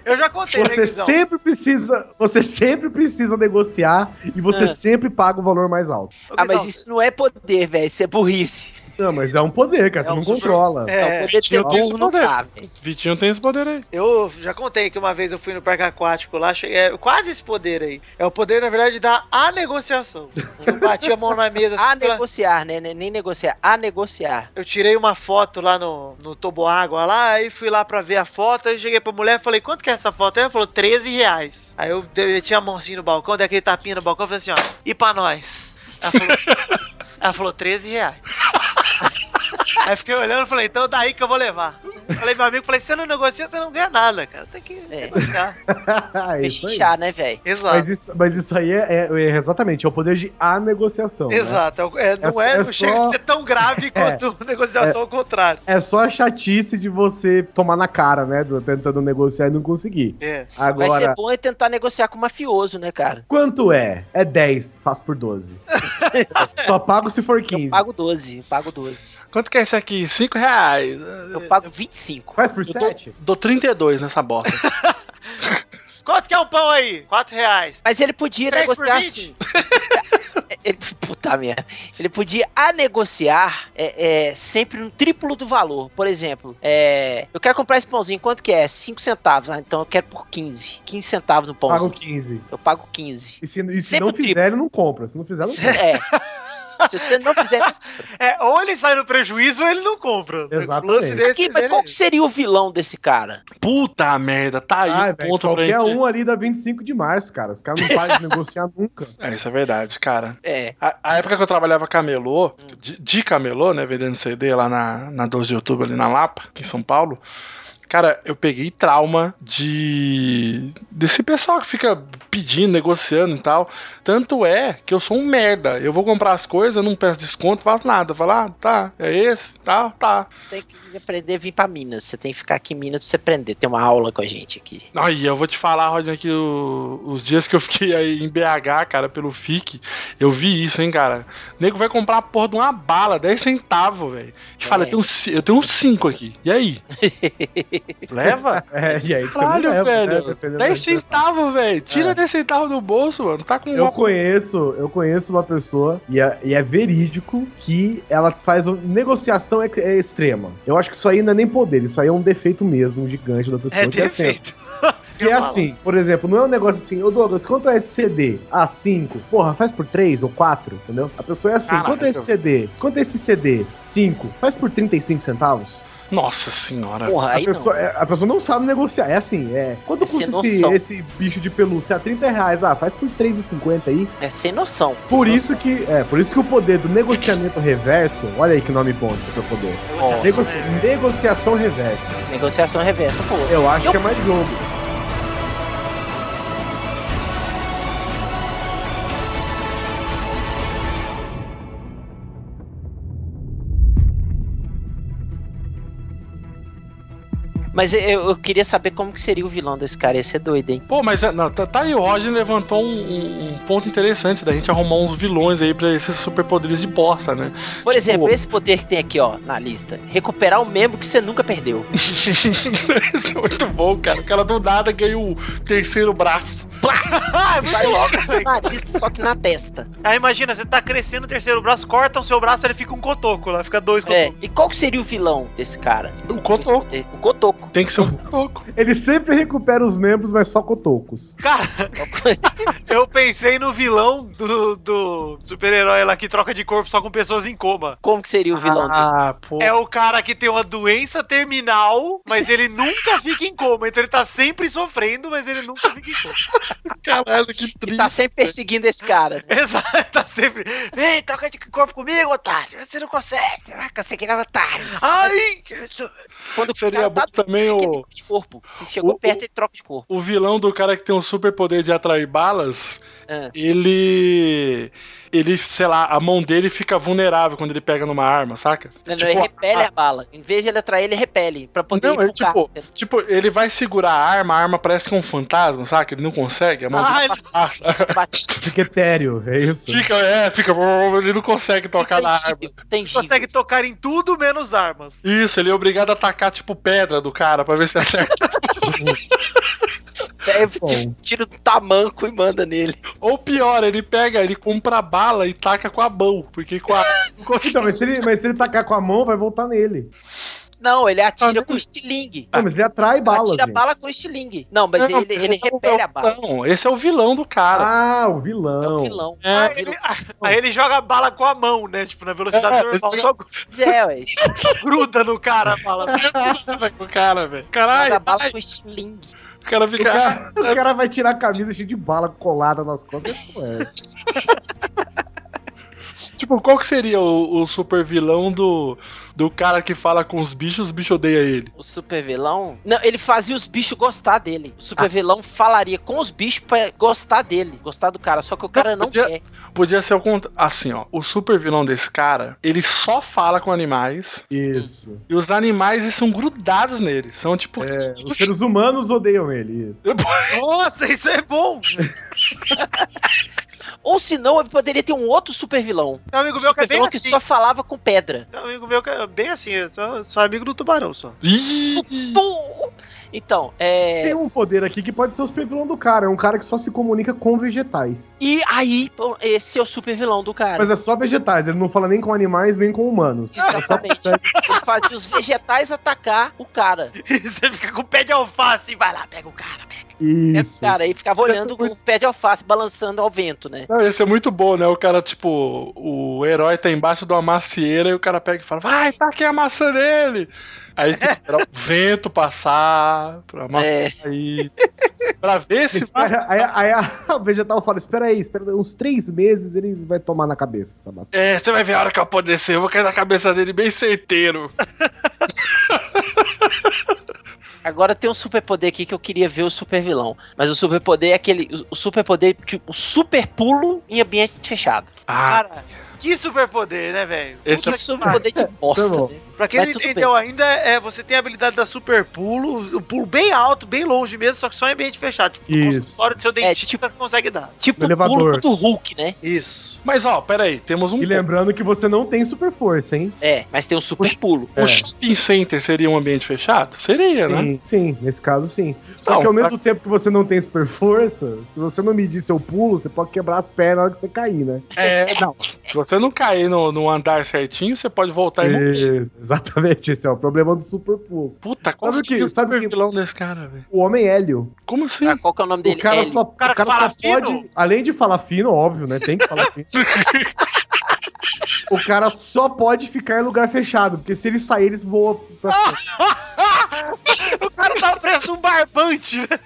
Speaker 2: Eu já contei, né,
Speaker 4: Você
Speaker 2: Guizão?
Speaker 4: sempre precisa. Você sempre precisa negociar e você
Speaker 3: Ah.
Speaker 4: sempre paga o valor mais alto.
Speaker 2: Ô,
Speaker 3: Ah, mas
Speaker 2: Guizão,
Speaker 3: isso não é poder, velho. Isso é burrice.
Speaker 4: Não, mas é um poder, cara.
Speaker 2: É
Speaker 4: você
Speaker 2: um
Speaker 4: não
Speaker 2: super-
Speaker 4: controla.
Speaker 3: É,
Speaker 2: É,
Speaker 3: não, poder ser
Speaker 1: eu tenho esse
Speaker 3: burro não
Speaker 1: poder.
Speaker 3: tá, velho.
Speaker 1: Vitinho tem esse poder aí.
Speaker 2: eu já contei que uma vez eu fui no parque aquático lá, cheguei, é quase esse poder aí. É o poder, na verdade, da a negociação. Eu bati a mão na mesa
Speaker 3: A
Speaker 2: assim, pra-
Speaker 3: negociar, né? né, Nem negociar, a negociar.
Speaker 2: Eu tirei uma foto lá no, no Toboágua lá, aí fui lá pra ver a foto, aí cheguei pra mulher falei, quanto que é essa foto? Aí Ela falou, 13 reais. Aí eu meti a mãozinha no balcão, dei aquele tapinha no balcão, falei assim, ó, e pra nós? Ela falou, ela falou 13 reais. Aí eu fiquei olhando e falei, então daí que eu vou levar. Falei, meu amigo, falei, você não negocia, você não ganha nada, cara. Tem que
Speaker 3: É.
Speaker 2: negociar.
Speaker 4: É isso aí.
Speaker 3: Fechar, né, velho?
Speaker 2: Exato.
Speaker 4: Mas isso, mas isso aí é, é- é exatamente, é o poder de a negociação. né?
Speaker 2: Exato. É, não
Speaker 4: É-
Speaker 2: é,
Speaker 4: é
Speaker 2: não chega
Speaker 4: só-
Speaker 2: a ser tão grave quanto negociação ao contrário.
Speaker 4: É só a chatice de você tomar na cara, né? do- Tentando negociar e não conseguir.
Speaker 2: É.
Speaker 3: Vai ser
Speaker 4: Agora,
Speaker 3: bom é tentar negociar com o mafioso, né, cara?
Speaker 4: quanto é? É 10, faz por 12. Só pago se for 15.
Speaker 3: Pago 12, pago 12.
Speaker 1: Quanto que é esse aqui? 5 reais.
Speaker 3: Eu
Speaker 2: É,
Speaker 3: pago 25.
Speaker 4: Faz por
Speaker 1: Eu
Speaker 4: 7?
Speaker 1: Dou 32 nessa bosta.
Speaker 2: Quanto que é o pão aí? 4 reais.
Speaker 3: Mas ele podia
Speaker 2: Três por
Speaker 3: negociar assim.
Speaker 2: vinte?
Speaker 3: Ele, puta merda. Ele podia a negociar é, é, sempre no triplo do valor. Por exemplo, é, eu quero comprar esse pãozinho, quanto que é? 5 centavos. Ah, então eu quero por 15. 15 centavos no pãozinho.
Speaker 4: Pago 15.
Speaker 3: Eu pago 15.
Speaker 4: E se, e se
Speaker 3: Sempre
Speaker 4: não
Speaker 3: tipo.
Speaker 4: fizer, ele não compra. Se não fizer, não compra.
Speaker 3: É. Se você não fizer.
Speaker 2: É, ou ele sai no prejuízo ou ele não compra.
Speaker 4: Exatamente.
Speaker 2: O lance desse,
Speaker 3: Aqui, mas
Speaker 2: dele
Speaker 3: qual
Speaker 2: é
Speaker 3: que seria o vilão desse cara?
Speaker 1: Puta merda, tá aí
Speaker 4: Ai,
Speaker 1: um
Speaker 4: velho,
Speaker 1: ponto pra
Speaker 4: qualquer
Speaker 1: gente.
Speaker 4: um ali dá 25 de março, cara. Os caras não param de negociar nunca.
Speaker 1: É, isso é verdade, cara.
Speaker 3: É.
Speaker 1: A, a época que eu trabalhava camelô, de, de camelô, né, vendendo CD lá na, na 12 de outubro, ali na Lapa, aqui em São Paulo. Cara, eu peguei trauma de. desse pessoal que fica pedindo, negociando e tal. Tanto é que eu sou um merda. Eu vou comprar as coisas, não peço desconto, faço nada. Falo, ah, tá, é esse, tá, tá.
Speaker 3: Tem que aprender a vir pra Minas. Você tem que ficar aqui em Minas pra você aprender. Tem uma aula com a gente aqui.
Speaker 1: Aí, eu vou te falar, Rodney, que o- os dias que eu fiquei aí em BH, cara, pelo FIC, eu vi isso, hein, cara. O nego vai comprar a porra de uma bala, 10 centavos, velho. Te
Speaker 3: É.
Speaker 1: fala, eu tenho, um ci- eu tenho uns 5 aqui. E aí? Leva?
Speaker 4: É, e aí que você não
Speaker 1: Caralho,
Speaker 4: leva, né?
Speaker 1: velho.
Speaker 4: Dependendo
Speaker 1: 10
Speaker 4: da-
Speaker 1: centavos, velho. Tira
Speaker 4: É.
Speaker 1: 10 centavos do bolso, mano. Tá com
Speaker 4: Eu
Speaker 1: óculos-
Speaker 4: conheço, eu conheço uma pessoa e é, e é verídico que ela faz um- negociação ex- é extrema. Eu acho que isso aí não é nem poder, isso aí é um defeito mesmo gigante da pessoa.
Speaker 2: É
Speaker 4: que assim,
Speaker 2: defeito.
Speaker 4: que é assim, por exemplo, não é um negócio assim, ô Douglas, quanto é esse CD? Ah, 5. Porra, faz por 3 ou 4, entendeu? A pessoa é assim,
Speaker 1: Caraca.
Speaker 4: quanto é esse CD? Quanto é esse CD? 5. Faz por 35 centavos?
Speaker 1: Nossa senhora.
Speaker 3: Porra,
Speaker 4: A
Speaker 3: aí
Speaker 4: pessoa, é- a pessoa não sabe negociar. É assim, é. Quanto
Speaker 3: É sem
Speaker 4: custa esse,
Speaker 3: noção.
Speaker 4: esse bicho de pelúcia? Ah, 30 reais. Ah, faz por 3,50 aí.
Speaker 3: não. É sem noção.
Speaker 4: Por isso que é, por isso que o poder do negociamento reverso, olha aí que nome bom do superpoder.
Speaker 2: Ó,
Speaker 4: Negoci
Speaker 3: né?
Speaker 4: negociação reversa.
Speaker 3: Negociação reversa, pô.
Speaker 4: Eu acho
Speaker 3: Eu-
Speaker 4: que é mais jogo.
Speaker 3: Mas eu, eu queria saber como que seria o vilão desse cara. Ia ser doido, hein?
Speaker 1: Pô, mas é, não, tá, tá aí, o Roger levantou um, um- um ponto interessante da gente arrumar uns vilões aí pra esses superpoderes de bosta, né? Tipo-
Speaker 3: Por exemplo, esse poder que tem aqui, ó, na lista. Recuperar o membro que você nunca perdeu.
Speaker 1: Isso é muito bom, cara. O cara do nada ganhou o terceiro braço.
Speaker 2: Ah, é muito louco isso aí.
Speaker 3: na lista, só que na testa.
Speaker 2: Aí imagina, você tá crescendo o terceiro braço, cortam seu braço, ele fica um cotoco lá, fica dois
Speaker 3: É.
Speaker 2: cotocos.
Speaker 3: E qual que seria o vilão desse cara?
Speaker 1: O Cotoco.
Speaker 3: Esse poder. O Cotoco.
Speaker 1: Tem que ser um cotoco.
Speaker 4: Ele sempre recupera os membros, mas só com tocos.
Speaker 2: Cara, eu pensei no vilão do, do super-herói lá que troca de corpo só com pessoas em coma.
Speaker 3: Como que seria o vilão dele?
Speaker 1: Ah, pô.
Speaker 2: É o cara que tem uma doença terminal, mas ele nunca fica em coma. Então ele tá sempre sofrendo, mas ele nunca fica em coma.
Speaker 1: Caralho, que
Speaker 3: Que
Speaker 1: triste.
Speaker 3: tá sempre perseguindo esse cara. né?
Speaker 2: Exato, tá sempre. Vem, troca de corpo comigo, otário. Você não consegue, você vai conseguir, não, otário. Ai!
Speaker 3: Quando o
Speaker 1: Seria
Speaker 3: cara tá
Speaker 1: bom também
Speaker 3: doente,
Speaker 1: o-
Speaker 3: ele troca de corpo. Se chegou
Speaker 1: o-
Speaker 3: perto, ele troca de corpo.
Speaker 1: O vilão do cara que tem o superpoder de atrair balas,
Speaker 3: Ah.
Speaker 1: ele. Ele, sei lá, a mão dele fica vulnerável quando ele pega numa arma, saca?
Speaker 3: Não, não,
Speaker 1: Tipo,
Speaker 3: ele repele
Speaker 1: a-
Speaker 3: a... bala. Em vez de ele atrair, ele repele. Pra poder
Speaker 1: Não, é
Speaker 3: empurrar.
Speaker 1: tipo- Tipo, ele vai segurar a arma, a arma parece que é um fantasma, saca? Ele não consegue, a mão
Speaker 2: Ah,
Speaker 1: dele passa.
Speaker 3: Bate-
Speaker 4: Fica etéreo, é isso.
Speaker 1: Fica, é, fica. Ele não consegue tocar na arma.
Speaker 3: Tangível, tangível.
Speaker 2: Consegue tocar em tudo menos armas.
Speaker 1: Isso, ele é obrigado a atacar, tipo, pedra do cara pra ver se acerta.
Speaker 3: É, t- Tira o tamanco e manda nele.
Speaker 1: Ou pior, ele pega, ele compra a bala e taca com a mão, porque com a.
Speaker 3: Ah,
Speaker 1: não consegue.
Speaker 4: Então, mas, se ele, mas se ele tacar com a mão, vai voltar nele.
Speaker 3: Não, ele
Speaker 1: Ah,
Speaker 3: atira
Speaker 1: é
Speaker 3: com estilingue.
Speaker 4: Não, mas ele atrai
Speaker 3: Ele
Speaker 4: bala,
Speaker 3: atira
Speaker 4: gente.
Speaker 3: bala com estilingue. Não, mas
Speaker 1: Não,
Speaker 3: ele, ele
Speaker 1: esse é o-
Speaker 3: repele a bala.
Speaker 1: Não, esse é o vilão do cara.
Speaker 4: Ah,
Speaker 3: É
Speaker 4: o
Speaker 3: o
Speaker 4: vilão.
Speaker 3: vilão.
Speaker 1: É,
Speaker 3: Ah,
Speaker 2: aí, ele,
Speaker 3: vilão.
Speaker 2: aí ele joga a bala com a mão, né? Tipo, na velocidade
Speaker 1: É,
Speaker 2: normal.
Speaker 1: ele
Speaker 2: Só
Speaker 3: Pois é, ué.
Speaker 2: gruda no cara a bala.
Speaker 1: com o cara, velho.
Speaker 3: Joga a
Speaker 1: Caralho,
Speaker 3: bala
Speaker 1: ai,
Speaker 3: com estilingue.
Speaker 1: o cara
Speaker 4: O
Speaker 1: fica.
Speaker 4: cara, o cara vai tirar a camisa cheia de bala colada nas costas. Que porra é essa?
Speaker 1: Tipo, qual que seria o, o super vilão do, do cara que fala com os bichos, os bichos odeiam ele?
Speaker 3: O super vilão. Não, ele fazia os bichos gostar dele. O super
Speaker 2: Ah.
Speaker 3: vilão falaria com os bichos pra gostar dele. Gostar do cara. Só que o cara não,
Speaker 1: podia-
Speaker 3: quer.
Speaker 1: Podia ser o contra... Assim, ó. O super vilão desse cara, ele só fala com animais.
Speaker 4: Isso.
Speaker 1: E os animais eles são grudados nele. São tipo.
Speaker 4: É, os seres humanos odeiam ele. Isso.
Speaker 2: Nossa, isso é bom!
Speaker 3: Ou senão, ele poderia ter um outro super vilão.
Speaker 2: Tem um amigo meu que é
Speaker 3: Super
Speaker 2: bem
Speaker 3: vilão
Speaker 2: assim.
Speaker 3: que só falava com pedra.
Speaker 2: Tem um amigo meu que é bem assim, é só, só amigo do tubarão só.
Speaker 1: Ih!
Speaker 3: Tu! Então, é.
Speaker 4: Tem um poder aqui que pode ser o super vilão do cara. É um cara que só se comunica com vegetais.
Speaker 3: E aí, pô, esse é o super vilão do cara.
Speaker 4: Mas é só vegetais, ele não fala nem com animais nem com humanos. É só
Speaker 3: Exatamente.
Speaker 4: consegue-
Speaker 3: Ele fazia os vegetais atacar o cara.
Speaker 2: Ah.
Speaker 3: Ah,
Speaker 2: Você fica com o pé de alface e vai lá, pega o cara, pega.
Speaker 4: Isso.
Speaker 3: Cara, aí ficava olhando com o pé de alface balançando ao vento, né?
Speaker 1: Não, esse é muito bom, né? O cara, tipo, o herói tá embaixo de uma macieira e o cara pega e fala, vai, tá aqui a maçã dele. Aí tem que esperar o vento passar pra maçã
Speaker 3: É.
Speaker 1: sair. Pra ver se vai.
Speaker 4: Espera- aí, aí a vegetal fala: espera aí, espera uns três meses ele vai tomar na cabeça tá essa maçã.
Speaker 1: É, você vai ver a hora que eu apodrecer, eu vou cair na cabeça dele bem certeiro.
Speaker 3: Agora tem um superpoder aqui que eu queria ver o super vilão. Mas o superpoder é aquele. O superpoder, tipo, super pulo em ambiente fechado.
Speaker 1: Ah,
Speaker 2: Cara, que superpoder, né, velho?
Speaker 1: esse é
Speaker 3: Puta que superpoder de bosta,
Speaker 4: Tá bom.
Speaker 3: né?
Speaker 2: Pra quem
Speaker 3: Mas
Speaker 2: não
Speaker 3: tudo
Speaker 2: entendeu ainda, é, você tem a habilidade da super pulo, o pulo bem alto, bem longe mesmo, só que só em ambiente fechado. Tipo, no
Speaker 4: Isso.
Speaker 2: consultório do seu dentista consegue dar.
Speaker 3: Tipo
Speaker 4: No
Speaker 3: o pulo
Speaker 4: elevador.
Speaker 3: do Hulk, né?
Speaker 2: Isso.
Speaker 1: Mas ó, peraí, temos um.
Speaker 4: E lembrando que você não tem super força, hein?
Speaker 3: É, mas tem um super pulo.
Speaker 1: O shopping center seria um ambiente fechado? Seria, né?
Speaker 4: É. Sim, sim, nesse caso sim. Só
Speaker 1: Não,
Speaker 4: que ao mesmo tempo que você não tem super força, se você não medir seu pulo, você pode quebrar as pernas na hora que você cair, né?
Speaker 1: É, não. Se você não cair no, no andar certinho, você pode voltar
Speaker 4: É.
Speaker 1: e morrer.
Speaker 4: Isso, exatamente, esse é o problema do super pulo.
Speaker 1: Puta, qual
Speaker 4: Sabe o que-
Speaker 1: seria
Speaker 4: sabe o
Speaker 1: super
Speaker 4: que-
Speaker 1: vilão desse cara, velho?
Speaker 4: O homem hélio.
Speaker 1: Como assim?
Speaker 3: Ah, qual que é o nome
Speaker 4: O
Speaker 3: dele?
Speaker 4: cara
Speaker 3: Hélio.
Speaker 4: só, o
Speaker 2: cara
Speaker 4: cara
Speaker 2: que fala
Speaker 4: só pode,
Speaker 2: fino?
Speaker 4: além de falar fino, óbvio, né? Tem que falar fino. o cara só pode ficar em lugar fechado, porque se ele sair, eles voam pra frente.
Speaker 2: O cara tá preso num barbante, né?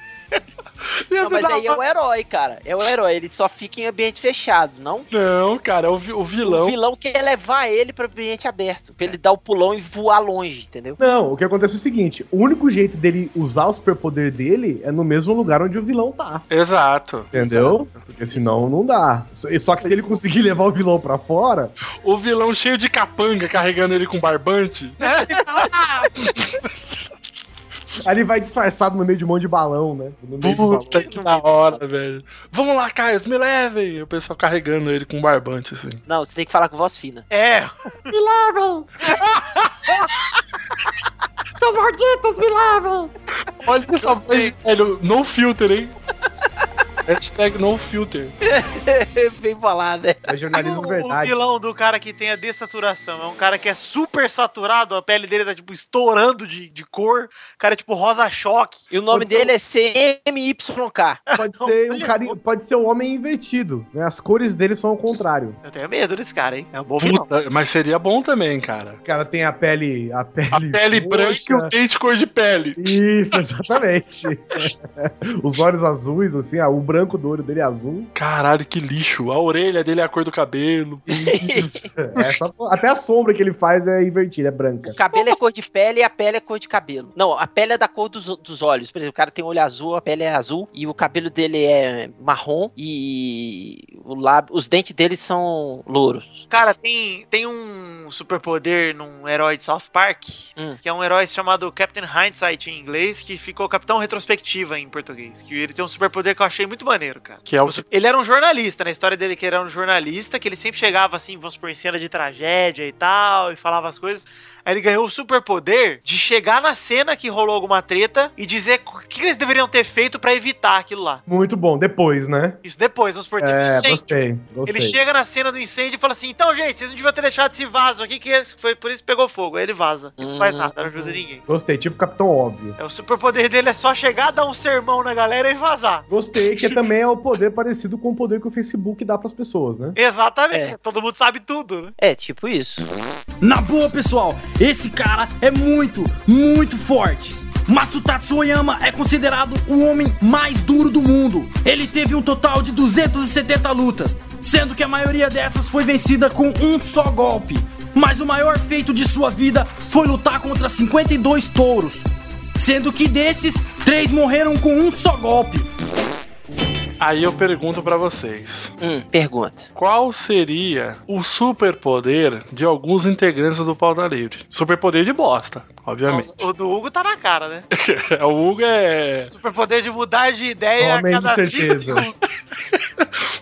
Speaker 3: Não, mas aí é o herói, cara. É o herói. Ele só fica em ambiente fechado, não?
Speaker 1: Não, cara, é o, vi- o vilão.
Speaker 3: O vilão quer levar ele pra ambiente aberto. Pra ele dar o pulão e voar longe, entendeu?
Speaker 4: Não, o que acontece é o seguinte: o único jeito dele usar o superpoder dele é no mesmo lugar onde o vilão tá.
Speaker 1: Exato.
Speaker 4: Entendeu? Porque senão não dá. Só só que se ele conseguir levar o vilão pra fora,
Speaker 1: O vilão cheio de capanga carregando ele com barbante.
Speaker 4: aí ele vai disfarçado no meio de um monte de balão, né? No meio de balão.
Speaker 1: Puta que da hora, velho. Vamos lá, Caio, me levem. O pessoal carregando ele com barbante, assim.
Speaker 3: Não, você tem que falar com voz fina.
Speaker 2: É,
Speaker 1: Olha essa voz, velho. No filter, hein? Hashtag no filter.
Speaker 3: Bem falar, né?
Speaker 4: É jornalismo
Speaker 2: o, o
Speaker 4: verdade.
Speaker 2: vilão do cara que tem a dessaturação. É um cara que é super saturado, a pele dele tá, tipo, estourando de, de cor. O cara é, tipo, rosa-choque.
Speaker 3: E o nome
Speaker 4: Pode ser um
Speaker 3: dele é CMYK.
Speaker 4: Pode ser um
Speaker 2: olha,
Speaker 4: cari... pode ser o homem invertido, né? As cores dele são ao contrário.
Speaker 2: Eu tenho medo desse cara, hein? É um bom vilão.
Speaker 1: Puta, mas seria bom também, cara.
Speaker 4: O cara tem a pele, a pele,
Speaker 1: A pele branca e o dente cor de pele.
Speaker 4: Isso, exatamente. Os olhos azuis, assim, ah, o branco do olho dele é azul.
Speaker 1: Caralho, que lixo. A orelha dele é a cor do cabelo.
Speaker 4: Isso. Essa- até a sombra É, que ele faz é invertida, é branca.
Speaker 3: O cabelo é cor de pele e a pele é cor de cabelo. Não, a pele é da cor dos, dos olhos. Por exemplo, o cara tem um olho azul, a pele é azul e o cabelo dele é marrom e o lábio, os dentes dele são louros.
Speaker 2: Cara, tem, tem um superpoder num herói de South Park,
Speaker 3: Hum.
Speaker 2: que é um herói chamado Captain Hindsight em inglês, que ficou Capitão Retrospectiva em português. Que ele tem um superpoder que eu achei muito maneiro, cara.
Speaker 1: Que é o
Speaker 2: Ele era um jornalista, na história dele que ele era um jornalista, que ele sempre chegava assim, vamos por em cena de tragédia e tal, e falava as coisas. Aí ele ganhou o superpoder de chegar na cena que rolou alguma treta e dizer o que que eles deveriam ter feito pra evitar aquilo lá.
Speaker 4: Muito bom, depois, né?
Speaker 2: Isso depois, vamos supor, teve um
Speaker 4: É,
Speaker 2: incêndio.
Speaker 4: gostei, gostei.
Speaker 2: Ele chega na cena do incêndio e fala assim: então, gente, vocês não deviam ter deixado esse vaso aqui, que esse foi por isso que pegou fogo. Aí ele vaza. Não faz nada, não ajuda ninguém.
Speaker 4: Gostei, tipo Capitão Óbvio.
Speaker 2: É, o superpoder dele é só chegar, dar um sermão na galera e vazar.
Speaker 4: Gostei, que também é o poder parecido com o poder que o Facebook dá pras pessoas, né?
Speaker 2: Exatamente,
Speaker 3: É.
Speaker 2: todo mundo sabe tudo, né?
Speaker 3: É, tipo isso.
Speaker 6: Na boa, pessoal, esse cara é muito, muito forte. Masutatsu Oyama é considerado o homem mais duro do mundo. Ele teve um total de 270 lutas, sendo que a maioria dessas foi vencida com um só golpe. Mas o maior feito de sua vida foi lutar contra 52 touros, sendo que desses, três morreram com um só golpe.
Speaker 1: Aí eu pergunto pra vocês:
Speaker 3: Hum, pergunta.
Speaker 1: qual seria o superpoder de alguns integrantes do Pauta Livre? Superpoder de bosta, obviamente.
Speaker 2: O, o do Hugo tá na cara, né?
Speaker 1: o Hugo é.
Speaker 2: Superpoder de mudar de ideia
Speaker 4: Homem
Speaker 2: a cada
Speaker 4: de
Speaker 2: cinco
Speaker 4: certeza.
Speaker 2: segundos.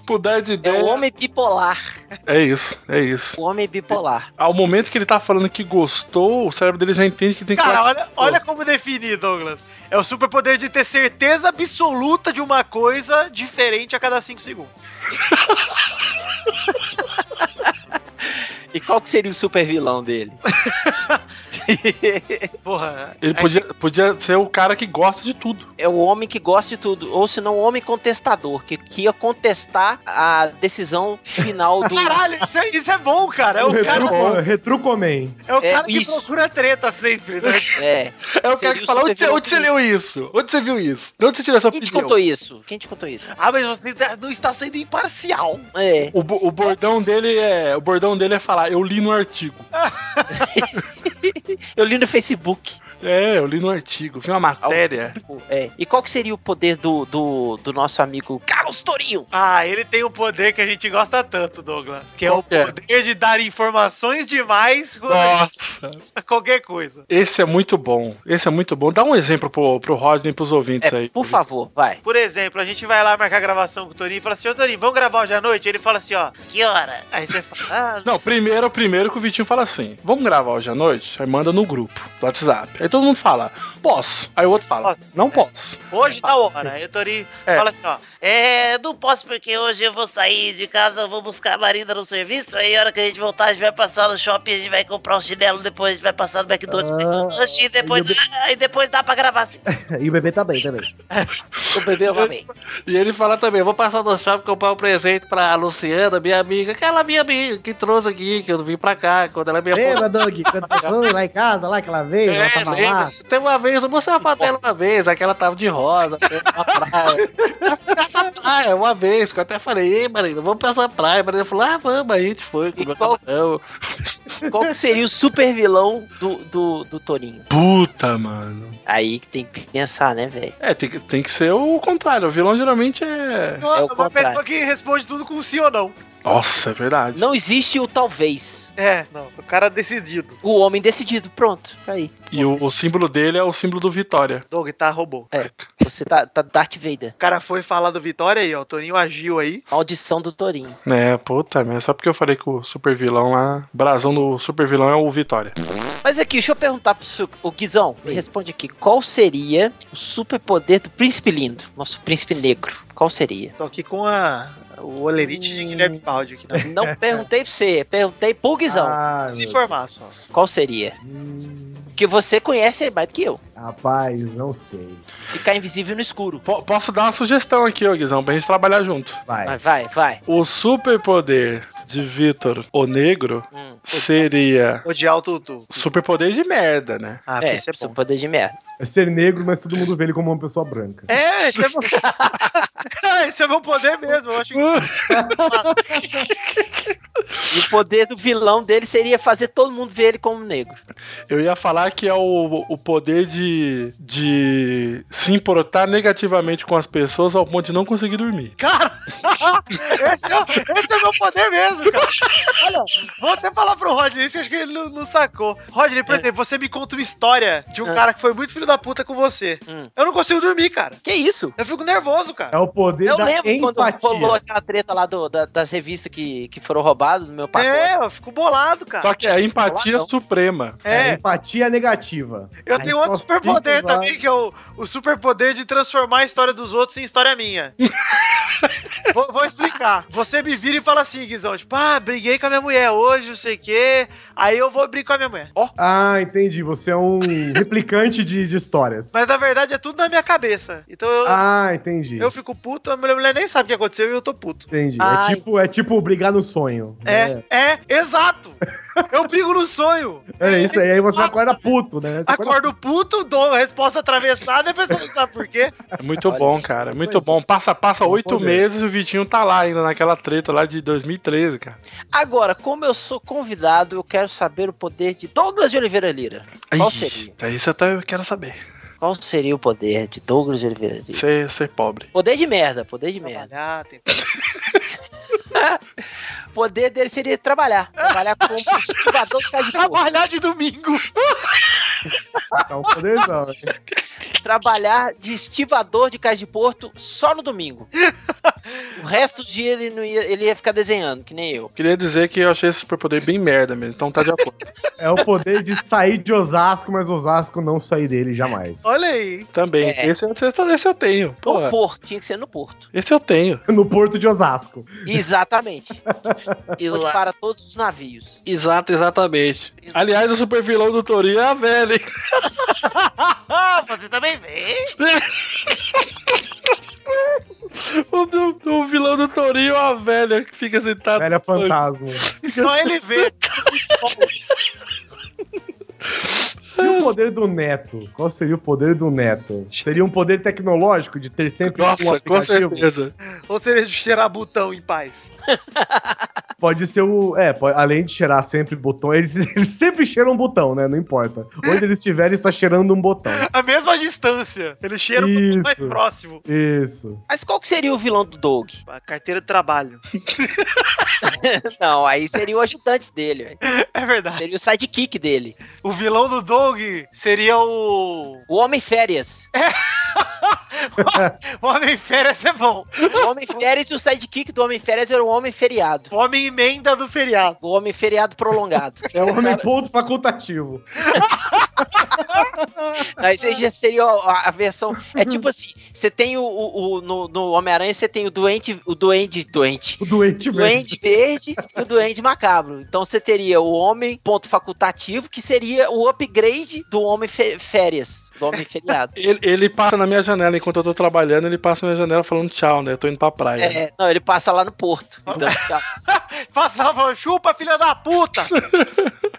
Speaker 1: Mudar tipo, de
Speaker 3: É
Speaker 1: ideia.
Speaker 3: o homem bipolar.
Speaker 1: É isso, é isso.
Speaker 3: O homem bipolar.
Speaker 1: Ao momento que ele tá falando que gostou, o cérebro dele já entende que tem que.
Speaker 2: Cara, olha, olha como definir, Douglas. É o superpoder de ter certeza absoluta de uma coisa diferente a cada cinco segundos.
Speaker 3: E qual que seria o super vilão dele?
Speaker 2: Porra. é
Speaker 1: Ele
Speaker 2: aí-
Speaker 1: podia, podia ser o cara que gosta de tudo.
Speaker 3: É o homem que gosta de tudo, ou se não, o homem contestador, que, que ia contestar a decisão final do.
Speaker 2: Caralho, isso é, isso é bom, cara. É o cara,
Speaker 4: Retruco- Retrucoman.
Speaker 2: é o
Speaker 3: É
Speaker 2: cara que
Speaker 3: isso.
Speaker 2: procura treta sempre, né?
Speaker 3: É.
Speaker 1: É o
Speaker 3: Seria
Speaker 1: cara que
Speaker 3: o
Speaker 1: fala, onde você,
Speaker 3: supervilão
Speaker 1: onde você leu isso? Onde você viu isso? De onde você tirou essa
Speaker 3: Quem te
Speaker 1: opinião?"
Speaker 3: contou isso? Quem te contou isso?
Speaker 2: Ah, mas você tá- não está sendo imparcial.
Speaker 3: É.
Speaker 1: O, bo- o bordão dele é. O bordão dele é falar, eu li no artigo.
Speaker 3: Eu li no Facebook.
Speaker 1: É, eu li no artigo, vi uma matéria.
Speaker 3: É. E qual que seria o poder do, do, do nosso amigo Carlos Torinho?
Speaker 2: Ah, ele tem um poder que a gente gosta tanto, Douglas. Que é
Speaker 1: Qual
Speaker 2: o
Speaker 1: que é?
Speaker 2: poder de dar informações demais quando a gente
Speaker 1: Nossa!
Speaker 2: precisa de qualquer coisa.
Speaker 1: Esse é muito bom. Esse é muito bom. Dá um exemplo pro, pro Rodney e pros ouvintes
Speaker 3: É,
Speaker 1: aí.
Speaker 3: por favor, vai.
Speaker 2: Por exemplo, a gente vai lá marcar gravação com o Toninho e fala assim, ô Toninho, vamos gravar hoje à noite? Ele fala assim, ó, que hora? Aí você fala, ah,
Speaker 1: Não, primeiro, primeiro que o Vitinho fala assim: vamos gravar hoje à noite? Aí manda no grupo do WhatsApp. Aí todo mundo fala, posso. Aí o outro fala,
Speaker 2: Posso.
Speaker 1: não posso.
Speaker 2: hoje tá hora. Aí o Toninho
Speaker 1: É.
Speaker 2: fala assim, ó, é, não posso porque hoje eu vou sair de casa, eu vou buscar a Marina no serviço, aí a hora que a gente voltar, a gente vai passar no shopping, a gente vai comprar um chinelo, depois a gente vai passar no McDonald's,
Speaker 4: Ah,
Speaker 2: pegar um lanche, e depois,
Speaker 4: eu
Speaker 2: ah, e depois dá pra gravar assim.
Speaker 4: E o bebê tá bem também.
Speaker 3: O bebê vai bem.
Speaker 1: E ele fala também: vou passar no shopping comprar um presente pra Luciana, minha amiga, aquela minha amiga que trouxe aqui, que eu vim pra cá, quando ela é
Speaker 2: É
Speaker 1: me
Speaker 8: Lembra, Doug, quando você foi lá em casa, lá que ela veio, ela tava lá.
Speaker 1: Tem uma vez, eu mostrei uma foto dela uma vez, aquela tava de rosa, na praia. Essa praia, Ah, é uma vez, que eu até falei, ei, marido, vamos pra essa praia. A Marina falou, ah, vamos, aí a gente foi, comeu
Speaker 3: E qual-
Speaker 1: camarão.
Speaker 3: Qual que seria o super vilão do, do, do Torinho?
Speaker 1: Puta, mano.
Speaker 3: Aí que tem que pensar, né, velho?
Speaker 1: É, tem que, tem que ser o contrário, o vilão geralmente é...
Speaker 2: Uma,
Speaker 3: É o contrário.
Speaker 2: pessoa que responde tudo com sim ou não.
Speaker 1: Nossa, é verdade.
Speaker 3: Não existe o talvez.
Speaker 2: É, não, o cara decidido.
Speaker 3: O homem decidido, pronto. tá Aí.
Speaker 1: E o, o símbolo dele é o símbolo do Vitória.
Speaker 2: Doug, tá, roubou.
Speaker 3: Você tá, tá Darth Vader.
Speaker 2: O cara foi falar do Vitória aí, ó. O Toninho agiu aí.
Speaker 3: Maldição do Torinho.
Speaker 1: É, puta, mas só porque eu falei que o super vilão lá, o brasão do super vilão é o Vitória.
Speaker 3: Mas aqui, deixa eu perguntar pro seu, o Guizão. Me responde aqui. Qual seria o superpoder do príncipe lindo? Nosso príncipe negro. Qual seria?
Speaker 2: Tô aqui com a, o olerite de Guilherme Baldi aqui, né?
Speaker 3: Não perguntei pra você, perguntei pro Guizão.
Speaker 4: Ah,
Speaker 2: Se informar só.
Speaker 3: Qual seria?
Speaker 4: hum,
Speaker 3: Que você conhece mais do que eu.
Speaker 4: rapaz, não sei.
Speaker 3: Ficar invisível no escuro.
Speaker 1: Po- posso dar uma sugestão aqui, ô Guizão, pra gente trabalhar junto.
Speaker 4: Vai.
Speaker 3: Vai, vai, vai.
Speaker 1: O superpoder de Vitor o Negro
Speaker 3: Hum.
Speaker 1: seria
Speaker 2: Odiar o Tutu.
Speaker 1: superpoder de merda, né?
Speaker 2: Ah,
Speaker 3: É,
Speaker 2: esse é bom.
Speaker 3: superpoder de merda.
Speaker 4: É ser negro, mas todo mundo vê ele como uma pessoa branca.
Speaker 2: É, esse é bom. esse é meu poder mesmo. Eu acho que
Speaker 3: E o poder do vilão dele seria fazer todo mundo ver ele como negro.
Speaker 1: Eu ia falar que é o, o poder de, de se importar negativamente com as pessoas ao ponto de não conseguir dormir.
Speaker 2: esse é, o- esse é meu poder mesmo, cara. Olha, vou até falar pro Rodney isso, que eu acho que ele não, não sacou. Rodney, por exemplo, você me conta uma história de um
Speaker 3: É.
Speaker 2: cara que foi muito filho da puta com você.
Speaker 3: Hum.
Speaker 2: Eu não consigo dormir, cara.
Speaker 3: Que isso?
Speaker 2: Eu fico nervoso,
Speaker 4: É
Speaker 2: cara.
Speaker 4: o poder
Speaker 3: Eu
Speaker 4: da
Speaker 3: lembro
Speaker 4: empatia.
Speaker 3: quando rolou aquela treta lá do- da- das revistas que, que foram roubadas do meu pacote.
Speaker 2: É, eu fico bolado, cara.
Speaker 1: Só que é a empatia
Speaker 3: Não.
Speaker 1: suprema.
Speaker 4: É,
Speaker 2: É,
Speaker 4: empatia negativa.
Speaker 2: eu
Speaker 4: Aí
Speaker 2: tenho outro
Speaker 4: só fica
Speaker 2: superpoder
Speaker 4: usado.
Speaker 2: também, que é o, o superpoder de transformar a história dos outros em história minha. vou, vou explicar. Você me vira e fala assim, Guizão, tipo, ah, briguei com a minha mulher hoje, não sei o quê, aí eu vou brigar com a minha mulher.
Speaker 4: Ah, entendi. Você é um replicante de, de histórias.
Speaker 2: Mas na verdade é tudo na minha cabeça. Então eu,
Speaker 4: Ah, entendi.
Speaker 2: eu fico puto, a minha mulher nem sabe o que aconteceu e eu tô puto.
Speaker 4: Entendi.
Speaker 3: Ah,
Speaker 4: é, tipo, é tipo brigar no sonho.
Speaker 2: É, é, exato. Eu brigo no sonho.
Speaker 4: É, isso aí. Aí você
Speaker 2: Nossa.
Speaker 4: acorda puto, né? Você
Speaker 2: Acordo puto, dou a resposta atravessada e a pessoa não sabe por quê.
Speaker 1: É muito bom, cara. Muito
Speaker 4: Pois é.
Speaker 1: bom. Passa, passa
Speaker 4: Bom
Speaker 1: oito
Speaker 4: poder.
Speaker 1: meses e o Vitinho tá lá ainda naquela treta lá de 2013, cara.
Speaker 3: Agora, como eu sou convidado, eu quero saber o poder de Douglas de Oliveira Lira. Qual seria?
Speaker 1: Eita, É Isso até eu quero saber.
Speaker 3: Qual seria o poder de Douglas de Oliveira Lira?
Speaker 1: Ser, ser pobre.
Speaker 3: Poder de merda, poder de merda.
Speaker 2: Trabalhar, tem
Speaker 3: O poder dele seria trabalhar. Trabalhar como estivador de casa de porco.
Speaker 2: Trabalhar de domingo.
Speaker 4: É um poderzão.
Speaker 3: Trabalhar de estivador de casa de porto só no domingo. O resto do dia ele, não ia, ele ia ficar desenhando, que nem eu.
Speaker 1: Queria dizer que eu achei esse superpoder bem merda mesmo, então tá de acordo.
Speaker 4: É o poder de sair de Osasco, mas Osasco não sair dele jamais.
Speaker 2: Olha aí.
Speaker 1: Também.
Speaker 3: É.
Speaker 1: Esse, esse, esse eu tenho.
Speaker 3: Ou
Speaker 1: Porra,
Speaker 3: Porto, tinha que ser no Porto.
Speaker 1: esse eu tenho.
Speaker 4: No porto de Osasco.
Speaker 3: Exatamente.
Speaker 2: E
Speaker 3: Onde
Speaker 2: lá-
Speaker 3: para todos os navios.
Speaker 1: Exato, exatamente. Aliás, o super vilão do Torinho é a velha, hein?
Speaker 2: Ah, você também vê?
Speaker 1: O, do- o vilão do Torinho é a velha que fica sentada.
Speaker 4: Velha fantasma.
Speaker 2: Só ele vê.
Speaker 4: E o poder do Neto? Qual seria o poder do Neto? Seria um poder tecnológico de ter sempre um
Speaker 1: Nossa, com certeza.
Speaker 2: Ou seria de cheirar botão em paz?
Speaker 4: Pode ser o. É, po- além de cheirar sempre botão, eles, eles sempre cheiram um botão, né? Não importa. Onde eles estiverem, está cheirando um botão.
Speaker 2: A mesma distância. Ele cheira um pouquinho mais
Speaker 4: Isso.
Speaker 2: próximo.
Speaker 4: Isso.
Speaker 3: Mas qual que seria o vilão do Doug?
Speaker 2: A carteira de trabalho.
Speaker 3: Não, aí seria o ajudante dele, velho.
Speaker 2: É verdade.
Speaker 3: Seria o sidekick dele.
Speaker 2: O vilão do Doug seria o.
Speaker 3: O Homem Férias.
Speaker 2: O Homem Férias é bom.
Speaker 3: O Homem Férias e o sidekick do Homem Férias era o Homem Feriado.
Speaker 2: O Homem Emenda do Feriado.
Speaker 3: O Homem Feriado Prolongado.
Speaker 1: um
Speaker 4: É o homem ponto facultativo.
Speaker 3: Aí você já seria a, a versão. É tipo assim: você tem o. o- o- no no Homem-Aranha, você tem o doente. O doente. Doente.
Speaker 4: O doente
Speaker 3: O
Speaker 4: verde.
Speaker 3: Duende Verde e o Duende Macabro. Então você teria o Homem Ponto Facultativo, que seria o upgrade do Homem fe- Férias, do Homem Feriado.
Speaker 1: Ele, ele passa na minha janela enquanto eu tô trabalhando, ele passa na minha janela falando tchau, né? Eu tô indo pra praia.
Speaker 3: É, não, ele passa lá no Porto. Então, tá.
Speaker 2: Passava falando, chupa, filha da puta!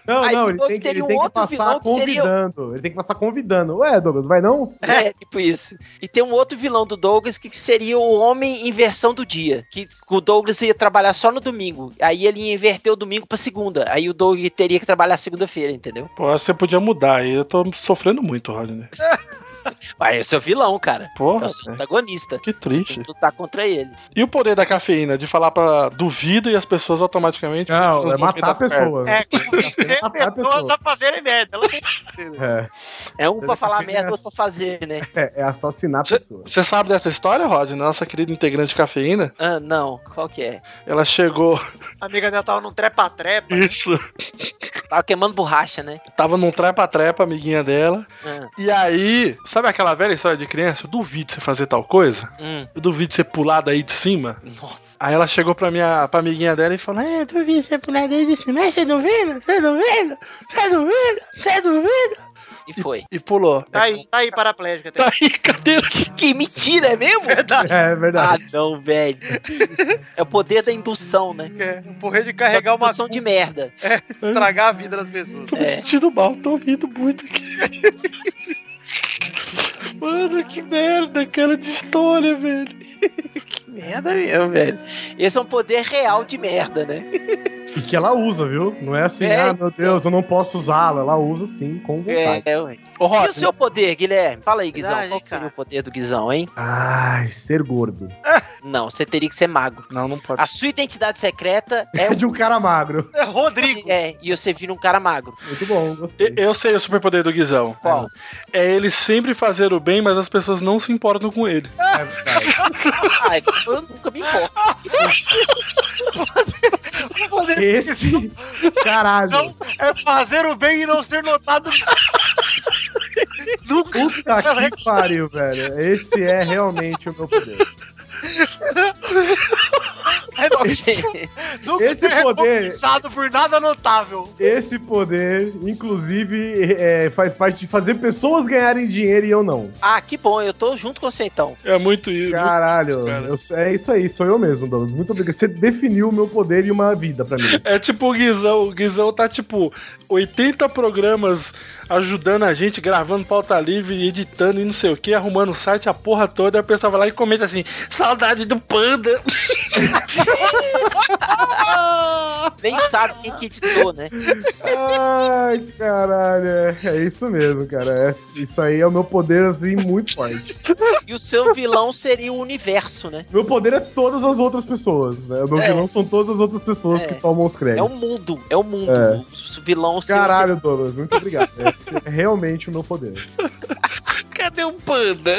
Speaker 4: Não,
Speaker 3: Aí
Speaker 4: não, ele
Speaker 3: depois
Speaker 4: tem, que-
Speaker 3: teria
Speaker 4: ele
Speaker 3: um
Speaker 4: tem que
Speaker 3: outro vilão
Speaker 4: passar
Speaker 3: que seria-
Speaker 4: convidando. Ele tem que passar convidando. Ué, Douglas, vai não?
Speaker 3: É, tipo isso. E tem um outro vilão do Douglas que seria o Homem Inversão do Dia. Que o Douglas ia trabalhar só no domingo. Aí ele ia inverter o domingo pra segunda. Aí o Doug teria que trabalhar segunda-feira, entendeu?
Speaker 1: Pô, acho que você podia mudar. aí Eu tô sofrendo muito, Rodney.
Speaker 3: Aí esse é o vilão, cara. É
Speaker 1: Porra,
Speaker 3: o seu
Speaker 1: velho,
Speaker 3: protagonista.
Speaker 1: que triste.
Speaker 3: Lutar contra ele.
Speaker 1: E o poder da cafeína? De falar pra duvido e as pessoas automaticamente.
Speaker 4: Não, é matar a
Speaker 1: das pernas.
Speaker 4: pessoa.
Speaker 2: É,
Speaker 4: Tem
Speaker 2: convencer
Speaker 4: que matar a
Speaker 2: pessoas
Speaker 4: pessoa.
Speaker 2: a fazerem merda.
Speaker 4: É,
Speaker 3: É um pra falar
Speaker 4: Ele é
Speaker 3: merda, outro pra fazer, né?
Speaker 4: é, é assassinar a pessoa.
Speaker 1: Você sabe dessa história, Rodney? Nossa querida integrante de cafeína,
Speaker 3: Ah, não. Qual que é?
Speaker 1: ela chegou.
Speaker 2: Amiga dela tava num trepa-trepa.
Speaker 1: Isso.
Speaker 3: Tava queimando borracha, né?
Speaker 1: Tava num trepa-trepa, amiguinha dela.
Speaker 3: Ah,
Speaker 1: E aí, sabe aquela velha história de criança? Eu duvido você fazer tal coisa.
Speaker 3: hum.
Speaker 1: Eu duvido você pular daí de cima.
Speaker 3: Nossa.
Speaker 1: Aí ela chegou pra minha pra amiguinha dela e falou: É, duvido você pular daí de cima. É, Você duvida? Você duvida? Você duvida? Você duvida?
Speaker 3: E foi.
Speaker 1: E pulou.
Speaker 2: Tá aí, tá aí, paraplégica.
Speaker 1: Tá aí, cadeira.
Speaker 3: Que mentira, é mesmo?
Speaker 4: É
Speaker 3: Ah,
Speaker 4: verdade.
Speaker 3: não, velho. Que isso? É o poder da indução, né?
Speaker 2: É, o porrê de
Speaker 3: Só que
Speaker 2: carregar uma
Speaker 3: indução de merda.
Speaker 2: cu- estragar a vida das pessoas.
Speaker 1: Tô me
Speaker 3: É.
Speaker 1: sentindo mal, tô rindo muito aqui. Mano, que merda, cara de história, velho.
Speaker 3: Que merda mesmo, velho. Esse é um poder real de merda, né?
Speaker 4: E que ela usa, viu? Não é assim,
Speaker 3: É,
Speaker 4: ah, meu Deus, eu não posso usá-la. Ela usa sim, com vontade.
Speaker 3: É, ué.
Speaker 1: Ô,
Speaker 3: E o
Speaker 1: Rod,
Speaker 3: seu poder, Guilherme? Fala aí, Guizão.
Speaker 2: Verdade,
Speaker 3: Qual que seria o
Speaker 2: cara.
Speaker 3: poder do Guizão, hein?
Speaker 4: Ai, ser gordo.
Speaker 3: Não, você teria que ser mago.
Speaker 1: Não, não pode
Speaker 3: A sua identidade secreta é
Speaker 4: É
Speaker 3: um.
Speaker 4: de um cara magro.
Speaker 2: É Rodrigo.
Speaker 3: É, e você vira um cara magro.
Speaker 4: Muito bom,
Speaker 1: Eu,
Speaker 4: gostei.
Speaker 1: eu sei o superpoder do Guizão.
Speaker 3: Qual?
Speaker 1: É ele sempre fazer o bem, mas as pessoas não se importam com ele.
Speaker 4: É verdade.
Speaker 3: Ah, eu nunca me importo. é.
Speaker 4: Esse. Caralho.
Speaker 2: Então, é fazer o bem e não ser notado. Nunca.
Speaker 4: Puta que pariu, velho. Esse é realmente o meu poder.
Speaker 2: Nunca
Speaker 4: Esse
Speaker 2: ser
Speaker 4: poder-
Speaker 2: recompensado por nada notável.
Speaker 4: Esse poder, inclusive, é, faz parte de fazer pessoas ganharem dinheiro e eu não.
Speaker 3: Ah, que bom, eu tô junto com você então.
Speaker 1: É muito isso.
Speaker 4: Caralho,
Speaker 1: Cara.
Speaker 4: eu- é isso aí, sou eu mesmo, Douglas. Muito obrigado. Você definiu o meu poder e uma vida pra mim.
Speaker 1: É tipo o Guizão. O Guizão tá, tipo, 80 programas ajudando a gente, gravando pauta livre, editando e não sei o que, arrumando o site, a porra toda. Aí o pessoal vai lá e comenta assim: saudade do Panda.
Speaker 3: Nem sabe quem que editou, né?
Speaker 4: Ai, caralho, é, é isso mesmo, cara. É- isso aí é o meu poder, assim, muito forte.
Speaker 3: E o seu vilão seria o universo, né?
Speaker 4: Meu poder é todas as outras pessoas, né? O meu
Speaker 3: É.
Speaker 4: vilão são todas as outras pessoas
Speaker 3: É.
Speaker 4: que tomam os
Speaker 3: É o
Speaker 4: créditos.
Speaker 3: mundo, é o mundo.
Speaker 4: É.
Speaker 3: O vilão seu
Speaker 4: Caralho, Douglas, muito obrigado. Esse é realmente o meu poder.
Speaker 1: Cadê o panda?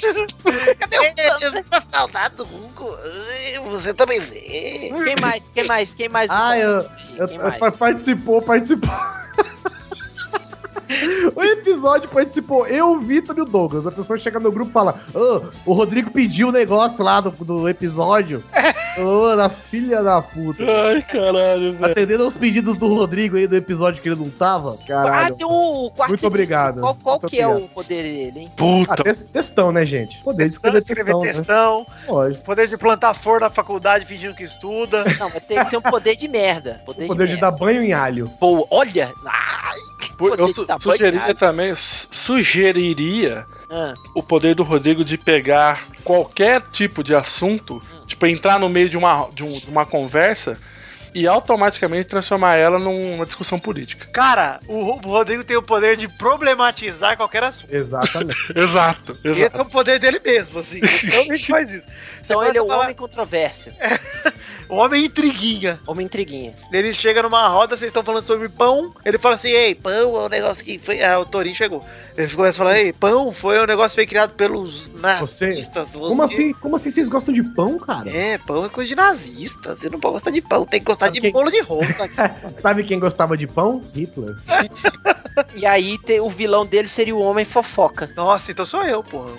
Speaker 9: Cadê o panda? Tá saudade do Hugo. Ai, Você também vê.
Speaker 3: Quem mais? Quem mais? Quem mais?
Speaker 4: Ah, eu- Eu-
Speaker 3: Quem
Speaker 4: eu-
Speaker 3: mais? Ah,
Speaker 4: participou, participou. O episódio participou eu, o Vitor e o Douglas. A pessoa chega no grupo e fala: "Ô, o Rodrigo pediu o negócio lá do, do episódio.
Speaker 3: É.
Speaker 4: Ô, da filha da puta.
Speaker 1: Ai, caralho, velho.
Speaker 4: Atendendo aos pedidos do Rodrigo aí do episódio que ele não tava.
Speaker 3: Ah,
Speaker 4: Caralho.
Speaker 3: tem o quarto
Speaker 4: Muito
Speaker 3: sinistro.
Speaker 4: obrigado.
Speaker 3: Qual, qual
Speaker 4: Muito
Speaker 3: que é
Speaker 4: obrigado.
Speaker 3: o poder dele, hein?
Speaker 4: Ah,
Speaker 1: Puta.
Speaker 4: tes- textão, né, gente? Poder
Speaker 2: Não
Speaker 4: escrever,
Speaker 2: escrever
Speaker 4: textão, né?
Speaker 2: textão,
Speaker 4: Lógico.
Speaker 2: poder de plantar flor na faculdade fingindo que estuda.
Speaker 3: Não, mas tem que ser um poder de merda. Poder,
Speaker 4: Poder
Speaker 3: de,
Speaker 4: de
Speaker 3: merda.
Speaker 4: dar banho em alho.
Speaker 3: Boa, olha! Ah. Ai, que
Speaker 1: Pu-
Speaker 3: poder
Speaker 1: Eu
Speaker 3: de
Speaker 1: su-
Speaker 3: Tá, dar banho,
Speaker 1: sugeriria
Speaker 3: cara.
Speaker 1: também, su- sugeriria
Speaker 3: Ah,
Speaker 1: o poder do Rodrigo de pegar qualquer tipo de assunto, tipo, entrar no meio de uma, de um- de uma conversa e automaticamente transformar ela num- numa discussão política.
Speaker 2: Cara, o Ro- o Rodrigo tem o poder de problematizar qualquer assunto.
Speaker 4: Exatamente.
Speaker 1: Exato,
Speaker 2: Esse
Speaker 1: exato.
Speaker 2: é o poder dele mesmo, assim. Então a gente faz isso.
Speaker 3: Então
Speaker 2: Você
Speaker 3: ele é o
Speaker 2: começa a
Speaker 3: homem controverso,
Speaker 2: falar, O homem intriguinha.
Speaker 3: homem intriguinha.
Speaker 2: Ele chega numa roda, vocês estão falando sobre pão. Ele fala assim: Ei, pão é um negócio que foi. Ah, o Torinho chegou. Ele começa a falar: Ei, pão foi um negócio que foi criado pelos nazistas. Você...
Speaker 4: como, assim, como assim vocês gostam de pão, cara?
Speaker 2: É, pão é coisa de nazista. Você não pode gostar de pão, tem que gostar
Speaker 4: Sabe
Speaker 2: de
Speaker 4: quem-
Speaker 2: bolo de roupa.
Speaker 4: Sabe quem gostava de pão? Hitler.
Speaker 3: E aí te- o vilão dele seria o homem fofoca.
Speaker 2: Nossa, então sou eu, porra.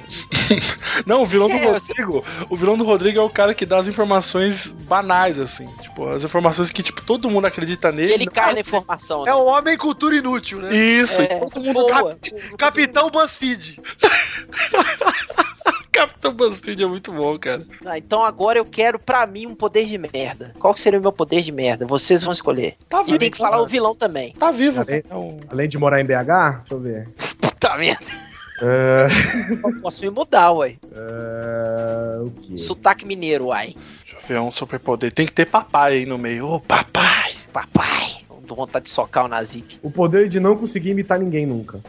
Speaker 1: Não, o vilão do
Speaker 3: É, eu-
Speaker 1: Rodrigo. O vilão do Rodrigo é o cara que dá as informações banais, assim. Tipo, as informações que, tipo, todo mundo acredita
Speaker 3: E
Speaker 1: nele.
Speaker 3: ele cai na informação, né?
Speaker 2: É o homem cultura inútil, né?
Speaker 1: Isso,
Speaker 3: É,
Speaker 1: todo mundo
Speaker 3: boa.
Speaker 1: cap-
Speaker 2: Capitão BuzzFeed.
Speaker 1: Capitão BuzzFeed é muito bom, cara.
Speaker 3: Ah, então agora eu quero pra mim um poder de merda. Qual que seria o meu poder de merda? Vocês vão escolher.
Speaker 1: Tá
Speaker 3: E
Speaker 1: vivo,
Speaker 3: tem que falar o vilão também.
Speaker 1: tá vivo.
Speaker 4: Cara,
Speaker 1: É um-
Speaker 4: Além de morar em BH, deixa eu ver.
Speaker 3: Puta merda.
Speaker 4: É,
Speaker 3: Eu posso me mudar, uai.
Speaker 4: é, o quê?
Speaker 3: Sotaque mineiro, uai.
Speaker 1: Deixa eu ver, é um superpoder. Tem que ter papai aí no meio. Ô, papai!
Speaker 3: Papai. Eu Dou vontade de socar o Nazik.
Speaker 4: O poder de não conseguir imitar ninguém nunca.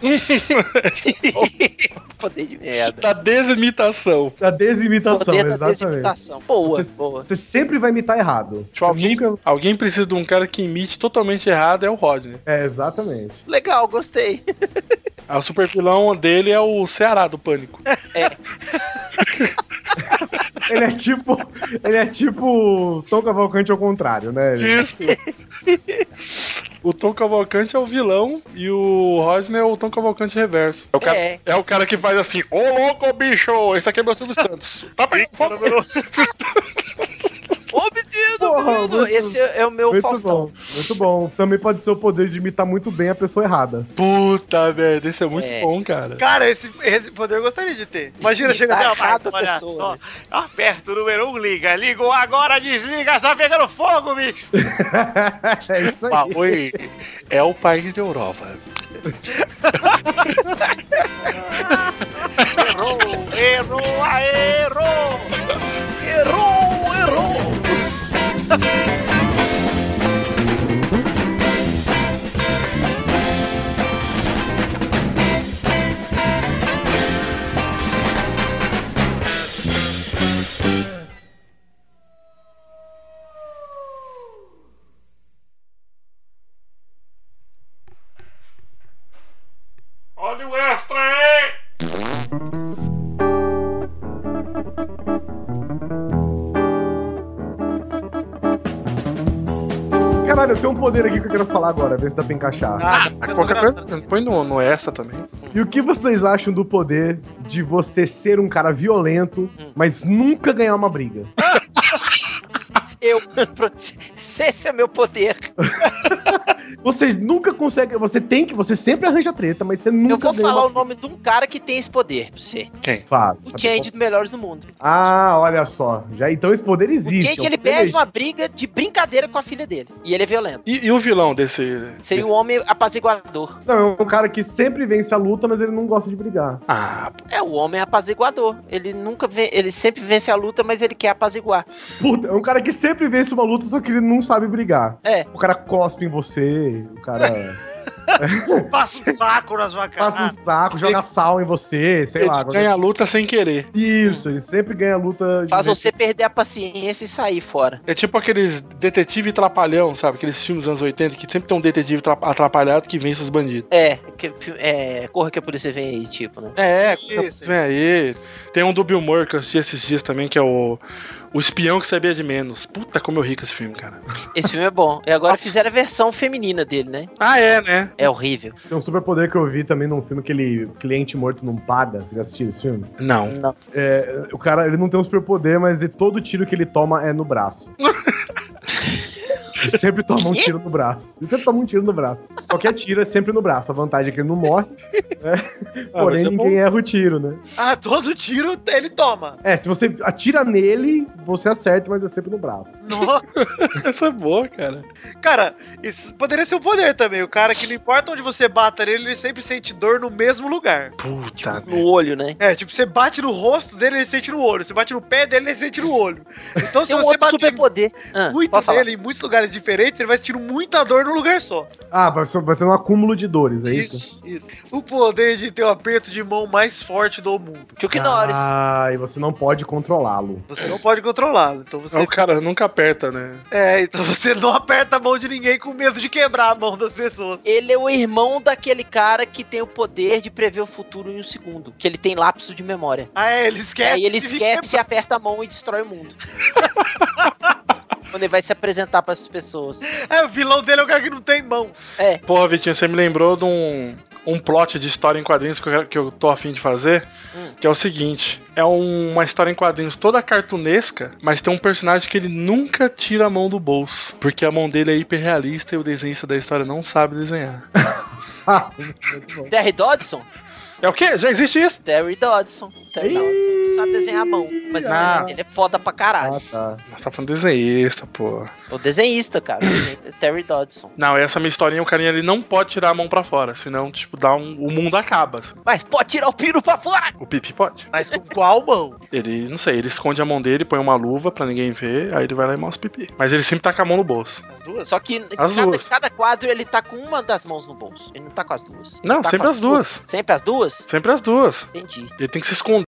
Speaker 3: Poder de merda.
Speaker 1: É Da desimitação.
Speaker 4: A desimitação,
Speaker 3: Poder da
Speaker 4: Então exatamente.
Speaker 3: desimitação. Boa,
Speaker 4: você,
Speaker 3: boa.
Speaker 4: você sempre vai imitar errado.
Speaker 1: Tipo, alguém,
Speaker 4: Nunca-
Speaker 1: alguém precisa de um cara que imite totalmente errado, é o Rodney.
Speaker 4: É, exatamente.
Speaker 3: Legal, gostei.
Speaker 1: Ah, O super vilão dele é o Ceará do Pânico.
Speaker 4: Ele é tipo. ele é tipo. Tom Cavalcante ao contrário, né? Ele-
Speaker 1: Isso! o Tom Cavalcante é o vilão e o Rodney é o Tom Cavalcante reverso. É o cara,
Speaker 3: É.
Speaker 1: é o cara que faz assim: Ô louco, bicho! Esse aqui é meu Silvio Santos. Tá bem,
Speaker 3: Ô, menino,
Speaker 4: Porra,
Speaker 3: menino.
Speaker 4: muito-
Speaker 3: Esse é é o meu
Speaker 4: Muito
Speaker 3: Faustão.
Speaker 4: bom, muito bom. Também pode ser o poder de imitar muito bem a pessoa errada.
Speaker 1: Puta merda, esse é muito
Speaker 3: É.
Speaker 1: bom, cara.
Speaker 2: Cara, esse, esse poder eu gostaria de ter. Imagina,
Speaker 3: Imitar
Speaker 2: chega até
Speaker 3: cada
Speaker 2: olha
Speaker 3: tá pessoa,
Speaker 2: só,
Speaker 3: né?
Speaker 2: Aperta o número 1, um, liga. Ligou agora, desliga, tá pegando fogo, bicho.
Speaker 4: é isso aí.
Speaker 1: Ah, oi, é o país da Europa.
Speaker 2: Errou, errou, aê, errou. Errou, errou.
Speaker 10: Olha o extra
Speaker 1: É.
Speaker 10: aí!
Speaker 4: Caralho, eu tenho um poder aqui que eu quero falar agora, ver se dá pra encaixar.
Speaker 1: Ah, qualquer coisa, põe no, no essa também.
Speaker 4: E o que vocês acham do poder de você ser um cara violento,
Speaker 3: Hum.
Speaker 4: mas nunca ganhar uma briga?
Speaker 3: Eu. Esse é meu poder.
Speaker 4: Você nunca consegue. Você tem que. Você sempre arranja treta, mas você nunca.
Speaker 3: Eu vou
Speaker 4: ganha
Speaker 3: falar
Speaker 4: uma
Speaker 3: o nome de um cara que tem esse poder pra você.
Speaker 4: briga. Fala,
Speaker 3: O
Speaker 4: sabe
Speaker 3: Change dos melhores do mundo.
Speaker 4: qual? Ah, olha só. Já, então esse poder
Speaker 3: O
Speaker 4: existe.
Speaker 3: Change
Speaker 4: é um
Speaker 3: ele
Speaker 4: poder
Speaker 3: perde
Speaker 4: legítimo.
Speaker 3: uma briga de brincadeira com a filha dele. E ele é violento.
Speaker 1: E, e o vilão desse.
Speaker 3: Seria o homem apaziguador.
Speaker 4: Não, é um cara que sempre vence a luta, mas ele não gosta de brigar.
Speaker 1: Ah, pô,
Speaker 3: É o homem apaziguador. Ele nunca vê, ele sempre vence a luta, mas ele quer apaziguar.
Speaker 4: Puta, é um cara que sempre vence uma luta, só que ele não sabe brigar.
Speaker 3: É.
Speaker 4: O cara cospe em você, o cara.
Speaker 2: Passa um saco na sua cara.
Speaker 4: Passa um saco, joga sal em você, sei
Speaker 1: Ele
Speaker 4: lá.
Speaker 1: ganha a luta sem querer.
Speaker 4: Isso, ele sempre ganha a luta. de
Speaker 3: Faz
Speaker 4: jeito-
Speaker 3: você perder a paciência e sair fora.
Speaker 1: É tipo aqueles detetive trapalhão, sabe? Aqueles filmes dos anos 80 que sempre tem um detetive tra- atrapalhado que vence os bandidos.
Speaker 3: É, que- é, corra que a polícia vem aí, tipo, né?
Speaker 1: É,
Speaker 2: Isso.
Speaker 1: vem aí. Tem um do Bill Murray que eu assisti esses dias também, que é o O Espião que Sabia de Menos. Puta, como eu ri com esse filme, cara.
Speaker 3: Esse filme é bom. E agora fizeram a versão feminina dele, né?
Speaker 1: Ah, é, né?
Speaker 3: É horrível.
Speaker 4: Tem um superpoder que eu vi também num filme que ele. Cliente morto não paga. Você já assistiu esse filme?
Speaker 1: Não.
Speaker 3: Não.
Speaker 4: É, o cara, ele não tem um superpoder, mas de todo tiro que ele toma é no braço. Ele sempre toma um
Speaker 3: Quê?
Speaker 4: tiro no braço. Ele sempre toma um tiro no braço. Qualquer tiro é sempre no braço. A vantagem é que ele não morre. né?
Speaker 1: Ah,
Speaker 4: Porém,
Speaker 1: mas é
Speaker 4: ninguém erra o tiro, né?
Speaker 2: Ah, todo tiro ele toma.
Speaker 4: É, se você atira nele, você acerta, mas é sempre no braço.
Speaker 2: Nossa.
Speaker 1: Essa é boa, cara.
Speaker 2: Cara, isso poderia ser um poder também. O cara que não importa onde você bata nele, ele sempre sente dor no mesmo lugar.
Speaker 1: Puta,
Speaker 3: No olho, né?
Speaker 2: É, tipo, você bate no rosto dele, ele sente no olho. Você bate no pé dele, ele sente no olho. Então, se
Speaker 3: Tem um
Speaker 2: você
Speaker 3: outro
Speaker 2: bater
Speaker 3: superpoder. Ah,
Speaker 2: muito
Speaker 3: pode falar.
Speaker 2: nele em muitos lugares diferentes, ele vai sentindo muita dor num lugar só.
Speaker 4: Ah, vai só- vai ter um acúmulo de dores, é isso?
Speaker 2: isso. O poder de ter o aperto de mão mais forte do mundo.
Speaker 3: Chuck Norris.
Speaker 4: Ah, e você não pode controlá-lo.
Speaker 2: Você não pode controlá-lo. Então você.
Speaker 1: É, o cara nunca aperta, né?
Speaker 2: É, então você não aperta a mão de ninguém com medo de quebrar a mão das pessoas.
Speaker 3: Ele é o irmão daquele cara que tem o poder de prever o futuro em um segundo. Que ele tem lapso de memória.
Speaker 2: Ah, é, ele esquece.
Speaker 3: Aí ele
Speaker 2: de
Speaker 3: esquece, aperta a mão e destrói o mundo. Quando ele vai se apresentar para as pessoas.
Speaker 2: quebrar. É, o vilão dele é o cara que não tem mão.
Speaker 1: Porra, Vitinho, você me lembrou de um, um plot de história em quadrinhos que eu, quero- que eu tô afim de fazer,
Speaker 3: Hum.
Speaker 1: que é o seguinte: é um- uma história em quadrinhos toda cartunesca, mas tem um personagem que ele nunca tira a mão do bolso, porque a mão dele é hiperrealista e o desenhista da história não sabe desenhar.
Speaker 4: Ah,
Speaker 3: Terry Dodson?
Speaker 1: É o quê? Já existe isso?
Speaker 3: Terry Dodson. Terry Dodson. Não sabe desenhar a mão. Mas o
Speaker 1: Ah.
Speaker 3: desenho dele é foda pra caralho. É
Speaker 4: Ah, tá.
Speaker 1: Nós tá falando desenhista, pô.
Speaker 3: O desenhista, cara. o desenho- é Terry Dodson.
Speaker 1: Não, é essa minha historinha, o carinha ele não pode tirar a mão pra fora, senão, tipo, dá um, o mundo acaba. assim.
Speaker 3: Mas pode tirar o pino pra fora!
Speaker 1: O Pipi pode.
Speaker 2: Mas com qual mão?
Speaker 1: Ele, não sei, ele esconde a mão dele, põe uma luva pra ninguém ver, aí ele vai lá e mostra o pipi. Mas ele sempre tá com a mão no bolso.
Speaker 2: As duas?
Speaker 3: Só que
Speaker 1: As
Speaker 3: cada,
Speaker 1: duas.
Speaker 3: cada quadro ele tá com uma das mãos no bolso. Ele não tá com as duas.
Speaker 1: Não,
Speaker 3: Ele tá
Speaker 1: sempre
Speaker 3: com
Speaker 1: as duas.
Speaker 3: Sempre as duas?
Speaker 1: Sempre as duas.
Speaker 3: Entendi.
Speaker 1: Ele tem que se esconder